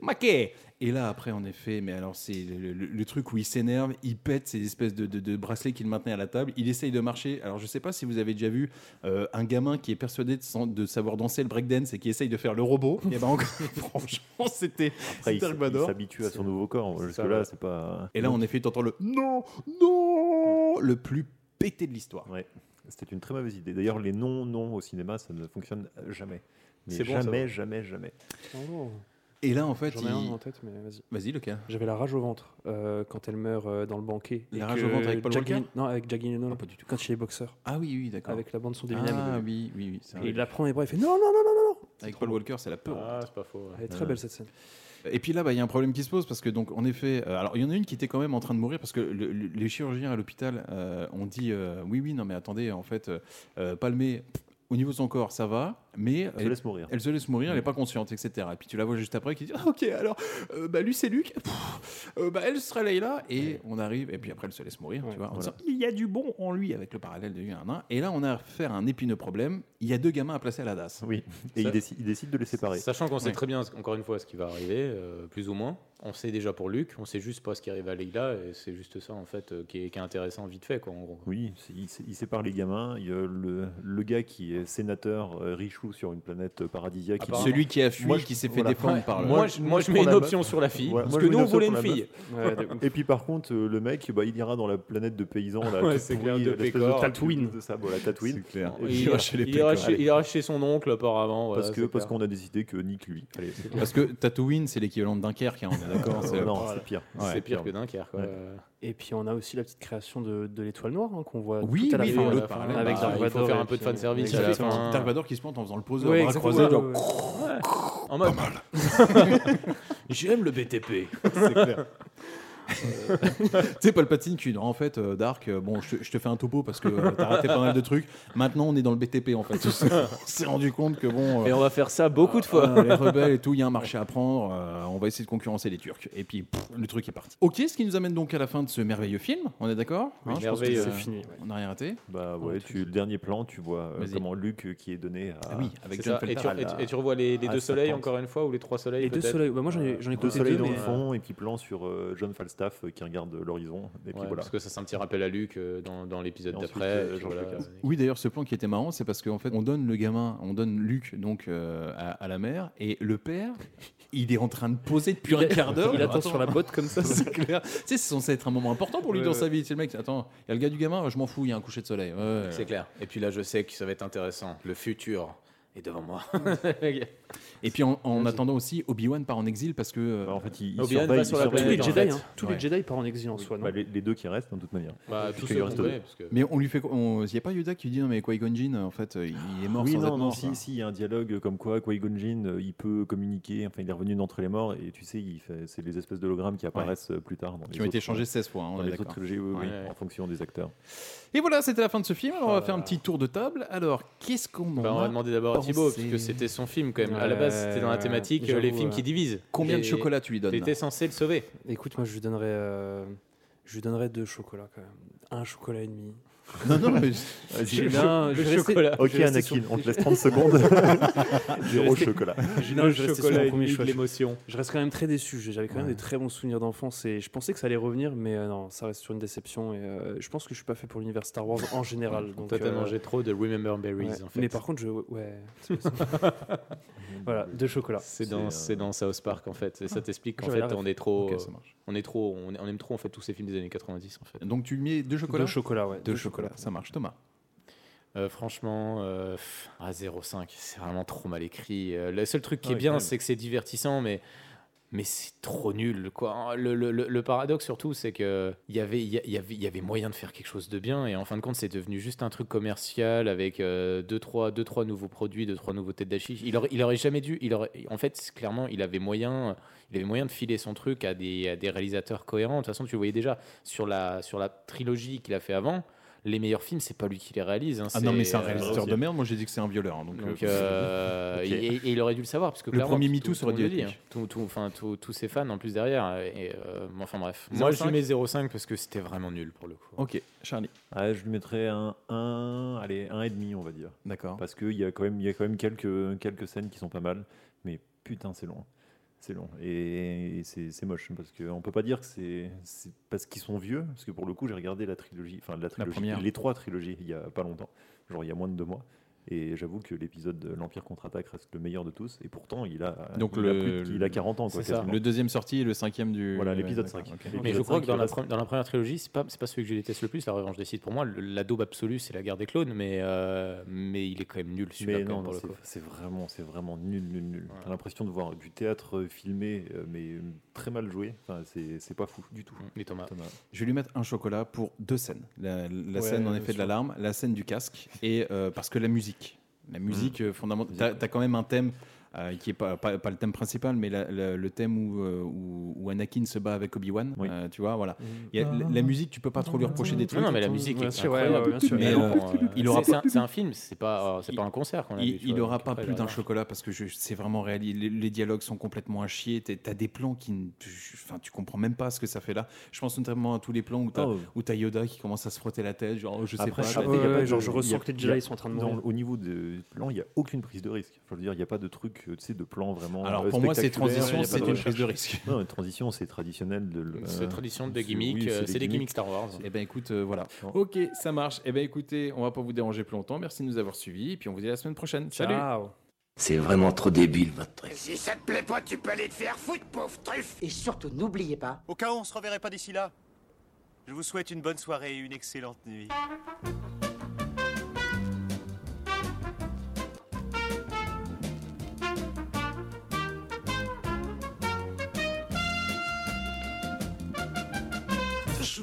S2: Ma che Oh, et là, après, en effet, mais alors c'est le, le- le truc où il s'énerve, il pète ces espèces de, de- de bracelets qu'il maintenait à la table, il essaye de marcher. Alors, je sais pas si vous avez déjà vu euh, un gamin qui est persuadé de, san- de savoir danser le breakdance et qui essaye de faire le robot. Et ben, encore, franchement, c'était c'était
S8: Après, il s-
S2: Dark
S8: il
S2: Vador.
S8: s'habitue à son nouveau corps. Jusque-là, c'est pas.
S2: Et là, en effet, t'entends le non, non, le plus pété de l'histoire.
S8: Ouais. C'était une très mauvaise idée. D'ailleurs, les non, non au cinéma, ça ne fonctionne jamais. Mais
S10: C'est bon, ça
S8: jamais,
S10: va.
S8: jamais, jamais.
S2: Et là, en fait,
S10: J'en ai un
S2: il-
S10: en tête, mais vas-y.
S2: Vas-y, lequel
S10: J'avais la rage au ventre euh, quand elle meurt euh, dans le banquet.
S2: La
S10: Et
S2: rage
S10: que
S2: au ventre avec Paul
S10: Jack
S2: Walker
S10: Gyllen- Non, avec Jack Gyllenhaal. pas
S2: du tout.
S10: Quand il est boxeur.
S2: Ah oui, oui, d'accord.
S10: Avec la bande son d'Eminem.
S2: Ah oui, oui, oui. c'est
S10: Et
S2: vrai.
S10: il la prend les bras, il fait non, non, non, non, non, non.
S2: Avec Paul Walker, c'est la peur.
S4: Ah, c'est pas faux.
S10: Elle est très belle cette scène.
S2: Et puis là, bah, il y a un problème qui se pose parce que, donc, en effet, euh, alors il y en a une qui était quand même en train de mourir parce que le- le- les chirurgiens à l'hôpital euh, ont dit euh, oui, oui, non, mais attendez, en fait, euh, euh, Palmé, au niveau de son corps, ça va, mais. euh,
S8: Elle se laisse mourir.
S2: Elle se laisse mourir, elle n'est pas consciente, etc. Et puis tu la vois juste après qui dit Ah, ok, alors, euh, bah, lui, c'est Luc, Pff, euh, bah, elle serait Leïla, et on arrive, et puis après, elle se laisse mourir, tu vois, en
S8: voilà.
S2: disant, Il y a du bon en lui avec le parallèle de lui à un nain. Et là, on a à faire un épineux problème il y a deux gamins à placer à la DAS.
S8: Oui, Et il, décide, il décide de les séparer.
S4: Sachant qu'on sait
S2: Ouais.
S4: très bien, encore une fois, ce qui va arriver, euh, plus ou moins. On sait déjà pour Luc, on sait juste pas ce qui arrive à Leila, et c'est juste ça, en fait, euh, qui, est, qui est intéressant vite fait, quoi, en gros.
S8: Oui, c'est- il, sé- il sépare les gamins. Il y a le, le gars qui est sénateur euh, richou sur une planète euh, paradisiaque. il dit-
S2: Apparemment. Celui qui a fui, qui s'est fait défendre par le-
S4: Moi, je- moi, je
S8: prends
S4: mets une
S8: la meuf.
S4: option sur la fille,
S8: Voilà,
S4: parce
S8: moi,
S4: que
S8: je mets
S4: nous,
S8: une
S4: on voulait
S8: option
S4: une
S8: sur la
S4: fille.
S8: meuf. Et puis par contre, euh, le mec, bah, il ira dans la planète de paysans, là,
S4: Ouais,
S8: tout
S4: c'est
S8: pourri,
S4: clair, de
S8: l'espèce
S4: pécores.
S8: de Tatooine. De ça, voilà, Tatooine. Et puis,
S4: Il,
S8: voilà.
S4: ira chez les il, ira chez, il ira chez son oncle, apparemment.
S8: Parce que- parce qu'on a décidé que nique lui. Allez.
S2: Parce que Tatooine, c'est l'équivalent de Dunkerque, hein, on est D'accord, c'est-
S8: euh, non,
S2: Voilà.
S8: c'est pire.
S2: Ouais.
S4: C'est pire que Dunkerque. quoi.
S10: Ouais. Et puis on a aussi la petite création de, de l'étoile noire hein, qu'on voit
S2: Oui,
S10: tout à la
S2: oui,
S10: fin,
S2: oui,
S10: là,
S2: l'autre parallèle.
S10: avec
S2: Bah,
S10: Dark
S2: il faut
S10: Vador.
S4: faire un
S10: et
S4: peu de
S10: puis, euh,
S4: fanservice
S10: et
S4: à la
S10: exactement.
S4: fin.
S2: Dark Vador qui se plante en faisant le pose
S10: Ouais,
S2: bras
S10: exactement,
S2: croisé, genre,
S10: ouais, ouais.
S4: En mode. J'aime le BTP. C'est clair.
S2: Euh, tu sais, Paul Patine qui dit en fait, euh, Dark, euh, bon, je te- je te fais un topo parce que euh, t'as raté pas mal de trucs. Maintenant, on est dans le BTP en fait. on s'est rendu compte que bon.
S4: Et on va faire ça beaucoup
S8: Ah,
S4: de fois.
S2: euh, les rebelles et tout, il y a un marché à prendre. euh, on va essayer de concurrencer les Turcs. Et puis, pff, le truc est parti. Ok, ce qui nous amène donc à la fin de ce merveilleux film. On est d'accord hein,
S8: Oui,
S2: je pense que
S8: merveilleux.
S2: c'est
S8: C'est
S2: fini. On n'a rien raté
S8: Bah ouais, tu, le dernier plan, tu vois euh,
S2: Vas-y.
S8: comment Luc euh, qui est donné à.
S2: Ah oui, avec
S4: C'est ça. Et, tu, et tu- et tu revois les, les deux soleils encore une fois ou les trois soleils
S10: Les deux
S4: peut-être
S10: soleils. Bah, moi, j'en ai- j'en ai
S8: Deux
S10: compté
S8: soleils
S10: deux,
S8: dans le
S10: mais,
S8: fond et puis plan sur euh, John Falstaff euh, qui regarde l'horizon. Et puis
S4: Ouais,
S8: voilà.
S4: Parce que ça c'est un petit rappel à Luc euh, dans, dans l'épisode
S8: Et ensuite,
S4: d'après.
S8: euh,
S4: et puis
S8: George
S4: voilà.
S8: Lucas.
S2: Oui, d'ailleurs, ce plan qui était marrant, c'est parce qu'en fait, on donne le gamin, on donne Luc donc euh, à, à la mère, et le père, il est en train de poser depuis
S10: Il
S2: un
S10: a-
S2: quart d'heure.
S10: il
S2: Alors,
S10: attend sur la botte comme ça.
S2: c'est clair. tu sais, c'est censé être un moment important pour lui
S4: Ouais,
S2: dans
S4: ouais.
S2: sa vie. C'est le mec, attends, il y a le gars du gamin, je m'en fous, il y a un coucher de soleil. Ouais.
S4: C'est clair. Et puis là, je sais que ça va être intéressant. Le futur est devant moi.
S2: Et puis en, en attendant aussi, Obi-Wan part en exil parce que. euh,
S8: Bah, en fait, il,
S2: Obi-Wan
S8: surveille-
S2: va sur
S8: il
S2: la
S8: surveille-
S2: planète,
S10: Tous les Jedi, hein. tous
S2: Ouais.
S10: les Jedi partent en exil en soi. non
S8: Bah, les, les deux qui restent, de toute manière.
S4: Bah,
S8: Parce
S4: tous
S8: qu'il
S4: ceux
S8: reste
S4: qu'on
S8: deux.
S4: connaît, parce que-
S2: Mais on lui fait. on- Il n'y a pas Yoda qui lui dit non mais Qui-Gon Jinn, en fait, il il est mort
S8: oui,
S2: sans
S8: non,
S2: être
S8: non,
S2: mort.
S8: si,
S2: quoi.
S8: si, il y a un dialogue euh, comme quoi Qui-Gon Jinn, euh, il peut communiquer, enfin, il est revenu d'entre les morts, et tu sais, il fait- c'est les espèces d'hologrammes qui apparaissent euh, plus tard. dans
S2: Qui
S8: les
S2: ont été
S8: autres,
S2: changés
S8: euh,
S2: 16 fois, hein, on
S8: dans
S2: est
S8: les
S2: d'accord.
S8: autres trilogies, oui, oui,
S2: Ouais.
S8: en fonction des acteurs.
S2: Et voilà, c'était la fin de ce film. Alors on va
S4: Oh
S2: faire un
S4: là
S2: petit tour de table. Alors qu'est-ce qu'on en
S4: Bah, on
S2: a
S4: va demander d'abord à
S2: pensé
S4: Thibaut, puisque c'était son film quand même. à la base, c'était dans la
S10: Ouais,
S4: thématique euh,
S10: j'avoue,
S4: les films qui
S10: ouais.
S4: divisent.
S2: Combien de
S4: Et
S2: chocolat tu lui donnes
S4: T'étais censé le sauver.
S10: Écoute, moi, je lui donnerais, euh, je lui donnerais deux chocolats quand même. Un chocolat et demi.
S2: Non, non, mais-
S10: J'ai- non, je vais
S8: Ok,
S10: rester- je vais rester
S8: Anakin,
S10: sur-
S8: on te laisse 30 secondes. Zéro
S10: Je vais-
S8: chocolat.
S10: Je- non, je
S8: Le
S10: restais sur
S8: chocolat
S10: mon
S8: et
S10: premier
S8: demi de
S10: choix.
S4: l'émotion.
S10: Je reste quand même très déçu. J'avais quand même
S8: Ouais.
S10: des très bons souvenirs d'enfance et je pensais que ça allait revenir, mais euh, non, ça reste sur une déception. Et euh, je pense que je suis pas fait pour l'univers Star Wars en général. Donc,
S4: Toi, t'as
S10: euh,
S4: mangé trop de Remember Berries
S10: ouais.
S4: en fait.
S10: Mais par contre, je ouais. c'est possible. voilà, deux chocolats.
S4: C'est dans, c'est euh, dans South Park en fait. Et ça t'explique qu'en
S10: J'avais
S4: fait,
S10: la ref.
S4: on est trop.
S2: Ok,
S4: euh,
S2: ça marche.
S4: on est trop. On, on aime trop en fait tous ces films des années 90 en fait.
S2: Donc tu lui mets deux chocolats
S10: Deux chocolats, ouais.
S2: Deux,
S10: Deux
S2: chocolats, ça marche, Thomas.
S4: Euh, franchement, euh, pff, ah, 0,5, c'est vraiment trop mal écrit. Euh, le seul truc qui
S10: Ah
S4: est
S10: oui, quand
S4: bien,
S10: même.
S4: c'est que c'est divertissant, mais, mais c'est trop nul. Quoi. Le, le- le- le paradoxe, surtout, c'est que y il y, a- y avait, y avait moyen de faire quelque chose de bien, et en fin de compte, c'est devenu juste un truc commercial avec 2-3 deux, trois, deux, trois nouveaux produits, 2-3 nouveaux têtes d'affiche. Il aurait, il aurait jamais dû. Il aurait, en fait, c'est- clairement, il avait, moyen, il avait moyen de filer son truc à des, à des réalisateurs cohérents. De toute façon, tu le voyais déjà sur la, sur la trilogie qu'il a fait avant. Les meilleurs films, c'est pas lui qui les réalise. hein,
S2: Ah non, mais c'est un
S4: euh,
S2: réalisateur de merde. Moi, j'ai dit que c'est un violeur. hein, Donc,
S4: donc,
S2: euh,
S4: euh,
S2: Ok.
S4: et, et il aurait dû le savoir parce que
S2: Le
S4: clairement,
S2: premier
S4: tout-
S2: MeToo,
S4: tout-
S2: ça aurait
S4: tout le
S2: dû
S4: monde
S2: être
S4: le dit,
S2: lui.
S4: hein. Tout- tout- enfin, tout- tous ses fans en plus derrière. Et, euh, enfin bref. Moi, je lui
S8: 0,5?
S4: mets 0,5 parce que c'était vraiment nul pour le coup.
S2: Ok, Charlie.
S8: Ah, je lui mettrais un 1, allez, un et demi, on va dire.
S2: D'accord.
S8: Parce qu'il y a quand même, il y a quand même quelques, quelques scènes qui sont pas mal, mais putain, c'est long. C'est long et, et c'est c'est moche parce qu'on peut pas dire que c'est c'est parce qu'ils sont vieux. Parce que pour le coup, j'ai regardé la trilogie, enfin la trilogie,
S2: première.
S8: les trois trilogies il y a pas longtemps, genre il y a moins de deux mois. Et j'avoue que l'épisode de l'Empire contre-attaque reste le meilleur de tous. Et pourtant, il a,
S2: Donc
S8: il, a
S2: le-
S8: plus de- il a 40 ans. Quoi,
S2: c'est ça.
S8: quasiment.
S2: Le deuxième sorti et le cinquième du.
S8: Ah Voilà,
S2: ouais,
S8: l'épisode
S2: d'accord,
S8: 5.
S2: ok.
S8: L'épisode
S4: Mais je crois
S8: 5,
S4: que dans
S8: il
S4: la,
S8: reste-
S4: pre- dans la première trilogie, c'est pas, c'est pas celui que je déteste le plus, La Revanche des Sith. Pour moi, le- la daube absolue, c'est la guerre des clones, mais, euh, mais il est quand même nul celui-là
S8: Mais
S4: quand
S8: non,
S4: même, pour
S8: non,
S4: le
S8: c'est-
S4: coup.
S8: c'est vraiment, c'est vraiment nul, nul, nul. T'as l'impression de voir du théâtre euh, filmé, euh, mais euh, très mal joué. Enfin, c'est c'est pas fou du tout.
S4: Mais Mm. Thomas.
S2: Je vais lui mettre un chocolat pour deux scènes. La, la
S8: Ouais,
S2: scène, en
S8: bien
S2: effet, de
S8: sûr.
S2: l'alarme, la scène du casque, et euh, parce que la musique. La musique
S8: Mm.
S2: fondamentale. T'as, t'as quand même un thème euh, qui est pas, pas, pas le thème principal, mais la- la- le thème où, euh, où, où Anakin se bat avec Obi-Wan. euh, tu vois, voilà. Il y a- la, la musique, tu peux pas trop lui reprocher des trucs.
S4: Ah. Mm. Non, non, mais la musique
S10: Bien
S4: est
S10: sûr, ouais, ouais,
S4: incroyable.
S10: bien sûr.
S2: Mais,
S4: Mais
S2: euh,
S4: bon, euh,
S2: il aura
S4: c'est
S2: pas-
S4: un- c'est un film, c'est pas, euh, c'est pas un concert qu'on a vu, tu
S2: Il
S4: vois,
S2: n'aura
S4: donc euh,
S2: pas
S4: après,
S2: plus
S4: la
S2: d'un
S4: revanche.
S2: chocolat parce que je- c'est vraiment réel. Il- Les, les dialogues sont complètement à chier. T'es- T'as des plans qui. ne- tu- Enfin, tu comprends même pas ce que ça fait là. Je pense notamment à tous les plans où t'as
S8: Oh.
S2: où t'as Yoda qui commence à se frotter la tête. Genre, oh, je sais
S8: Après,
S2: pas.
S8: je-
S2: t'as-
S8: il y a
S10: Ah ouais,
S8: pas de-
S10: genre, je
S8: il y a-
S10: ressens que les
S8: il y
S10: Jedi,
S8: a-
S10: ils sont en train de
S8: dans-
S10: mourir.
S8: Au niveau de plan, il n'y a aucune prise de risque. Enfin, je veux dire, il n'y a pas de truc, euh, tu sais, de plan vraiment.
S2: Alors,
S8: euh,
S2: pour moi, c'est
S8: spectaculaire,
S2: transition,
S8: il y a pas
S2: c'est une
S8: recherche.
S2: prise de risque.
S8: Non, une transition, c'est traditionnel. de le-
S4: C'est
S8: euh,
S4: tradition de
S8: c'est-
S4: gimmick,
S8: oui,
S4: euh, c'est des gimmicks
S8: gimmicks.
S4: Star Wars.
S2: Eh ben écoute, euh, voilà. Ok, ça marche. Eh ben écoutez, on va pas vous déranger plus longtemps. Merci de nous avoir suivis. Et puis on vous dit à la semaine prochaine. Salut.
S10: Ah,
S14: C'est vraiment trop débile maintenant.
S6: Si ça te plaît pas, tu peux aller te faire foutre, pauvre truffe
S15: Et surtout, n'oubliez pas.
S16: Au cas où on se reverrait pas d'ici là, je vous souhaite une bonne soirée et une excellente nuit.
S13: Je